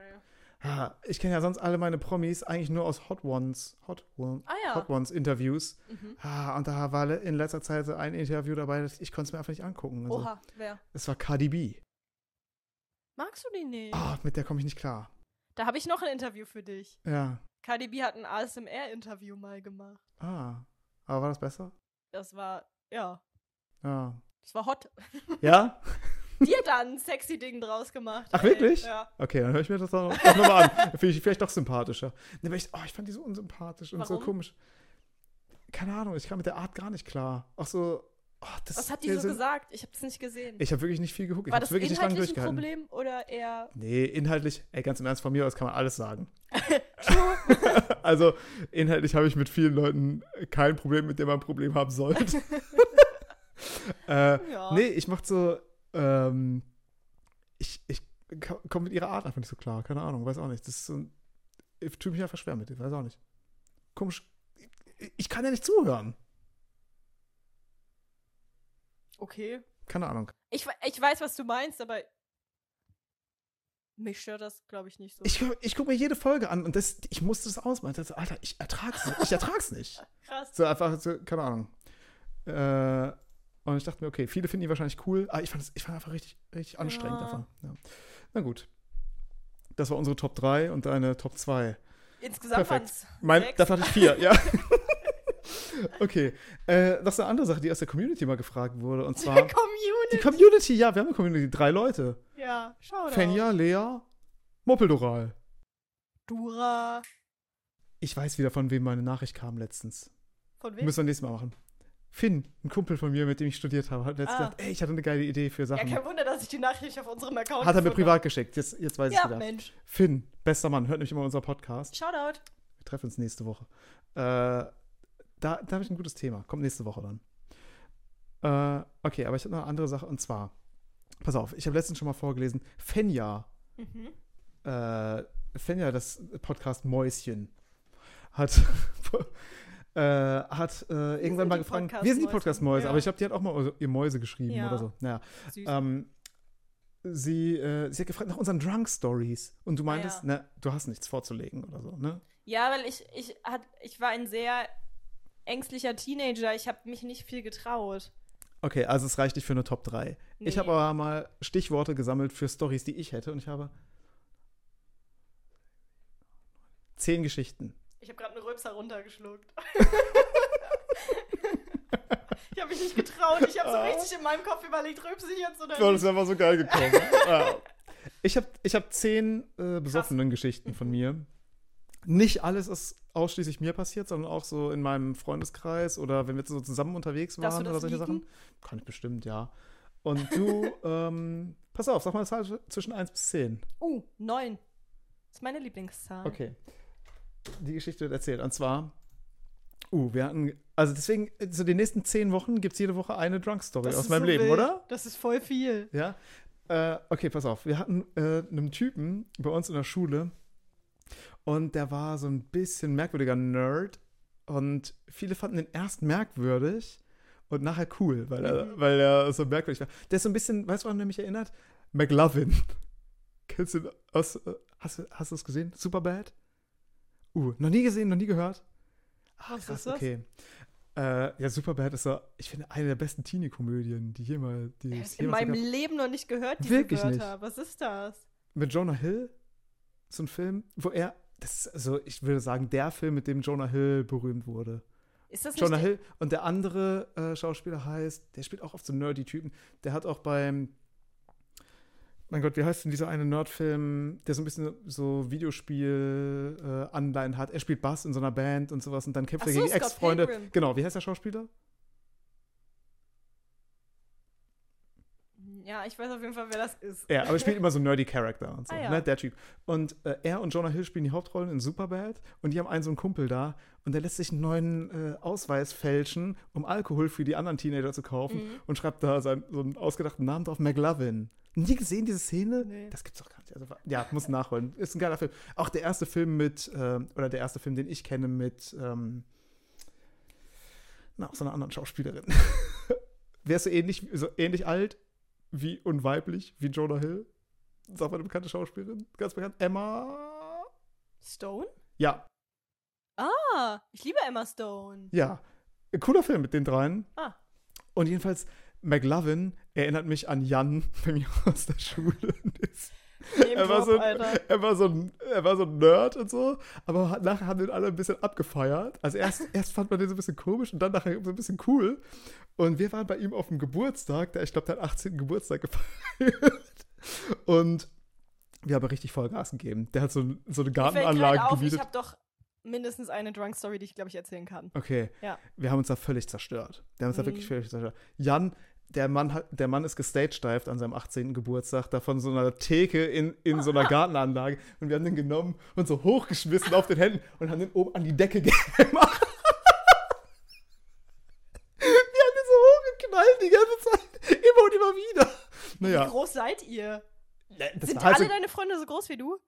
Speaker 1: Ah, ich kenne ja sonst alle meine Promis eigentlich nur aus Hot Ones. Hot, One-
Speaker 2: Ah ja.
Speaker 1: Hot Ones Interviews.
Speaker 2: Mhm.
Speaker 1: Ah, und da war le- in letzter Zeit so ein Interview dabei, das- ich konnte es mir einfach nicht angucken. Also,
Speaker 2: Oha, wer?
Speaker 1: Es war Cardi B.
Speaker 2: Magst du die nicht?
Speaker 1: Ah, mit der komme ich nicht klar.
Speaker 2: Da habe ich noch ein Interview für dich.
Speaker 1: Ja.
Speaker 2: KDB hat ein ASMR-Interview mal gemacht.
Speaker 1: Ah. Aber war das besser?
Speaker 2: Das war, ja,
Speaker 1: Ja.
Speaker 2: das war hot.
Speaker 1: Ja?
Speaker 2: Die hat da ein sexy Ding draus gemacht.
Speaker 1: Ach, wirklich?
Speaker 2: Ja.
Speaker 1: Okay, dann höre ich mir das doch, noch- doch nochmal an. Dann Finde ich vielleicht doch sympathischer. Nee, aber ich, oh, ich fand die so unsympathisch und so
Speaker 2: Warum?
Speaker 1: komisch. Keine Ahnung, ich kam mit der Art gar nicht klar. Auch so, oh, das
Speaker 2: Was hat die
Speaker 1: wir
Speaker 2: so
Speaker 1: sind-
Speaker 2: gesagt? Ich habe es nicht gesehen.
Speaker 1: Ich habe wirklich nicht viel geguckt. Ich
Speaker 2: war
Speaker 1: habe
Speaker 2: das
Speaker 1: wirklich nicht lange
Speaker 2: inhaltlich ein
Speaker 1: durchgehalten.
Speaker 2: Problem oder eher
Speaker 1: Nee, inhaltlich, ey, ganz im Ernst, von mir aus kann man alles sagen. also, inhaltlich habe ich mit vielen Leuten kein Problem, mit dem man ein Problem haben sollte. äh,
Speaker 2: Ja.
Speaker 1: Nee, ich mach so, ähm, ich, ich komme mit ihrer Art einfach nicht so klar, keine Ahnung, weiß auch nicht. Das ist so, ein- ich tue mich einfach schwer mit, ihr, weiß auch nicht. Komisch, ich, ich kann ja nicht zuhören.
Speaker 2: okay?
Speaker 1: Keine Ahnung.
Speaker 2: Ich, we- ich weiß, was du meinst, aber mich stört das, glaube ich, nicht so.
Speaker 1: Ich, ich gucke mir jede Folge an und das, ich musste das ausmachen. Das, Alter, ich ertrag's nicht. Ich ertrag's nicht.
Speaker 2: Krass.
Speaker 1: So einfach, so, keine Ahnung. Äh, und ich dachte mir, okay, viele finden die wahrscheinlich cool, aber ich fand es ich fand einfach richtig, richtig anstrengend
Speaker 2: Ja.
Speaker 1: davon. Ja. Na gut. Das war unsere Top 3 und deine Top 2.
Speaker 2: Insgesamt
Speaker 1: Perfekt.
Speaker 2: waren's
Speaker 1: Mein,
Speaker 2: sechs.
Speaker 1: das hatte ich vier, ja. okay. Äh, das ist eine andere Sache, die aus der Community mal gefragt wurde. Und
Speaker 2: Die
Speaker 1: zwar. Die
Speaker 2: Community.
Speaker 1: Community, ja, wir haben eine Community, drei Leute.
Speaker 2: Ja, schau da.
Speaker 1: Fenja, Lea, Moppeldoral.
Speaker 2: Dura.
Speaker 1: Ich weiß wieder, von wem meine Nachricht kam letztens.
Speaker 2: Von wem?
Speaker 1: Müssen wir nächstes Mal machen. Finn, ein Kumpel von mir, mit dem ich studiert habe, hat letztens
Speaker 2: Ah.
Speaker 1: gesagt, ey, ich hatte eine geile Idee für
Speaker 2: Ja,
Speaker 1: Sachen.
Speaker 2: kein Wunder, dass ich die Nachricht auf unserem Account
Speaker 1: hat er mir
Speaker 2: gefunden
Speaker 1: privat geschickt. Jetzt, jetzt weiß ich
Speaker 2: habe. Ja,
Speaker 1: wieder.
Speaker 2: Mensch.
Speaker 1: Finn, bester Mann, hört nämlich immer unser Podcast.
Speaker 2: Shoutout.
Speaker 1: Wir treffen uns nächste Woche. Äh, da da habe ich ein gutes Thema. Kommt nächste Woche dann. Äh, okay, aber ich habe noch eine andere Sache. Und zwar, pass auf, ich habe letztens schon mal vorgelesen, Fenja,
Speaker 2: Mhm.
Speaker 1: äh, Fenja, das Podcast Mäuschen, hat, äh, hat äh, irgendwann
Speaker 2: sind
Speaker 1: mal
Speaker 2: die
Speaker 1: gefragt,
Speaker 2: Podcast
Speaker 1: wir sind die
Speaker 2: Mäuse.
Speaker 1: Podcast-Mäuse,
Speaker 2: Ja.
Speaker 1: aber ich glaube, die hat auch mal ihr Mäuse geschrieben
Speaker 2: Ja.
Speaker 1: oder so. Naja,
Speaker 2: Süß.
Speaker 1: ähm, sie, äh, sie hat gefragt nach unseren Drunk-Stories und du meintest,
Speaker 2: ja.
Speaker 1: ne, du hast nichts vorzulegen oder so, ne?
Speaker 2: Ja, weil ich, ich, hat, ich war ein sehr ängstlicher Teenager. Ich habe mich nicht viel getraut.
Speaker 1: Okay, also es reicht nicht für eine Top 3.
Speaker 2: Nee.
Speaker 1: Ich habe aber mal Stichworte gesammelt für Stories, die ich hätte und ich habe zehn Geschichten.
Speaker 2: Ich habe gerade einen Röpser runtergeschluckt. ich habe mich nicht getraut. Ich habe so
Speaker 1: Ah.
Speaker 2: richtig in meinem Kopf überlegt, rülpse ich jetzt oder
Speaker 1: Boah,
Speaker 2: nicht.
Speaker 1: das wäre mal so geil gekommen. ja. Ich habe ich hab zehn äh, besoffenen Geschichten von mir. Nicht alles ist ausschließlich mir passiert, sondern auch so in meinem Freundeskreis oder wenn wir so zusammen unterwegs
Speaker 2: Darfst du
Speaker 1: waren
Speaker 2: das
Speaker 1: oder solche
Speaker 2: leaken?
Speaker 1: Sachen. Kann ich bestimmt, ja. Und du, ähm, pass auf, sag mal eine Zahl zwischen 1 bis 10.
Speaker 2: Uh, neun. Das ist meine Lieblingszahl.
Speaker 1: Okay. Die Geschichte wird erzählt. Und zwar, uh, wir hatten, also deswegen, so die nächsten zehn Wochen gibt es jede Woche eine Drunk Story
Speaker 2: Das
Speaker 1: aus
Speaker 2: ist
Speaker 1: meinem
Speaker 2: so
Speaker 1: Leben,
Speaker 2: wild.
Speaker 1: oder?
Speaker 2: Das ist voll viel.
Speaker 1: Ja. Äh, okay, pass auf. Wir hatten äh, einen Typen bei uns in der Schule und der war so ein bisschen merkwürdiger Nerd und viele fanden den erst merkwürdig und nachher cool, weil er,
Speaker 2: Mhm.
Speaker 1: weil er so merkwürdig war. Der ist so ein bisschen, weißt du, woran er mich erinnert? McLovin. Kennst du aus, äh, hast, du- hast du es gesehen? Superbad? Uh, noch nie gesehen, noch nie gehört? Ach,
Speaker 2: Was
Speaker 1: krass,
Speaker 2: ist das?
Speaker 1: okay. Äh, ja, Superbad ist so, ich finde, eine der besten Teenie-Komödien, die jemals, die
Speaker 2: Ich
Speaker 1: es
Speaker 2: Äh, in
Speaker 1: jemals
Speaker 2: meinem
Speaker 1: gab.
Speaker 2: Leben noch nicht gehört, diese
Speaker 1: Wirklich
Speaker 2: Wörter. Was ist das?
Speaker 1: mit Jonah Hill so ein Film, wo er, das ist also ich würde sagen, der Film, mit dem Jonah Hill berühmt wurde.
Speaker 2: Ist das
Speaker 1: Jonah
Speaker 2: nicht
Speaker 1: Hill und der andere äh, Schauspieler heißt, der spielt auch oft so nerdy Typen, der hat auch beim, mein Gott, wie heißt denn dieser eine Nerdfilm, der so ein bisschen so Videospiel-Anleihen hat. Er spielt Bass in so einer Band und sowas und dann kämpft
Speaker 2: Ach
Speaker 1: er
Speaker 2: so,
Speaker 1: gegen
Speaker 2: Scott
Speaker 1: Ex-Freunde.
Speaker 2: Pilgrim.
Speaker 1: Genau, wie heißt der Schauspieler?
Speaker 2: Ja, ich weiß auf jeden Fall, wer das ist.
Speaker 1: Ja, aber er spielt immer so nerdy Charakter und so,
Speaker 2: Ah, ja.
Speaker 1: ne, der Typ. Und äh, er und Jonah Hill spielen die Hauptrollen in Superbad und die haben einen so einen Kumpel da und der lässt sich einen neuen äh, Ausweis fälschen, um Alkohol für die anderen Teenager zu
Speaker 2: Mhm.
Speaker 1: kaufen und schreibt da sein, so einen ausgedachten Namen drauf, McLovin. Nie gesehen, diese Szene?
Speaker 2: Nee.
Speaker 1: Das gibt's doch gar nicht. Also, ja, muss nachholen. Ist ein geiler Film. Auch der erste Film mit, ähm, oder der erste Film, den ich kenne mit, ähm, na, auch so einer anderen Schauspielerin. Wärst du ähnlich, so ähnlich alt wie und weiblich wie Jonah Hill? Sag mal eine bekannte Schauspielerin, ganz bekannt. Emma.
Speaker 2: Stone?
Speaker 1: Ja,
Speaker 2: Ah, ich liebe Emma Stone.
Speaker 1: ja. Ein Cooler Film mit den dreien.
Speaker 2: Ah.
Speaker 1: Und jedenfalls, McLovin erinnert mich an Jan bei mir aus der Schule.
Speaker 2: Neben
Speaker 1: Er war,
Speaker 2: Job,
Speaker 1: so ein,
Speaker 2: Alter.
Speaker 1: er, war so ein, er war so ein Nerd und so, aber hat- nachher haben den alle ein bisschen abgefeiert. Also erst, erst fand man den so ein bisschen komisch und dann nachher so ein bisschen cool. Und wir waren bei ihm auf dem Geburtstag, der, ich glaube, der hat 18. Geburtstag gefeiert. Und wir haben richtig Vollgas gegeben. Der hat so, ein- so eine
Speaker 2: Mir fällt gerade
Speaker 1: Gartenanlage
Speaker 2: auf, ich
Speaker 1: gemietet.
Speaker 2: habe doch mindestens eine Drunk Story, die ich, glaube ich, erzählen kann.
Speaker 1: Okay.
Speaker 2: Ja.
Speaker 1: Wir haben uns da völlig zerstört. Wir haben uns da
Speaker 2: Mhm.
Speaker 1: wirklich völlig zerstört. Jan, der Mann, hat, der Mann ist gestagedived an seinem 18. Geburtstag, da von so einer Theke in, in so einer Gartenanlage. Und wir haben den genommen und so hochgeschmissen auf den Händen und haben den oben an die Decke gehämmert. wir haben den so hochgeknallt die ganze Zeit. Immer und immer wieder.
Speaker 2: Wie
Speaker 1: Naja,
Speaker 2: groß seid ihr?
Speaker 1: das
Speaker 2: Sind
Speaker 1: war halt
Speaker 2: alle
Speaker 1: so-
Speaker 2: deine Freunde so groß wie du?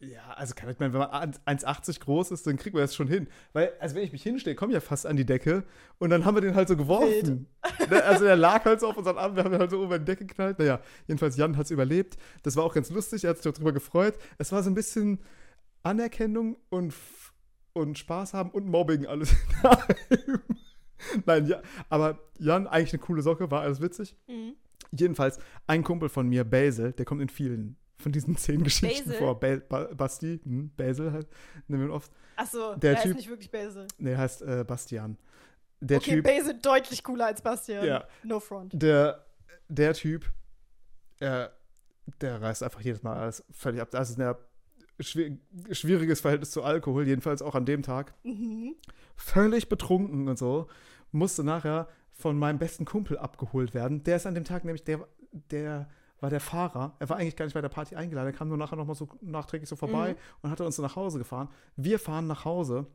Speaker 1: Ja, also kann ich meine, wenn man 1,80 groß ist, dann kriegt man das schon hin. Weil, also wenn ich mich hinstelle, komme ich ja fast an die Decke und dann haben wir den halt so geworfen. Ne, also der lag halt so auf unseren Arm, wir haben ihn halt so über die Decke geknallt. Naja, jedenfalls Jan hat es überlebt. Das war auch ganz lustig, er hat sich darüber gefreut. Es war so ein bisschen Anerkennung und, F- und Spaß haben und Mobbing alles in einem. Nein, ja, aber Jan, eigentlich eine coole Socke, war alles witzig.
Speaker 2: Mhm.
Speaker 1: Jedenfalls, ein Kumpel von mir, Basil, der kommt in vielen von diesen zehn Geschichten
Speaker 2: Basil?
Speaker 1: vor. Ba ba Basti, hm, Basil halt, nennen wir ihn oft.
Speaker 2: Achso,
Speaker 1: Der
Speaker 2: der, der
Speaker 1: Typ-
Speaker 2: ist nicht wirklich Basil.
Speaker 1: Nee, heißt äh, Bastian. Der
Speaker 2: okay,
Speaker 1: Typ,
Speaker 2: Basil deutlich cooler als Bastian.
Speaker 1: Ja.
Speaker 2: No front.
Speaker 1: der, der Typ, äh, der reißt einfach jedes Mal alles völlig ab. Also der schwi- schwieriges Verhältnis zu Alkohol, jedenfalls auch an dem Tag. Völlig betrunken und so, musste nachher von meinem besten Kumpel abgeholt werden. Der ist an dem Tag nämlich, der, der war der Fahrer. Er war eigentlich gar nicht bei der Party eingeladen. Er kam nur nachher nochmal so nachträglich so vorbei und hatte uns so nach Hause gefahren. Wir fahren nach Hause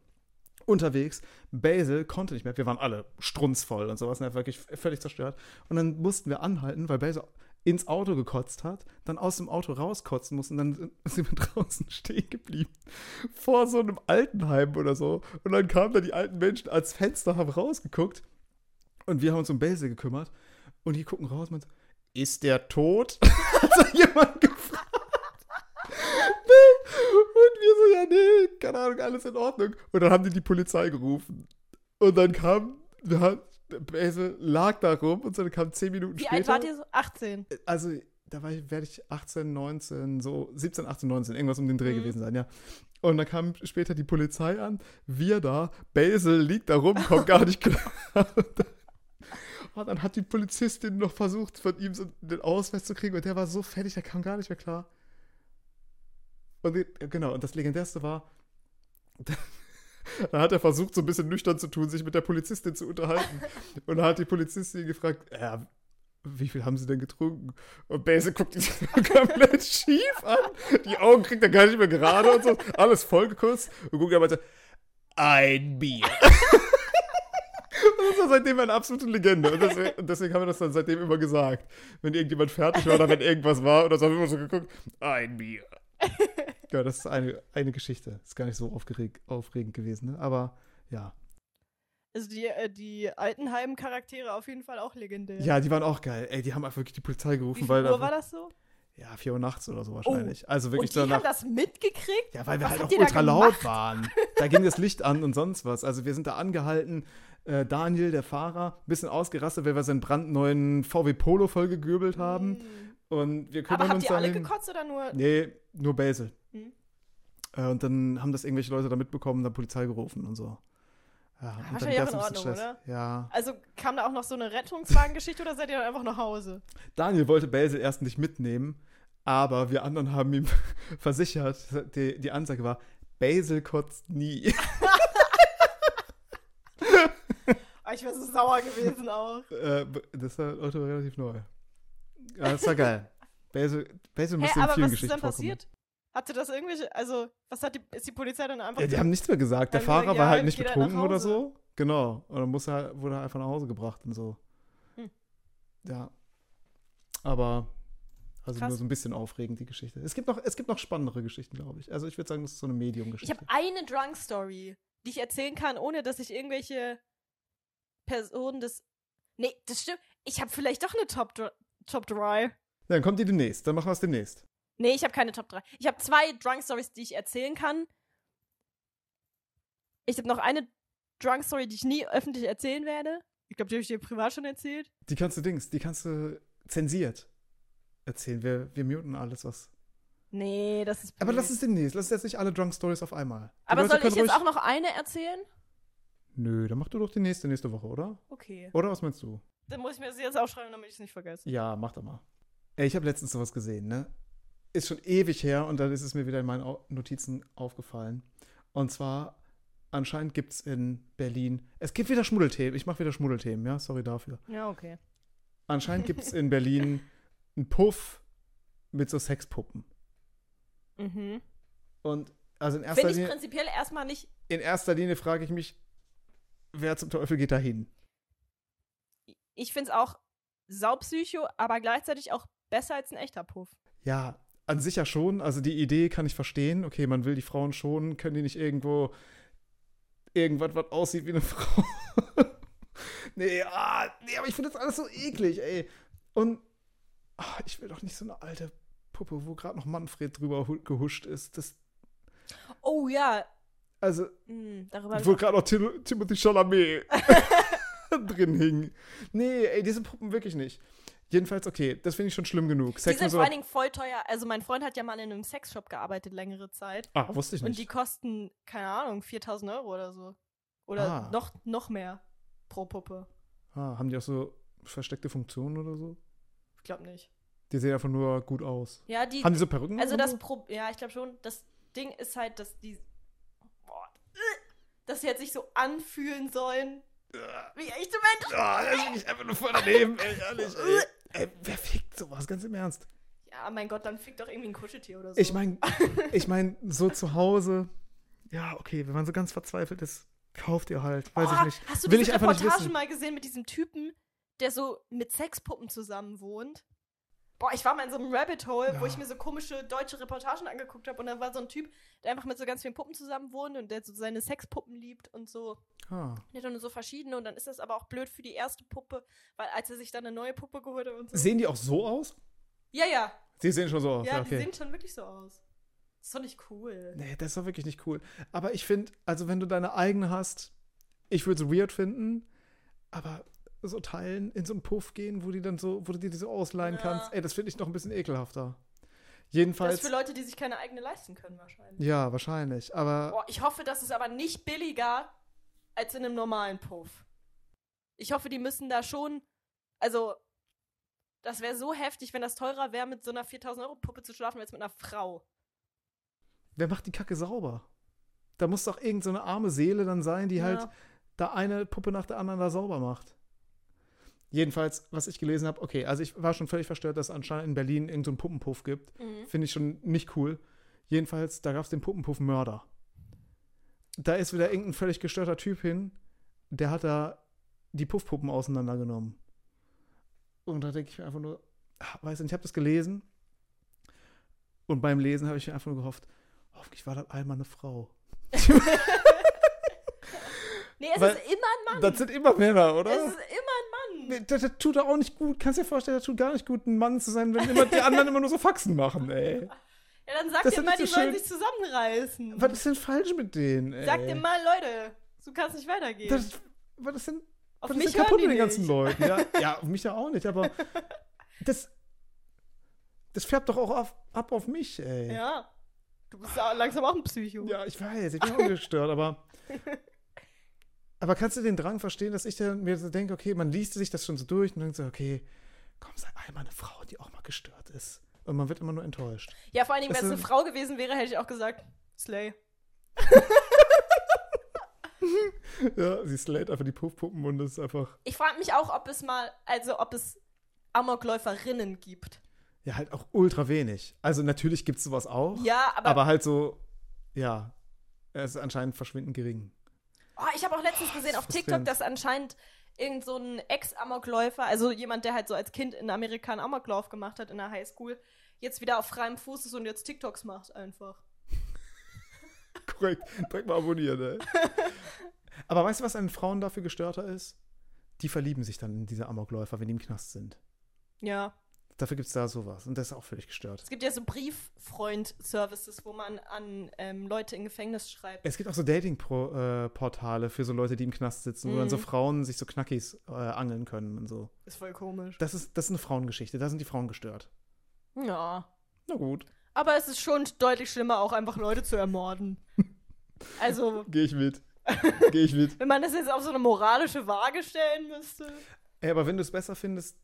Speaker 1: unterwegs. Basil konnte nicht mehr. Wir waren alle strunzvoll und sowas. Und er war wirklich völlig zerstört. Und dann mussten wir anhalten, weil Basil ins Auto gekotzt hat, dann aus dem Auto rauskotzen musste und dann sind wir draußen stehen geblieben. Vor so einem Altenheim oder so. Und dann kamen da die alten Menschen als Fenster, haben rausgeguckt. Und wir haben uns um Basil gekümmert. Und die gucken raus und meinen, so, ist der tot? hat so jemand gefragt. Nee. Und wir so, ja, nee, keine Ahnung, alles in Ordnung. Und dann haben die die Polizei gerufen. Und dann kam, ja, Basil lag da rum und dann kam zehn Minuten
Speaker 2: Wie
Speaker 1: später.
Speaker 2: alt wart ihr so? 18.
Speaker 1: Also, da war ich, werde ich 18, 19, so 17, 18, 19, irgendwas um den Dreh gewesen sein, ja. Und dann kam später die Polizei an, wir da, Basil liegt da rum, kommt gar nicht klar. Und dann hat die Polizistin noch versucht, von ihm so den Ausweis zu kriegen und der war so fertig, der kam gar nicht mehr klar. Und die- genau, und das Legendärste war, dann hat er versucht, so ein bisschen nüchtern zu tun, sich mit der Polizistin zu unterhalten. Und dann hat die Polizistin gefragt, ja, wie viel haben sie denn getrunken? Und Base guckt ihn so komplett schief an. Die Augen kriegt er gar nicht mehr gerade und so. Alles vollgekürzt. Und guckt er meinte, ein Bier. Und das war seitdem eine absolute Legende. Und deswegen, und deswegen haben wir das dann seitdem immer gesagt. Wenn irgendjemand fertig war oder wenn irgendwas war oder so haben wir immer so geguckt, ein Bier. Ja, das ist eine, eine Geschichte. Ist gar nicht so aufgereg, aufregend gewesen, ne? Aber ja.
Speaker 2: Also die, äh, die Altenheim-Charaktere auf jeden Fall auch legendär.
Speaker 1: Ja, die waren auch geil. Ey, die haben einfach wirklich die Polizei
Speaker 2: Wie
Speaker 1: gerufen,
Speaker 2: viel
Speaker 1: weil.
Speaker 2: Uhr war das so?
Speaker 1: Ja, 4 Uhr nachts oder so wahrscheinlich. Also wirklich
Speaker 2: Oh. Und die
Speaker 1: danach.
Speaker 2: haben das mitgekriegt?
Speaker 1: Ja, weil wir
Speaker 2: Was
Speaker 1: halt auch
Speaker 2: habt ihr da
Speaker 1: ultra laut waren. Da ging das Licht an und sonst was. Also wir sind da angehalten. Äh, Daniel, der Fahrer, ein bisschen ausgerastet, weil wir seinen brandneuen VW Polo vollgegürbelt haben.
Speaker 2: Hm.
Speaker 1: Und wir
Speaker 2: Aber
Speaker 1: kümmern
Speaker 2: habt
Speaker 1: uns
Speaker 2: ihr alle
Speaker 1: dann.
Speaker 2: gekotzt oder nur?
Speaker 1: Nee, nur Basil.
Speaker 2: Hm.
Speaker 1: Äh, und dann haben das irgendwelche Leute da mitbekommen, dann Polizei gerufen und so. Ja, und dann
Speaker 2: wahrscheinlich
Speaker 1: gab's
Speaker 2: auch in
Speaker 1: ein bisschen
Speaker 2: Ordnung,
Speaker 1: Stress. Ja.
Speaker 2: Also kam da auch noch so eine Rettungswagengeschichte oder seid ihr dann einfach nach Hause?
Speaker 1: Daniel wollte Basil erst nicht mitnehmen, aber wir anderen haben ihm versichert, die, die Ansage war, Basil kotzt nie.
Speaker 2: Ah, Ich wäre so sauer gewesen auch.
Speaker 1: Äh, das war Auto war relativ neu. Ja, das war geil. Basil, Basil
Speaker 2: Hä,
Speaker 1: musste in
Speaker 2: aber
Speaker 1: vielen
Speaker 2: was ist
Speaker 1: Geschichten
Speaker 2: dann
Speaker 1: vorkommen.
Speaker 2: passiert? Hatte das irgendwelche, also, was hat die, ist die Polizei dann einfach...
Speaker 1: Ja, die haben nichts mehr gesagt. Der
Speaker 2: Dann
Speaker 1: Fahrer
Speaker 2: gesagt,
Speaker 1: war
Speaker 2: ja,
Speaker 1: halt nicht
Speaker 2: geht halt nach
Speaker 1: betrunken oder
Speaker 2: Hause.
Speaker 1: so. Genau. Und dann muss er, wurde er einfach nach Hause gebracht und so.
Speaker 2: Hm.
Speaker 1: Ja. Aber also
Speaker 2: Krass.
Speaker 1: nur so ein bisschen aufregend, die Geschichte. Es gibt noch, es gibt noch spannendere Geschichten, glaube ich. Also ich würde sagen, das ist so eine
Speaker 2: ich
Speaker 1: Medium-Geschichte.
Speaker 2: habe eine Drunk-Story, die ich erzählen kann, ohne dass ich irgendwelche Personen des... Nee, das stimmt. Ich habe vielleicht doch eine Top, Dr- Top 3.
Speaker 1: Dann kommt die demnächst. Dann machen wir es demnächst.
Speaker 2: Nee, ich habe keine Top 3. Ich habe zwei Drunk Stories, die ich erzählen kann. Ich habe noch eine Drunk Story, die ich nie öffentlich erzählen werde. Ich glaube, die habe ich dir privat schon erzählt.
Speaker 1: Die kannst du Dings, die kannst du zensiert erzählen. Wir, wir muten alles, was.
Speaker 2: Nee, das ist.
Speaker 1: Aber
Speaker 2: privat.
Speaker 1: lass es demnächst. Lass jetzt nicht alle Drunk Stories auf einmal. Die
Speaker 2: Mhm. Aber
Speaker 1: Leute
Speaker 2: soll ich
Speaker 1: können
Speaker 2: jetzt
Speaker 1: ruhig-
Speaker 2: auch noch eine erzählen?
Speaker 1: Nö, dann mach du doch die nächste nächste Woche, oder?
Speaker 2: Okay.
Speaker 1: Oder was meinst du?
Speaker 2: Dann muss ich mir das jetzt aufschreiben, damit ich es nicht vergesse.
Speaker 1: Ja, mach doch mal. Ey, ich habe letztens sowas gesehen, ne? Ist schon ewig her und dann ist es mir wieder in meinen Au- Notizen aufgefallen. Und zwar, anscheinend gibt es in Berlin, es gibt wieder Schmuddelthemen, ich mache wieder Schmuddelthemen, ja, sorry dafür.
Speaker 2: Ja, okay.
Speaker 1: Anscheinend gibt es in Berlin einen Puff mit so Sexpuppen.
Speaker 2: Mhm.
Speaker 1: Und also in erster,
Speaker 2: Finde ich
Speaker 1: Linie,
Speaker 2: prinzipiell erstmal nicht.
Speaker 1: in erster Linie frage ich mich, wer zum Teufel geht da hin?
Speaker 2: Ich finde es auch saupsycho, aber gleichzeitig auch besser als ein echter Puff.
Speaker 1: Ja, an sich ja schon. Also die Idee kann ich verstehen. Okay, man will die Frauen schonen, können die nicht irgendwo irgendwas, was aussieht wie eine Frau. nee, ah, nee, aber ich finde das alles so eklig, ey. Und ah, ich will doch nicht so eine alte Puppe, wo gerade noch Manfred drüber hu- gehuscht ist. Das,
Speaker 2: Oh ja.
Speaker 1: also,
Speaker 2: Hm, darüber hab ich
Speaker 1: wo gerade noch Tim Timothy Chalamet drin hing. Nee, ey, diese Puppen wirklich nicht. Jedenfalls, okay, das finde ich schon schlimm genug.
Speaker 2: Die sind
Speaker 1: und so-
Speaker 2: vor allen Dingen voll teuer. Also mein Freund hat ja mal in einem Sexshop gearbeitet längere Zeit.
Speaker 1: ah, wusste ich nicht.
Speaker 2: Und die kosten, keine Ahnung, 4000 Euro oder so.
Speaker 1: Ah.
Speaker 2: Oder noch, noch mehr pro Puppe.
Speaker 1: Ah, haben die auch so versteckte Funktionen oder so?
Speaker 2: Ich glaube nicht.
Speaker 1: Die sehen einfach nur gut aus.
Speaker 2: Ja, die.
Speaker 1: Haben die so Perücken?
Speaker 2: also
Speaker 1: und
Speaker 2: das
Speaker 1: so?
Speaker 2: Pro ja, ich glaube schon, das Ding ist halt, dass die. Boah, dass sie halt sich so anfühlen sollen. Wie echte Menschen.
Speaker 1: Ah, das bin ich einfach nur voll daneben, ey, ehrlich. Ey. Ey, wer fickt sowas, ganz im Ernst?
Speaker 2: Ja, mein Gott, dann fick doch irgendwie ein Kuscheltier oder so.
Speaker 1: Ich meine, ich mein, so zu Hause, ja, okay, wenn man so ganz verzweifelt ist, kauft ihr halt, weiß ich
Speaker 2: Boah,
Speaker 1: nicht.
Speaker 2: Ah, Oh, Hast du
Speaker 1: Will
Speaker 2: diese
Speaker 1: ich einfach nicht
Speaker 2: Reportage
Speaker 1: wissen.
Speaker 2: mal gesehen mit diesem Typen, der so mit Sexpuppen zusammen wohnt? Boah, ich war mal in so einem Rabbit Hole, wo
Speaker 1: Ja.
Speaker 2: ich mir so komische deutsche Reportagen angeguckt habe und da war so ein Typ, der einfach mit so ganz vielen Puppen zusammen wohnt und der so seine Sexpuppen liebt und so.
Speaker 1: Ah.
Speaker 2: Der hat dann so verschiedene und dann ist das aber auch blöd für die erste Puppe, weil als er sich dann eine neue Puppe geholt hat und so.
Speaker 1: Sehen die auch so aus?
Speaker 2: ja, ja,
Speaker 1: Die sehen schon so aus, ja,
Speaker 2: ja,
Speaker 1: okay.
Speaker 2: die sehen schon wirklich so aus. Das ist doch nicht cool.
Speaker 1: Nee, das ist doch wirklich nicht cool. Aber ich finde, also wenn du deine eigene hast, ich würde es weird finden, aber so teilen, in so einen Puff gehen, wo die dann so, wo du dir die so ausleihen
Speaker 2: Ja.
Speaker 1: kannst, ey, das finde ich noch ein bisschen ekelhafter.
Speaker 2: Das ist
Speaker 1: Jedenfalls,
Speaker 2: für Leute, die sich keine eigene leisten können wahrscheinlich.
Speaker 1: ja, wahrscheinlich, aber
Speaker 2: Boah, ich hoffe, das ist aber nicht billiger als in einem normalen Puff. Ich hoffe, die müssen da schon. Also, das wäre so heftig, wenn das teurer wäre, mit so einer 4000-Euro-Puppe zu schlafen, als mit einer Frau.
Speaker 1: wer macht die Kacke sauber? Da muss doch irgendeine so eine arme Seele dann sein, die halt
Speaker 2: Ja.
Speaker 1: da eine Puppe nach der anderen da sauber macht. Jedenfalls, was ich gelesen habe, okay, also ich war schon völlig verstört, dass es anscheinend in Berlin irgendeinen so einen Puppenpuff gibt. Finde ich schon nicht cool. Jedenfalls, da gab es den Puppenpuff-Mörder. Da ist wieder irgendein völlig gestörter Typ hin, der hat da die Puffpuppen auseinandergenommen. Und da denke ich mir einfach nur, ah, weiß nicht, ich habe das gelesen. Und beim Lesen habe ich mir einfach nur gehofft, hoffentlich war das einmal eine Frau.
Speaker 2: Nee, es
Speaker 1: Weil-
Speaker 2: ist immer ein Mann.
Speaker 1: Das sind immer Männer, oder?
Speaker 2: Es ist immer ein Mann.
Speaker 1: das, das tut auch nicht gut. Kannst dir vorstellen, das tut gar nicht gut, ein Mann zu sein, wenn immer die anderen immer nur so Faxen machen, ey.
Speaker 2: Ja, dann sagt
Speaker 1: Das
Speaker 2: ihr
Speaker 1: ist
Speaker 2: mal,
Speaker 1: nicht
Speaker 2: die
Speaker 1: so
Speaker 2: sollen
Speaker 1: schön.
Speaker 2: sich zusammenreißen.
Speaker 1: Was ist denn falsch mit denen, ey?
Speaker 2: Sagt ihr mal, Leute, so kann es nicht weitergehen.
Speaker 1: Das, was ist denn
Speaker 2: Auf
Speaker 1: Was
Speaker 2: mich
Speaker 1: ist denn kaputt
Speaker 2: hören die
Speaker 1: mit den ganzen
Speaker 2: nicht.
Speaker 1: Leuten? Ja, ja, auf mich ja auch nicht, aber das, das färbt doch auch auf, ab auf mich, ey.
Speaker 2: Ja. Du bist ja langsam auch ein Psycho.
Speaker 1: Ja, ich weiß, ich bin auch gestört, aber. Aber kannst du den Drang verstehen, dass ich dann mir so denke, okay, man liest sich das schon so durch und denkt so, okay, komm, sei einmal eine Frau, die auch mal gestört ist. Und man wird immer nur enttäuscht.
Speaker 2: Ja, vor allen Dingen, wenn
Speaker 1: Das
Speaker 2: es eine
Speaker 1: ist-
Speaker 2: Frau gewesen wäre, hätte ich auch gesagt, Slay.
Speaker 1: Ja, sie slayt einfach die Puffpuppen und das ist einfach,
Speaker 2: Ich frage mich auch, ob es mal, also ob es Amokläuferinnen gibt.
Speaker 1: ja, halt auch ultra wenig. Also natürlich gibt es sowas auch,
Speaker 2: Ja, aber,
Speaker 1: aber halt so, ja, es ist anscheinend verschwindend gering.
Speaker 2: oh, ich habe auch letztens gesehen auf TikTok,
Speaker 1: frustrierend.
Speaker 2: dass anscheinend irgend so ein Ex-Amokläufer, also jemand, der halt so als Kind in Amerika einen Amoklauf gemacht hat in der Highschool, jetzt wieder auf freiem Fuß ist und jetzt TikToks macht einfach.
Speaker 1: Korrekt. Direkt mal abonnieren, ey. Aber weißt du, was an Frauen dafür gestörter ist? Die verlieben sich dann in diese Amokläufer, wenn die im Knast sind.
Speaker 2: Ja.
Speaker 1: Dafür gibt es da sowas. Und das ist auch völlig gestört.
Speaker 2: Es gibt ja so Brieffreund-Services, wo man an ähm, Leute im Gefängnis schreibt.
Speaker 1: Es gibt auch so Dating-Portale für so Leute, die im Knast sitzen, wo dann so Frauen sich so Knackis äh, angeln können und so.
Speaker 2: Ist voll komisch.
Speaker 1: Das ist, das ist eine Frauengeschichte. Da sind die Frauen gestört.
Speaker 2: Ja.
Speaker 1: Na gut,
Speaker 2: Aber es ist schon deutlich schlimmer, auch einfach Leute zu ermorden. Also,
Speaker 1: gehe ich mit. gehe ich mit.
Speaker 2: wenn man das jetzt auf so eine moralische Waage stellen müsste.
Speaker 1: Ey, aber wenn du es besser findest,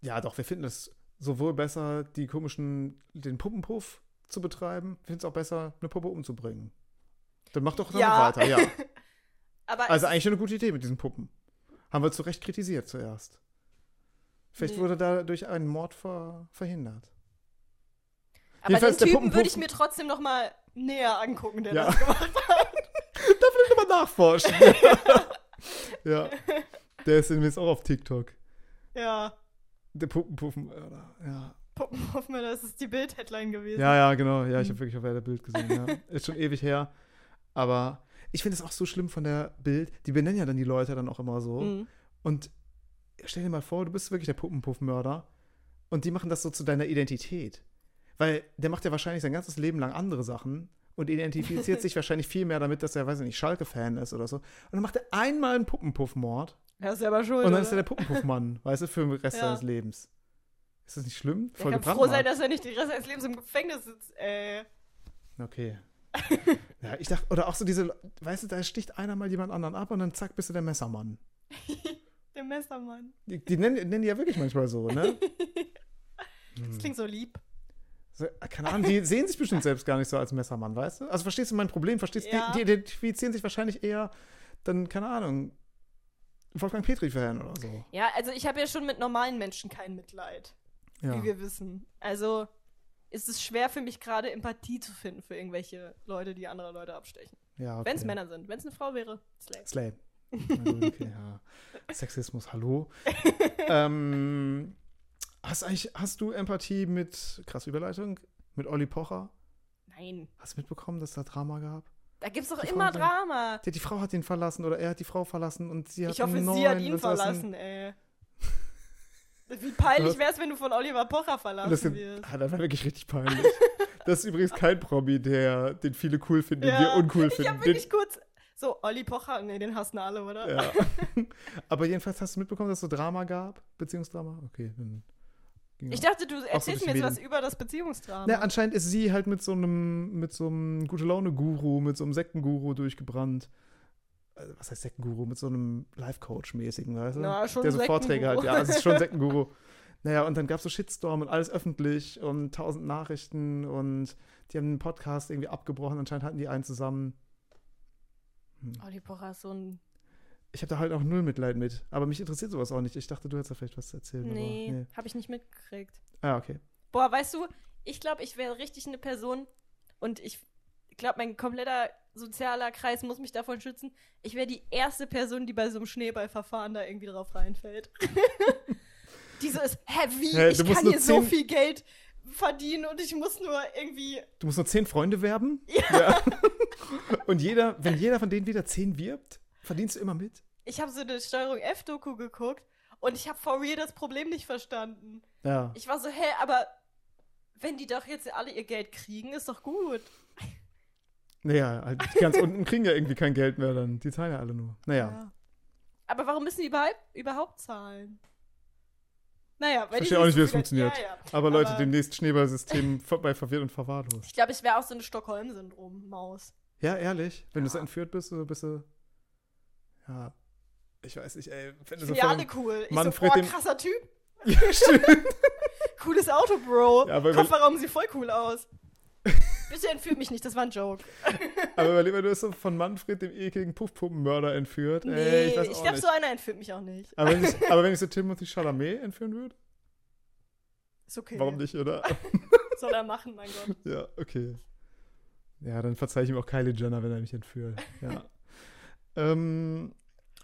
Speaker 1: ja doch, wir finden es sowohl besser, die komischen, den Puppenpuff zu betreiben, wir finden es auch besser, eine Puppe umzubringen. Dann mach doch damit
Speaker 2: Ja.
Speaker 1: weiter, ja.
Speaker 2: Aber
Speaker 1: Also
Speaker 2: es-
Speaker 1: eigentlich eine gute Idee mit diesen Puppen. Haben wir zu Recht kritisiert zuerst. Vielleicht
Speaker 2: Nee.
Speaker 1: wurde dadurch ein Mord ver verhindert.
Speaker 2: aber den
Speaker 1: jedenfalls der
Speaker 2: Typen
Speaker 1: Puppenpuff-
Speaker 2: würde ich mir trotzdem noch mal näher angucken, der
Speaker 1: Ja.
Speaker 2: das gemacht hat.
Speaker 1: Da vielleicht nochmal nachforschen. ja. Der ist jetzt auch auf TikTok.
Speaker 2: Ja,
Speaker 1: Der Puppenpuffenmörder, ja.
Speaker 2: Puppenhoffmann, das ist Mhm. die Bild-Headline gewesen.
Speaker 1: Ja, ja, genau. Ja, ich habe wirklich auf der Bild gesehen. Ja. Ist schon ewig her. Aber ich finde es auch so schlimm von der Bild. Die benennen ja dann die Leute dann auch immer so.
Speaker 2: Mhm.
Speaker 1: Und stell dir mal vor, du bist wirklich der Puppenpuffmörder. Und die machen das so zu deiner Identität. Weil der macht ja wahrscheinlich sein ganzes Leben lang andere Sachen und identifiziert sich wahrscheinlich viel mehr damit, dass er, weiß ich nicht, Schalke-Fan ist oder so. Und dann macht er einmal einen Puppenpuffmord
Speaker 2: Er ist selber schuld.
Speaker 1: und dann ist er
Speaker 2: oder?
Speaker 1: der Puppenpuffmann, weißt du, für den Rest
Speaker 2: Ja.
Speaker 1: seines Lebens. Ist das nicht schlimm?
Speaker 2: der kann froh
Speaker 1: gebrandmarkt.
Speaker 2: sein, dass er nicht den Rest seines Lebens im Gefängnis sitzt. äh, Ey.
Speaker 1: Okay. ja, ich dachte, oder auch so diese, Le- weißt du, da sticht einer mal jemand anderen ab und dann zack, bist du der Messermann.
Speaker 2: Der Messermann.
Speaker 1: Die, die nennen, nennen die ja wirklich manchmal so, ne?
Speaker 2: Das klingt so lieb.
Speaker 1: So, ah, Keine Ahnung, die sehen sich bestimmt selbst gar nicht so als Messermann, weißt du? Also verstehst du mein Problem? Verstehst du?
Speaker 2: Ja.
Speaker 1: Die, die identifizieren sich wahrscheinlich eher dann, keine Ahnung, Wolfgang Petri-Fan oder so.
Speaker 2: Ja, also ich habe ja schon mit normalen Menschen kein Mitleid,
Speaker 1: Ja.
Speaker 2: wie wir wissen. Also ist es schwer für mich gerade Empathie zu finden für irgendwelche Leute, die andere Leute abstechen.
Speaker 1: ja okay.
Speaker 2: Wenn es Männer sind, wenn es eine Frau wäre, Slaves.
Speaker 1: Slay. Na gut, okay, ja. Sexismus, hallo. ähm, hast, eigentlich, hast du Empathie mit, krass Überleitung, mit Olli Pocher?
Speaker 2: Nein,
Speaker 1: Hast du mitbekommen, dass da Drama gab?
Speaker 2: da gibt's doch
Speaker 1: Die Frau
Speaker 2: immer
Speaker 1: sein-
Speaker 2: Drama.
Speaker 1: Die, die Frau hat ihn verlassen oder er hat die Frau verlassen und sie hat
Speaker 2: Ich hoffe,
Speaker 1: einen
Speaker 2: sie hat
Speaker 1: neuen
Speaker 2: ihn verlassen, ey. Wie peinlich wär's, wenn du von Oliver
Speaker 1: Und
Speaker 2: Pocher
Speaker 1: Das,
Speaker 2: verlassen
Speaker 1: sind,
Speaker 2: wirst.
Speaker 1: ah, das war wirklich richtig peinlich. Das ist übrigens kein Promi, der, den viele cool finden, den wir uncool
Speaker 2: ich
Speaker 1: finden.
Speaker 2: hab wirklich kurz. So, Olli Pocher, nee, den hassen alle, oder?
Speaker 1: den, ja. Aber jedenfalls hast du mitbekommen, dass es so Drama gab? Beziehungsdrama? Okay, dann ging
Speaker 2: Ich dachte, du
Speaker 1: Auch so
Speaker 2: erzählst
Speaker 1: durch
Speaker 2: mir
Speaker 1: die
Speaker 2: jetzt was
Speaker 1: Medien.
Speaker 2: über das Beziehungsdrama.
Speaker 1: Na, anscheinend ist sie halt mit so einem, mit so einem gute Laune Guru, mit so einem Sektenguru durchgebrannt. Also, was heißt Sektenguru? Mit so einem Life Coach mäßigen, weißt du?
Speaker 2: Na, schon
Speaker 1: Der so Vorträge halt.
Speaker 2: Sektenguru.
Speaker 1: Ja, es ist schon Sektenguru. Naja, und dann gab es so Shitstorm und alles öffentlich und tausend Nachrichten und die haben den Podcast irgendwie abgebrochen. Anscheinend hatten die einen zusammen.
Speaker 2: Olli Pocher ist so ein.
Speaker 1: Ich habe da halt auch null Mitleid mit. Aber mich interessiert sowas auch nicht. Ich dachte, du hättest da vielleicht was zu erzählen. aber
Speaker 2: Nee, hab ich nicht mitgekriegt.
Speaker 1: Ah, okay.
Speaker 2: Boah, weißt du, ich glaube, ich wäre richtig eine Person und ich glaube, mein kompletter sozialer Kreis muss mich davon schützen. Ich wäre die erste Person, die bei so einem Schneeballverfahren da irgendwie drauf reinfällt. die so ist, hä, wie?
Speaker 1: Hä,
Speaker 2: ich
Speaker 1: du musst
Speaker 2: kann
Speaker 1: nur
Speaker 2: hier so
Speaker 1: zehn-
Speaker 2: viel Geld verdienen und ich muss nur irgendwie.
Speaker 1: Du musst nur zehn Freunde werben. Ja. Und jeder, wenn jeder von denen wieder zehn wirbt, verdienst du immer mit.
Speaker 2: Ich habe so eine Steuerung F-Doku geguckt und ich habe for real das Problem nicht verstanden.
Speaker 1: Ja.
Speaker 2: Ich war so, hä, aber wenn die doch jetzt alle ihr Geld kriegen, ist doch gut.
Speaker 1: Naja, halt die ganz unten kriegen ja irgendwie kein Geld mehr dann. Die zahlen ja alle nur. Naja.
Speaker 2: Aber warum müssen die überhaupt, überhaupt zahlen? Naja, weil
Speaker 1: verstehe auch nicht, wie das
Speaker 2: so viel Geld-
Speaker 1: funktioniert.
Speaker 2: Ja, ja.
Speaker 1: Aber Leute, demnächst Schneeballsystem ver- bei verwirrt und verwahrlost.
Speaker 2: Ich glaube, ich wäre auch so eine Stockholm-Syndrom-Maus.
Speaker 1: Ja, ehrlich. Wenn du so
Speaker 2: Ja.
Speaker 1: entführt bist, so bist du. Ja. Ich weiß nicht, ey. Wenn du
Speaker 2: Ich
Speaker 1: so
Speaker 2: finde ja
Speaker 1: Also von-
Speaker 2: alle cool. Ich
Speaker 1: Manfred
Speaker 2: so, oh,
Speaker 1: dem-
Speaker 2: krasser Typ.
Speaker 1: ja, stimmt.
Speaker 2: Cooles Auto, Bro.
Speaker 1: Ja, aber über-
Speaker 2: Kofferraum sieht voll cool aus. Bitte entführt mich nicht, das war ein Joke.
Speaker 1: Aber überleg mal, du bist so von Manfred, dem ekligen Puffpuppenmörder, entführt.
Speaker 2: Nee,
Speaker 1: ey,
Speaker 2: ich,
Speaker 1: ich weiß auch
Speaker 2: glaube,
Speaker 1: nicht.
Speaker 2: so einer entführt mich auch nicht.
Speaker 1: aber, wenn ich, aber wenn ich so Timothy Chalamet entführen würde,
Speaker 2: Ist okay.
Speaker 1: warum nicht, oder?
Speaker 2: Soll er machen, mein Gott.
Speaker 1: Ja, okay. Ja, dann verzeihe ich ihm auch Kylie Jenner, wenn er mich entführt. Ja. ähm,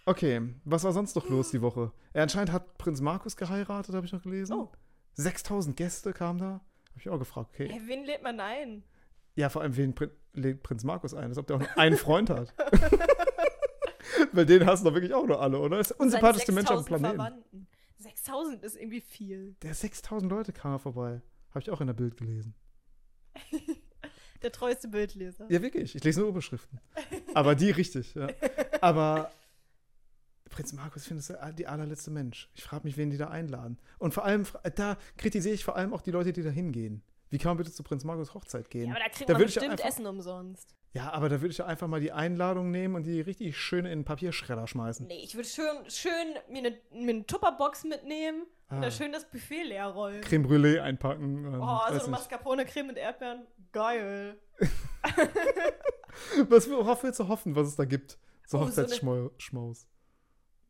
Speaker 1: okay, was war sonst noch los die Woche? Er anscheinend hat Prinz Markus geheiratet, habe ich noch gelesen.
Speaker 2: Oh.
Speaker 1: 6000 Gäste kamen da. Habe ich auch gefragt, okay.
Speaker 2: Hä, wen lädt man ein?
Speaker 1: Ja, vor allem, wen Prin lädt Prinz Markus ein? Als ob der auch nur einen Freund hat. Weil den hassen doch wirklich auch nur alle, oder? Das ist der
Speaker 2: Seine
Speaker 1: unsympathischste Mensch auf dem
Speaker 2: 6000
Speaker 1: Planeten.
Speaker 2: Verwandten. 6000 ist irgendwie viel.
Speaker 1: Der 6000 Leute kamen vorbei. Habe ich auch in der Bild gelesen.
Speaker 2: Der treueste Bildleser.
Speaker 1: Ja, wirklich. Ich lese nur Überschriften. Aber die richtig, ja. Aber Prinz Markus findest du all- die allerletzte Mensch. Ich frage mich, wen die da einladen. Und vor allem, fra- da kritisiere ich vor allem auch die Leute, die da hingehen. Wie kann man bitte zu Prinz Markus Hochzeit gehen?
Speaker 2: Ja, aber da kriegt
Speaker 1: Da
Speaker 2: man
Speaker 1: würd ich ja
Speaker 2: bestimmt
Speaker 1: einfach-
Speaker 2: Essen umsonst.
Speaker 1: Ja, aber da würde ich ja einfach mal die Einladung nehmen und die richtig schön in den Papierschredder schmeißen.
Speaker 2: Nee, ich würde schön, schön mir eine mir eine Tupperbox mitnehmen und
Speaker 1: Ah.
Speaker 2: da schön das Buffet leer rollen.
Speaker 1: Creme Brûlée einpacken. ähm,
Speaker 2: Oh, also
Speaker 1: weiß
Speaker 2: eine
Speaker 1: nicht.
Speaker 2: Mascarpone, Creme mit Erdbeeren. Geil.
Speaker 1: Was, worauf willst du hoffen, was es da gibt? So
Speaker 2: Oh, so eine-
Speaker 1: Hochzeitsschmaus.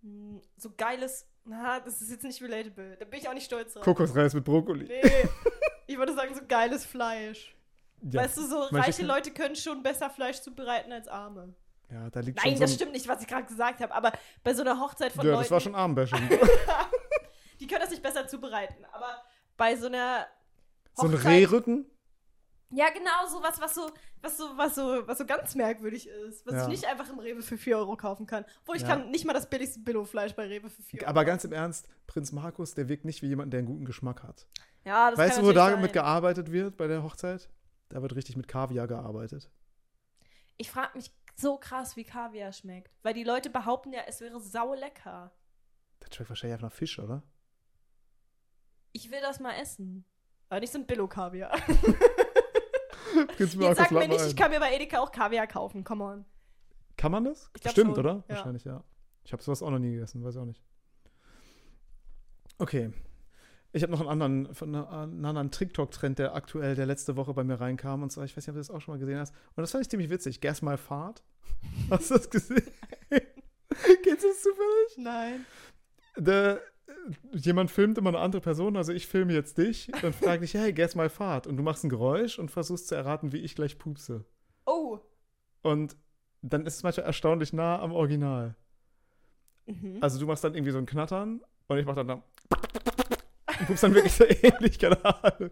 Speaker 2: Hm, So geiles. Na, das ist jetzt nicht relatable. Da bin ich auch nicht stolz drauf.
Speaker 1: Kokosreis mit Brokkoli.
Speaker 2: Nee. Ich würde sagen, so geiles Fleisch.
Speaker 1: ja.
Speaker 2: Weißt du, so
Speaker 1: Manche
Speaker 2: reiche
Speaker 1: können-
Speaker 2: Leute können schon besser Fleisch zubereiten als Arme.
Speaker 1: ja, da liegt
Speaker 2: Nein,
Speaker 1: schon
Speaker 2: das
Speaker 1: so ein,
Speaker 2: stimmt nicht, was ich gerade gesagt habe, aber bei so einer Hochzeit von
Speaker 1: Ja,
Speaker 2: Leuten.
Speaker 1: das war schon Armbashing.
Speaker 2: Die können das nicht besser zubereiten, aber bei so einer
Speaker 1: so ein
Speaker 2: Hochzeit-
Speaker 1: Rehrücken.
Speaker 2: Ja, genau, so was, was so, was so, was so, was so ganz merkwürdig ist, was
Speaker 1: Ja.
Speaker 2: ich nicht einfach im Rewe für 4 Euro kaufen kann. Obwohl ich
Speaker 1: Ja.
Speaker 2: kann nicht mal das billigste Billo-Fleisch bei Rewe für 4 Euro.
Speaker 1: Aber ganz im Ernst, Prinz Markus, der wirkt nicht wie jemand, der einen guten Geschmack hat.
Speaker 2: ja, das
Speaker 1: weißt
Speaker 2: kann
Speaker 1: du, wo
Speaker 2: natürlich
Speaker 1: damit
Speaker 2: sein.
Speaker 1: gearbeitet wird bei der Hochzeit? Da wird richtig mit Kaviar gearbeitet.
Speaker 2: Ich frage mich so krass, wie Kaviar schmeckt, weil die Leute behaupten ja, es wäre sau lecker.
Speaker 1: Das schmeckt wahrscheinlich einfach nach Fisch, oder?
Speaker 2: Ich will das mal essen. Aber nicht so ein Billo-Kaviar.
Speaker 1: Prinz
Speaker 2: Jetzt sag mir
Speaker 1: lad mal
Speaker 2: nicht, ich
Speaker 1: ein.
Speaker 2: kann mir bei Edeka auch Kaviar kaufen, come on.
Speaker 1: Kann man das?
Speaker 2: Ich glaub
Speaker 1: Bestimmt,
Speaker 2: schon,
Speaker 1: oder?
Speaker 2: ja.
Speaker 1: Wahrscheinlich, ja. Ich habe sowas auch noch nie gegessen, weiß auch nicht. Okay. Ich habe noch einen anderen, von einer- einen anderen TikTok-Trend, der aktuell, der letzte Woche bei mir reinkam. Und zwar, ich weiß nicht, ob du das auch schon mal gesehen hast. Und das fand ich ziemlich witzig. Guess my fart. Hast du das gesehen? Kennst du das zufällig?
Speaker 2: Nein.
Speaker 1: Da, äh, jemand filmt immer eine andere Person, also ich filme jetzt dich und frage dich, hey, guess my fart. Und du machst ein Geräusch und versuchst zu erraten, wie ich gleich pupse.
Speaker 2: Oh.
Speaker 1: Und dann ist es manchmal erstaunlich nah am Original.
Speaker 2: Mhm.
Speaker 1: Also du machst dann irgendwie so ein Knattern und ich mach dann dann und pupst dann wirklich so ähnlich, keine Ahnung.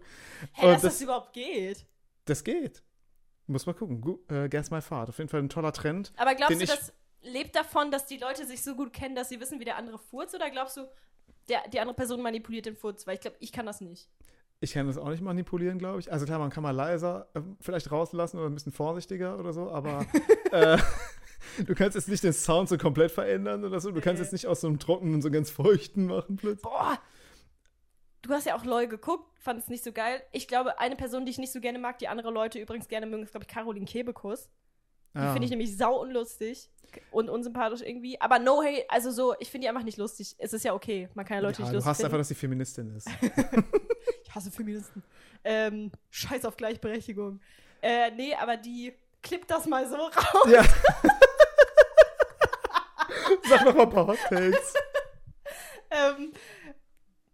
Speaker 2: Hä, dass
Speaker 1: und
Speaker 2: das,
Speaker 1: äh, das-
Speaker 2: überhaupt geht.
Speaker 1: Das geht. Muss mal gucken. Gu äh, Guess My Fart. Auf jeden Fall ein toller Trend.
Speaker 2: Aber glaubst
Speaker 1: Den
Speaker 2: du,
Speaker 1: ich-
Speaker 2: das lebt davon, dass die Leute sich so gut kennen, dass sie wissen, wie der andere furzt? Oder glaubst du, der, die andere Person manipuliert den Furz? Weil ich glaube, ich kann das nicht.
Speaker 1: Ich kann das auch nicht manipulieren, glaube ich. Also klar, man kann mal leiser äh, vielleicht rauslassen oder ein bisschen vorsichtiger oder so, aber äh, du kannst jetzt nicht den Sound so komplett verändern oder so. Du kannst
Speaker 2: Nee.
Speaker 1: jetzt nicht aus so einem trockenen so einen ganz feuchten machen plötzlich.
Speaker 2: Boah. Du hast ja auch LOL geguckt, fand es nicht so geil. Ich glaube, eine Person, die ich nicht so gerne mag, die andere Leute übrigens gerne mögen, ist, glaube ich, Caroline Kebekus. Die
Speaker 1: Ja.
Speaker 2: finde ich nämlich sau unlustig und unsympathisch irgendwie. Aber no hate, also so, ich finde die einfach nicht lustig. Es ist ja okay, man kann ja Leute
Speaker 1: ja,
Speaker 2: nicht
Speaker 1: du
Speaker 2: lustig
Speaker 1: hast einfach,
Speaker 2: finden.
Speaker 1: dass sie Feministin ist.
Speaker 2: Ich hasse Feministen. Ähm, scheiß auf Gleichberechtigung. Äh, nee, aber die klippt das mal so raus.
Speaker 1: ja. Sag noch mal ein paar Hot Takes.
Speaker 2: Ähm,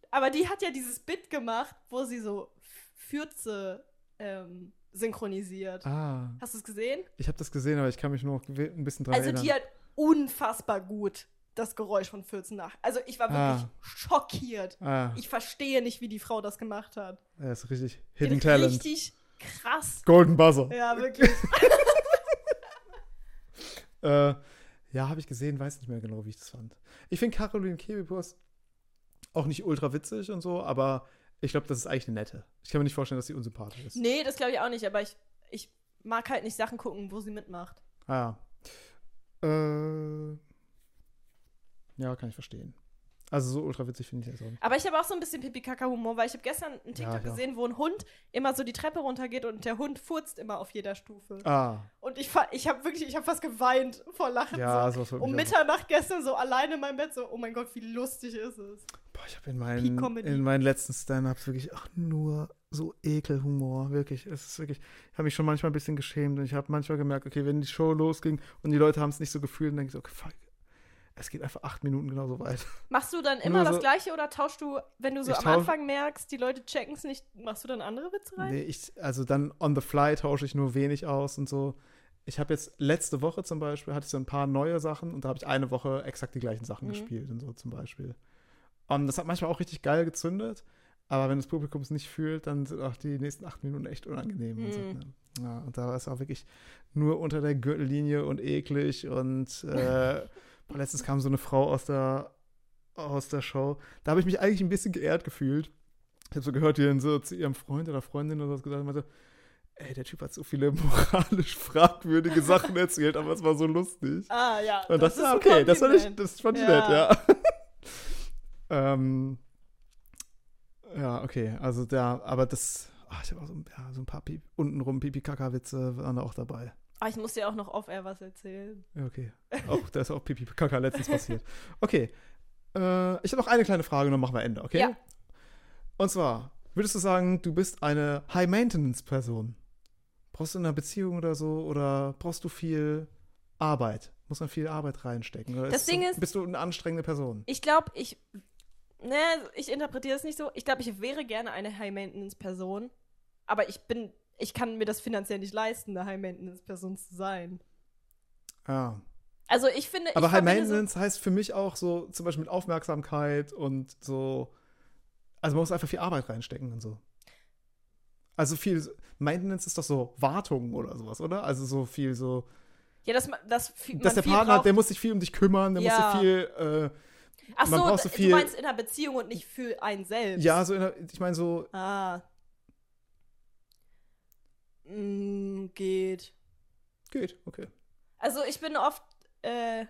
Speaker 2: aber die hat ja dieses Bit gemacht, wo sie so Fürze ähm, synchronisiert.
Speaker 1: Ah,
Speaker 2: Hast du es gesehen?
Speaker 1: ich habe das gesehen, aber ich kann mich nur noch ein bisschen dran
Speaker 2: also
Speaker 1: erinnern.
Speaker 2: die hat unfassbar gut das Geräusch von Fürzen nach. Also ich war wirklich
Speaker 1: Ah.
Speaker 2: schockiert.
Speaker 1: ah,
Speaker 2: Ich verstehe nicht, wie die Frau das gemacht hat.
Speaker 1: das ist richtig Hidden Talent.
Speaker 2: Richtig krass.
Speaker 1: Golden Buzzer.
Speaker 2: Ja, wirklich.
Speaker 1: Äh, ja, habe ich gesehen, weiß nicht mehr genau, wie ich das fand. Ich finde Caroline Kebekus auch nicht ultra witzig und so, aber ich glaube, das ist eigentlich eine nette. Ich kann mir nicht vorstellen, dass sie unsympathisch ist.
Speaker 2: Nee, das glaube ich auch nicht, aber ich, ich mag halt nicht Sachen gucken, wo sie mitmacht.
Speaker 1: Ah, ja. Äh, ja, kann ich verstehen. Also so ultra witzig finde ich das auch nicht.
Speaker 2: Aber ich habe auch so ein bisschen Pipi-Kaka-Humor, weil ich habe gestern einen TikTok
Speaker 1: ich auch.
Speaker 2: gesehen, wo ein Hund immer so die Treppe runtergeht und der Hund furzt immer auf jeder Stufe.
Speaker 1: Ah,
Speaker 2: Und ich, fa- ich habe wirklich, ich habe fast geweint vor Lachen.
Speaker 1: ja,
Speaker 2: so.
Speaker 1: sowas wird
Speaker 2: Um
Speaker 1: mich auch-
Speaker 2: Mitternacht gestern so alleine in meinem Bett so, oh mein Gott, wie lustig ist es.
Speaker 1: Boah, ich habe in
Speaker 2: Peak
Speaker 1: meinen,
Speaker 2: Comedy.
Speaker 1: in meinen letzten Stand-Ups wirklich ach, nur so Ekelhumor. Wirklich, es ist wirklich, ich habe mich schon manchmal ein bisschen geschämt und ich habe manchmal gemerkt, okay, wenn die Show losging und die Leute haben es nicht so gefühlt, dann denke ich so, okay, fuck, es geht einfach acht Minuten genau genauso weiter.
Speaker 2: Machst du dann immer
Speaker 1: Nur so-
Speaker 2: das Gleiche oder tauschst du, wenn du so
Speaker 1: Ich
Speaker 2: am
Speaker 1: tausch-
Speaker 2: Anfang merkst, die Leute checken es nicht, machst du dann andere Witze rein?
Speaker 1: Nee, ich, also dann on the fly tausche ich nur wenig aus und so. Ich habe jetzt letzte Woche zum Beispiel, hatte ich so ein paar neue Sachen und da habe ich eine Woche exakt die gleichen Sachen
Speaker 2: Mhm.
Speaker 1: gespielt und so zum Beispiel. Und das hat manchmal auch richtig geil gezündet, aber wenn das Publikum es nicht fühlt, dann sind auch die nächsten acht Minuten echt unangenehm. Und, so,
Speaker 2: Mhm.
Speaker 1: ne? ja, und da war es auch wirklich nur unter der Gürtellinie und eklig und äh, boah, letztens kam so eine Frau aus der aus der Show. Da habe ich mich eigentlich ein bisschen geehrt gefühlt. Ich habe so gehört, wie dann so zu ihrem Freund oder Freundin oder was gesagt hat, meinte, ey, der Typ hat so viele moralisch fragwürdige Sachen erzählt, aber es war so lustig.
Speaker 2: Ah ja.
Speaker 1: Und das,
Speaker 2: ein
Speaker 1: ist okay, das fand ich,
Speaker 2: Kompliment.
Speaker 1: das fand ich
Speaker 2: Ja.
Speaker 1: nett, ja. ähm, ja, okay, also da, aber das, ach, ich habe auch so, ein- ja, so ein paar Piep, untenrum Pipi-Kaka-Witze waren da auch dabei.
Speaker 2: Ah, ich muss dir auch noch off-air was erzählen.
Speaker 1: Ja, Okay. Auch, da ist auch Pipi Kaka letztens passiert. Okay. Äh, ich habe noch eine kleine Frage und dann machen wir Ende, okay?
Speaker 2: Ja.
Speaker 1: Und zwar, würdest du sagen, du bist eine High-Maintenance-Person? Brauchst du in einer Beziehung oder so oder brauchst du viel Arbeit? Muss man viel Arbeit reinstecken? Oder
Speaker 2: Das
Speaker 1: es
Speaker 2: Ding
Speaker 1: so,
Speaker 2: ist-
Speaker 1: Bist du eine anstrengende Person?
Speaker 2: Ich glaube, ich. Ne, ich interpretiere es nicht so. Ich glaube, ich wäre gerne eine High-Maintenance-Person. Aber ich bin. Ich kann mir das finanziell nicht leisten, eine High-Maintenance-Person zu sein.
Speaker 1: Ja.
Speaker 2: Also ich finde.
Speaker 1: Aber
Speaker 2: ich
Speaker 1: High
Speaker 2: verbinde so-
Speaker 1: Maintenance heißt für mich auch so zum Beispiel mit Aufmerksamkeit und so. Also man muss einfach viel Arbeit reinstecken und so. Also viel Maintenance ist doch so Wartung oder sowas, oder? Also so viel so,
Speaker 2: Ja, dass man. Dass, viel,
Speaker 1: dass
Speaker 2: man
Speaker 1: der
Speaker 2: viel
Speaker 1: Partner,
Speaker 2: braucht.
Speaker 1: der muss sich viel um dich kümmern, der muss
Speaker 2: Ja.
Speaker 1: sich viel, äh,
Speaker 2: Ach so,
Speaker 1: man braucht so
Speaker 2: d-
Speaker 1: viel-
Speaker 2: du meinst in einer Beziehung und nicht für einen
Speaker 1: äh,
Speaker 2: selbst.
Speaker 1: ja, so, in, der- ich meine so,
Speaker 2: Ah. Mm, geht.
Speaker 1: geht, okay.
Speaker 2: Also ich bin oft, äh,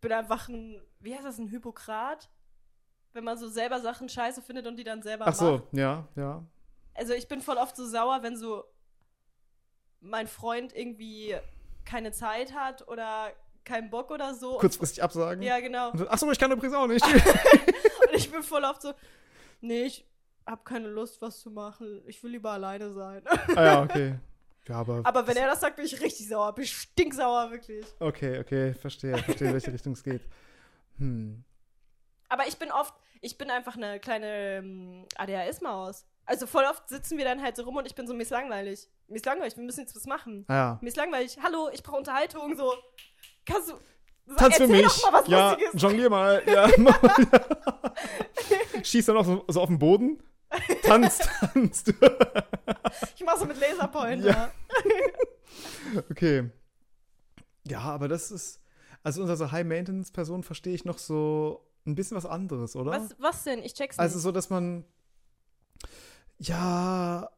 Speaker 2: bin einfach ein, wie heißt das, ein Hypokrat? Wenn man so selber Sachen scheiße findet und die dann selber
Speaker 1: Ach so,
Speaker 2: macht.
Speaker 1: ja, ja.
Speaker 2: Also ich bin voll oft so sauer, wenn so mein Freund irgendwie keine Zeit hat oder keinen Bock oder so.
Speaker 1: Kurzfristig absagen.
Speaker 2: und, ja, genau.
Speaker 1: Und dann, Ach so, ich kann übrigens auch nicht.
Speaker 2: Und ich bin voll oft so, nee, ich hab keine Lust, was zu machen. Ich will lieber alleine sein.
Speaker 1: ah ja, okay. Ja, aber.
Speaker 2: Aber wenn er das sagt, bin ich richtig sauer. Bin ich stinksauer, wirklich.
Speaker 1: Okay, okay, verstehe, verstehe, in welche Richtung es geht. Hm.
Speaker 2: Aber ich bin oft, ich bin einfach eine kleine ähm, ADHS-Maus. Also voll oft sitzen wir dann halt so rum und ich bin so, mir ist langweilig. Mir ist langweilig, wir müssen jetzt was machen.
Speaker 1: Ah ja.
Speaker 2: Mir ist langweilig. Hallo, ich brauche Unterhaltung. So, kannst du. So,
Speaker 1: Tanz für
Speaker 2: erzähl
Speaker 1: mich.
Speaker 2: Doch mal was
Speaker 1: ja,
Speaker 2: Lustiges.
Speaker 1: jonglier mal. Ja, mach mal. Schießt dann auch so, so auf den Boden. Tanzt, tanzt.
Speaker 2: Ich mach so mit Laserpointer.
Speaker 1: Ja. Okay. Ja, aber das ist. Also unter so High-Maintenance-Person verstehe ich noch so ein bisschen was anderes, oder?
Speaker 2: Was, was denn? Ich check's nicht.
Speaker 1: Also so, dass man ja,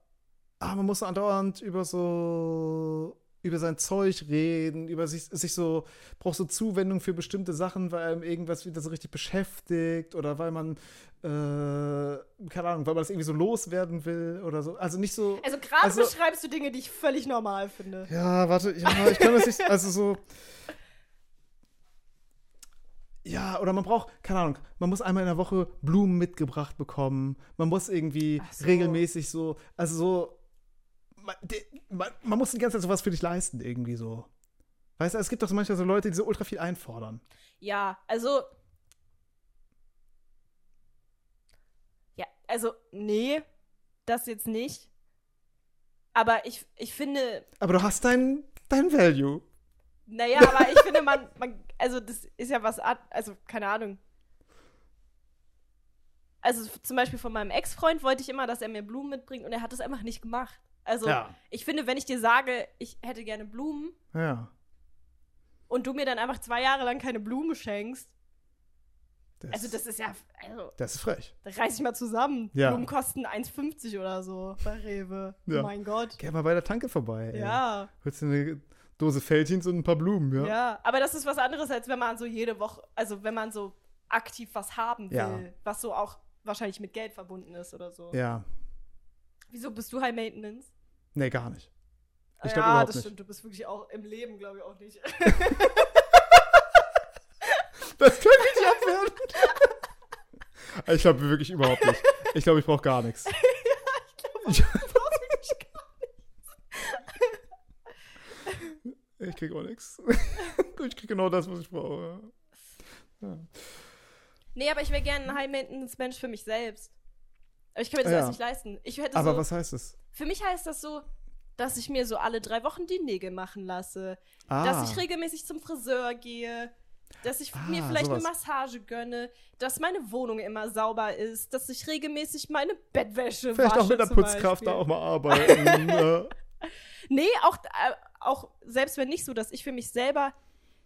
Speaker 1: ah, man muss andauernd über so über sein Zeug reden, über sich, sich so, braucht so Zuwendung für bestimmte Sachen, weil einem irgendwas wieder so richtig beschäftigt oder weil man, äh, keine Ahnung, weil man das irgendwie so loswerden will oder so. Also nicht so,
Speaker 2: also gerade
Speaker 1: also-
Speaker 2: beschreibst du Dinge, die ich völlig normal finde.
Speaker 1: ja, warte, ja, ich kann das nicht, also so. Ja, oder man braucht, keine Ahnung, man muss einmal in der Woche Blumen mitgebracht bekommen. Man muss irgendwie
Speaker 2: Ach so.
Speaker 1: regelmäßig so, also so, man, de, man, man muss die ganze Zeit sowas für dich leisten, irgendwie so. Weißt du, es gibt doch so manchmal so Leute, die so ultra viel einfordern.
Speaker 2: Ja, also. Ja, also, nee, das jetzt nicht. Aber ich, ich finde,
Speaker 1: Aber du hast dein, dein Value.
Speaker 2: naja, aber ich finde, man, man, also, das ist ja was, an- also, keine Ahnung. Also, f- zum Beispiel von meinem Ex-Freund wollte ich immer, dass er mir Blumen mitbringt und er hat es einfach nicht gemacht. Also,
Speaker 1: Ja.
Speaker 2: ich finde, wenn ich dir sage, ich hätte gerne Blumen
Speaker 1: Ja.
Speaker 2: und du mir dann einfach zwei Jahre lang keine Blume schenkst,
Speaker 1: Das,
Speaker 2: also, das ist ja, also,
Speaker 1: das ist frech.
Speaker 2: Da reiß ich mal zusammen.
Speaker 1: Ja.
Speaker 2: Blumen kosten 1,50 oder so bei Rewe.
Speaker 1: Ja.
Speaker 2: Oh mein Gott.
Speaker 1: Geh mal bei der Tanke vorbei. Ey.
Speaker 2: Ja,
Speaker 1: Holst dir eine Dose Feldchens und ein paar Blumen,
Speaker 2: ja,
Speaker 1: ja?
Speaker 2: Aber das ist was anderes, als wenn man so jede Woche, also wenn man so aktiv was haben will,
Speaker 1: Ja.
Speaker 2: was so auch wahrscheinlich mit Geld verbunden ist oder so.
Speaker 1: Ja.
Speaker 2: Wieso bist du High Maintenance?
Speaker 1: Nee, gar nicht. Ich glaub
Speaker 2: ja,
Speaker 1: überhaupt
Speaker 2: das
Speaker 1: nicht.
Speaker 2: stimmt. Du bist wirklich auch im Leben, glaube ich, auch nicht.
Speaker 1: Das kann ich nicht abwerten. Ich glaube wirklich überhaupt nicht. Ich glaube, ich brauche gar nichts.
Speaker 2: ich glaube, du brauchst wirklich gar-
Speaker 1: Ich kriege auch nichts. Ich kriege genau das, was ich brauche. Ja.
Speaker 2: Nee, aber ich wäre gerne ein High Maintenance Mensch für mich selbst. Aber ich kann mir das
Speaker 1: Ja.
Speaker 2: alles nicht leisten. Ich hätte
Speaker 1: Aber
Speaker 2: so,
Speaker 1: was heißt es?
Speaker 2: Für mich heißt das so, dass ich mir so alle drei Wochen die Nägel machen lasse,
Speaker 1: Ah,
Speaker 2: dass ich regelmäßig zum Friseur gehe, dass ich mir
Speaker 1: Ah,
Speaker 2: vielleicht
Speaker 1: sowas.
Speaker 2: eine Massage gönne, dass meine Wohnung immer sauber ist, dass ich regelmäßig meine Bettwäsche
Speaker 1: vielleicht
Speaker 2: wasche.
Speaker 1: auch mit einer
Speaker 2: zum
Speaker 1: Putzkraft
Speaker 2: Beispiel.
Speaker 1: da auch mal arbeiten. ne? ja.
Speaker 2: Nee, auch, äh, auch selbst wenn nicht so, dass ich für mich selber.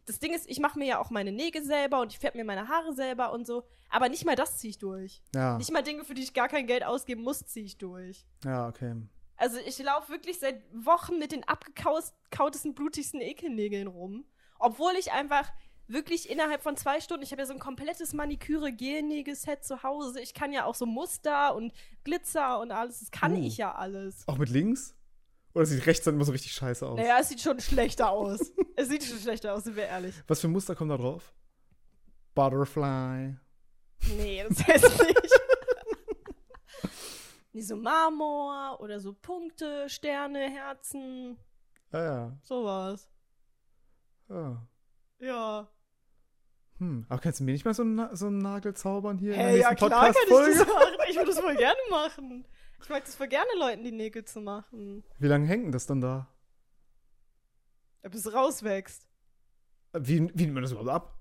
Speaker 2: Das Ding ist, ich mache mir ja auch meine Nägel selber und ich färbe mir meine Haare selber und so. Aber nicht mal das ziehe ich durch.
Speaker 1: ja,
Speaker 2: Nicht mal Dinge, für die ich gar kein Geld ausgeben muss, ziehe ich durch.
Speaker 1: ja, okay.
Speaker 2: Also ich laufe wirklich seit Wochen mit den abgekautesten, blutigsten Ekelnägeln rum. Obwohl ich einfach wirklich innerhalb von zwei Stunden, ich habe ja so ein komplettes Maniküre-Gelnägel-Set zu Hause. Ich kann ja auch so Muster und Glitzer und alles. Das kann
Speaker 1: Uh.
Speaker 2: ich ja alles.
Speaker 1: Auch mit links? Oder sieht rechts dann immer so richtig scheiße aus?
Speaker 2: Naja, es sieht schon schlechter aus. es sieht schon schlechter aus, sind wir ehrlich.
Speaker 1: Was für Muster kommt da drauf? Butterfly.
Speaker 2: Nee, das heißt nicht. nee, so Marmor oder so Punkte, Sterne, Herzen,
Speaker 1: Ah, ja.
Speaker 2: sowas.
Speaker 1: ja.
Speaker 2: Ja.
Speaker 1: Hm. Aber kannst du mir nicht mal so einen, Na- so einen Nagel zaubern hier in der
Speaker 2: Hey, ja
Speaker 1: nächsten
Speaker 2: klar kann ich
Speaker 1: Podcast-Folge?
Speaker 2: das machen. Ich würde das voll gerne machen. Ich mag das voll gerne, Leuten die Nägel zu machen.
Speaker 1: Wie lange hängt denn das dann da?
Speaker 2: Ja, Bis es rauswächst.
Speaker 1: Wie, wie nimmt man das überhaupt ab?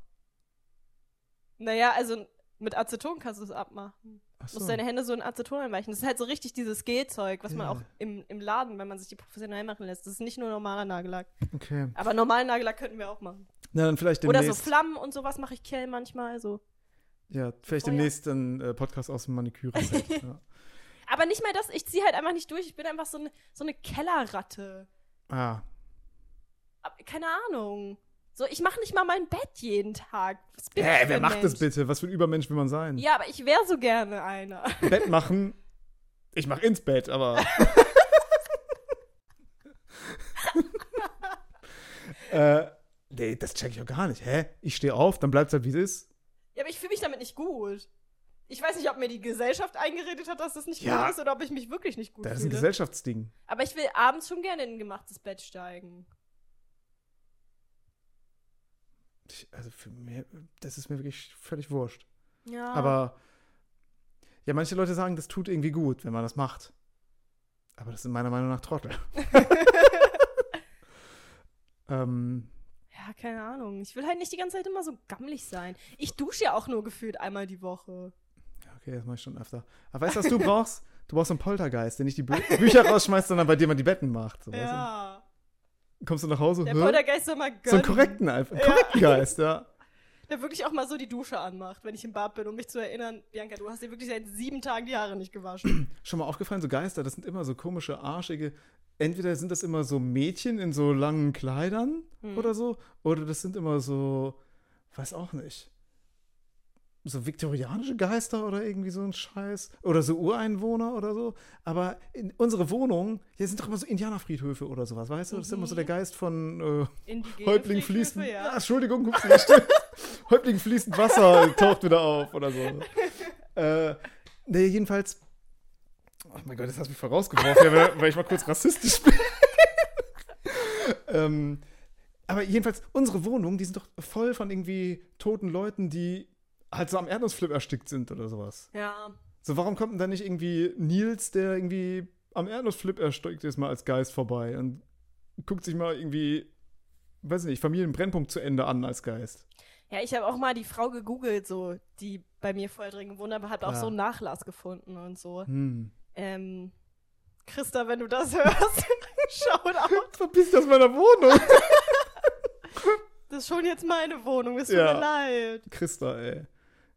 Speaker 2: Naja, also mit Aceton kannst du es abmachen.
Speaker 1: Ach
Speaker 2: Du musst deine Hände so in Aceton einweichen. Das ist halt so richtig dieses Gel-Zeug, was man
Speaker 1: Ja.
Speaker 2: auch im, im Laden, wenn man sich die professionell machen lässt. Das ist nicht nur normaler Nagellack.
Speaker 1: Okay.
Speaker 2: Aber normalen Nagellack könnten wir auch machen.
Speaker 1: Na, dann vielleicht
Speaker 2: Oder
Speaker 1: demnächst.
Speaker 2: so Flammen und sowas mache ich Kell manchmal. So.
Speaker 1: ja, vielleicht
Speaker 2: Feuer.
Speaker 1: demnächst ein äh, Podcast aus dem Maniküre. ja.
Speaker 2: Aber nicht mal das, ich ziehe halt einfach nicht durch. Ich bin einfach so eine, so eine Kellerratte.
Speaker 1: Ah,
Speaker 2: Ab- keine Ahnung. So, ich mache nicht mal mein Bett jeden Tag. Was bin ich
Speaker 1: Hä,
Speaker 2: für
Speaker 1: wer
Speaker 2: ein
Speaker 1: macht das
Speaker 2: Mensch?
Speaker 1: bitte? Was für ein Übermensch will man sein?
Speaker 2: Ja, aber ich wäre so gerne einer.
Speaker 1: Bett machen. Ich mach ins Bett, aber. äh, Nee, das check ich auch gar nicht. Hä? Ich stehe auf, dann bleibt's halt wie es ist.
Speaker 2: Ja, aber ich fühle mich damit nicht gut. Ich weiß nicht, ob mir die Gesellschaft eingeredet hat, dass das nicht
Speaker 1: Ja.
Speaker 2: gut ist oder ob ich mich wirklich nicht gut
Speaker 1: Das ist ein
Speaker 2: fühle.
Speaker 1: Gesellschaftsding.
Speaker 2: aber ich will abends schon gerne in ein gemachtes Bett steigen.
Speaker 1: Ich, also für mich, das ist mir wirklich völlig wurscht.
Speaker 2: Ja.
Speaker 1: Aber ja, manche Leute sagen, das tut irgendwie gut, wenn man das macht. Aber das sind meiner Meinung nach Trottel. ähm,
Speaker 2: Ja, keine Ahnung. Ich will halt nicht die ganze Zeit immer so gammelig sein. Ich dusche ja auch nur gefühlt einmal die Woche.
Speaker 1: ja, okay, das mache ich schon öfter. Aber weißt du, was du brauchst? Du brauchst so einen Poltergeist, der nicht die Bü Bücher rausschmeißt, sondern bei dem man die Betten macht. So, weißt
Speaker 2: Ja.
Speaker 1: du? Kommst du nach Hause?
Speaker 2: Der
Speaker 1: hä?
Speaker 2: Poltergeist soll mal gönnen.
Speaker 1: so einen korrekten, einfach, einen korrekten Geist, ja.
Speaker 2: Der wirklich auch mal so die Dusche anmacht, wenn ich im Bad bin, um mich zu erinnern, Bianca, du hast dir wirklich seit sieben Tagen die Haare nicht gewaschen.
Speaker 1: Schon mal aufgefallen, so Geister, das sind immer so komische, arschige. Entweder sind das immer so Mädchen in so langen Kleidern oder so, oder das sind immer so, weiß auch nicht, so viktorianische Geister oder irgendwie so ein Scheiß. Oder so Ureinwohner oder so. Aber in unsere Wohnung, hier sind doch immer so Indianerfriedhöfe oder sowas, weißt du? Das ist immer so der Geist von äh,
Speaker 2: Indigene
Speaker 1: Häuptling
Speaker 2: Friedhöfe,
Speaker 1: fließend.
Speaker 2: ja.
Speaker 1: Ah, Entschuldigung, guck's nicht. Häuptling fließend Wasser taucht wieder auf oder so. Äh, nee, jedenfalls. Oh mein Gott, das hast du mich voll rausgeworfen, ja, weil, weil ich mal kurz rassistisch bin. ähm, aber jedenfalls, unsere Wohnungen, die sind doch voll von irgendwie toten Leuten, die halt so am Erdnussflip erstickt sind oder sowas.
Speaker 2: Ja.
Speaker 1: So, warum kommt denn da nicht irgendwie Nils, der irgendwie am Erdnussflip erstickt ist, mal als Geist vorbei und guckt sich mal irgendwie, weiß nicht, Familienbrennpunkt zu Ende an als Geist?
Speaker 2: Ja, ich habe auch mal die Frau gegoogelt, so, die bei mir vorher drin gewohnt hat, aber habe auch
Speaker 1: Ja.
Speaker 2: so einen Nachlass gefunden und so.
Speaker 1: Hm.
Speaker 2: Ähm, Christa, wenn du das hörst, shout out.
Speaker 1: Verpiss dich aus meiner Wohnung.
Speaker 2: Das ist schon jetzt meine Wohnung, es tut
Speaker 1: Ja.
Speaker 2: mir leid.
Speaker 1: Christa, ey.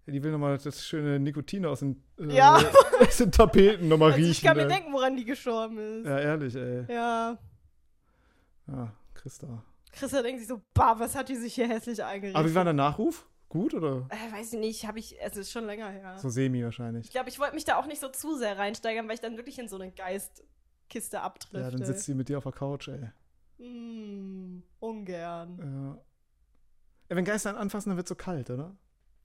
Speaker 1: Ja, Die will nochmal das schöne Nikotin aus den, äh,
Speaker 2: Ja.
Speaker 1: aus den Tapeten nochmal
Speaker 2: Also
Speaker 1: riechen.
Speaker 2: ich kann mir
Speaker 1: ey.
Speaker 2: denken, woran die gestorben ist.
Speaker 1: Ja, ehrlich, ey.
Speaker 2: Ja.
Speaker 1: Ja, Christa.
Speaker 2: Christa denkt sich so, bah, was hat die sich hier hässlich eingerichtet?
Speaker 1: Aber wie war der Nachruf? Gut oder?
Speaker 2: äh, weiß ich nicht, habe ich, es ist schon länger her.
Speaker 1: So semi wahrscheinlich.
Speaker 2: Ich glaube, ich wollte mich da auch nicht so zu sehr reinsteigern, weil ich dann wirklich in so eine Geistkiste abdrifte.
Speaker 1: Ja, dann sitzt sie mit dir auf der Couch, ey.
Speaker 2: Mm, ungern.
Speaker 1: Ja. Ey, wenn Geister einen anfassen, dann wird so kalt, oder?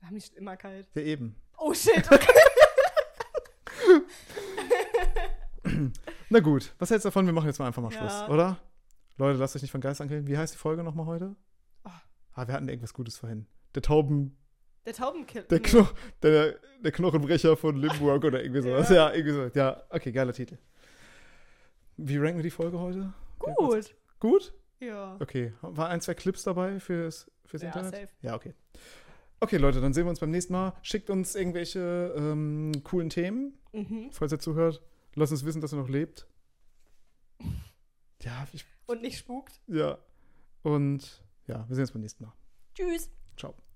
Speaker 2: Da haben die schon immer kalt.
Speaker 1: Ja, eben.
Speaker 2: Oh shit, okay.
Speaker 1: Na gut, was hältst du davon? Wir machen jetzt mal einfach mal
Speaker 2: Ja.
Speaker 1: Schluss, oder? Leute, lasst euch nicht von Geistern killen. Wie heißt die Folge nochmal heute?
Speaker 2: Ah.
Speaker 1: Ah, wir hatten irgendwas Gutes vorhin. Der Tauben,
Speaker 2: Der Taubenkiller.
Speaker 1: Der, Kno der, der Knochenbrecher von Limburg oder irgendwie sowas.
Speaker 2: Ja.
Speaker 1: Ja. irgendwie sowas. Ja, okay, geiler Titel. Wie ranken wir die Folge heute?
Speaker 2: Gut.
Speaker 1: Gut?
Speaker 2: Ja.
Speaker 1: Okay. War ein, zwei Clips dabei fürs, fürs
Speaker 2: Ja,
Speaker 1: Internet?
Speaker 2: safe.
Speaker 1: Ja, okay. Okay, Leute, dann sehen wir uns beim nächsten Mal. Schickt uns irgendwelche ähm, coolen Themen,
Speaker 2: Mhm.
Speaker 1: falls ihr zuhört. Lasst uns wissen, dass ihr noch lebt. Ja, ich,
Speaker 2: Und nicht spukt.
Speaker 1: ja. Und ja, wir sehen uns beim nächsten Mal.
Speaker 2: Tschüss.
Speaker 1: Ciao.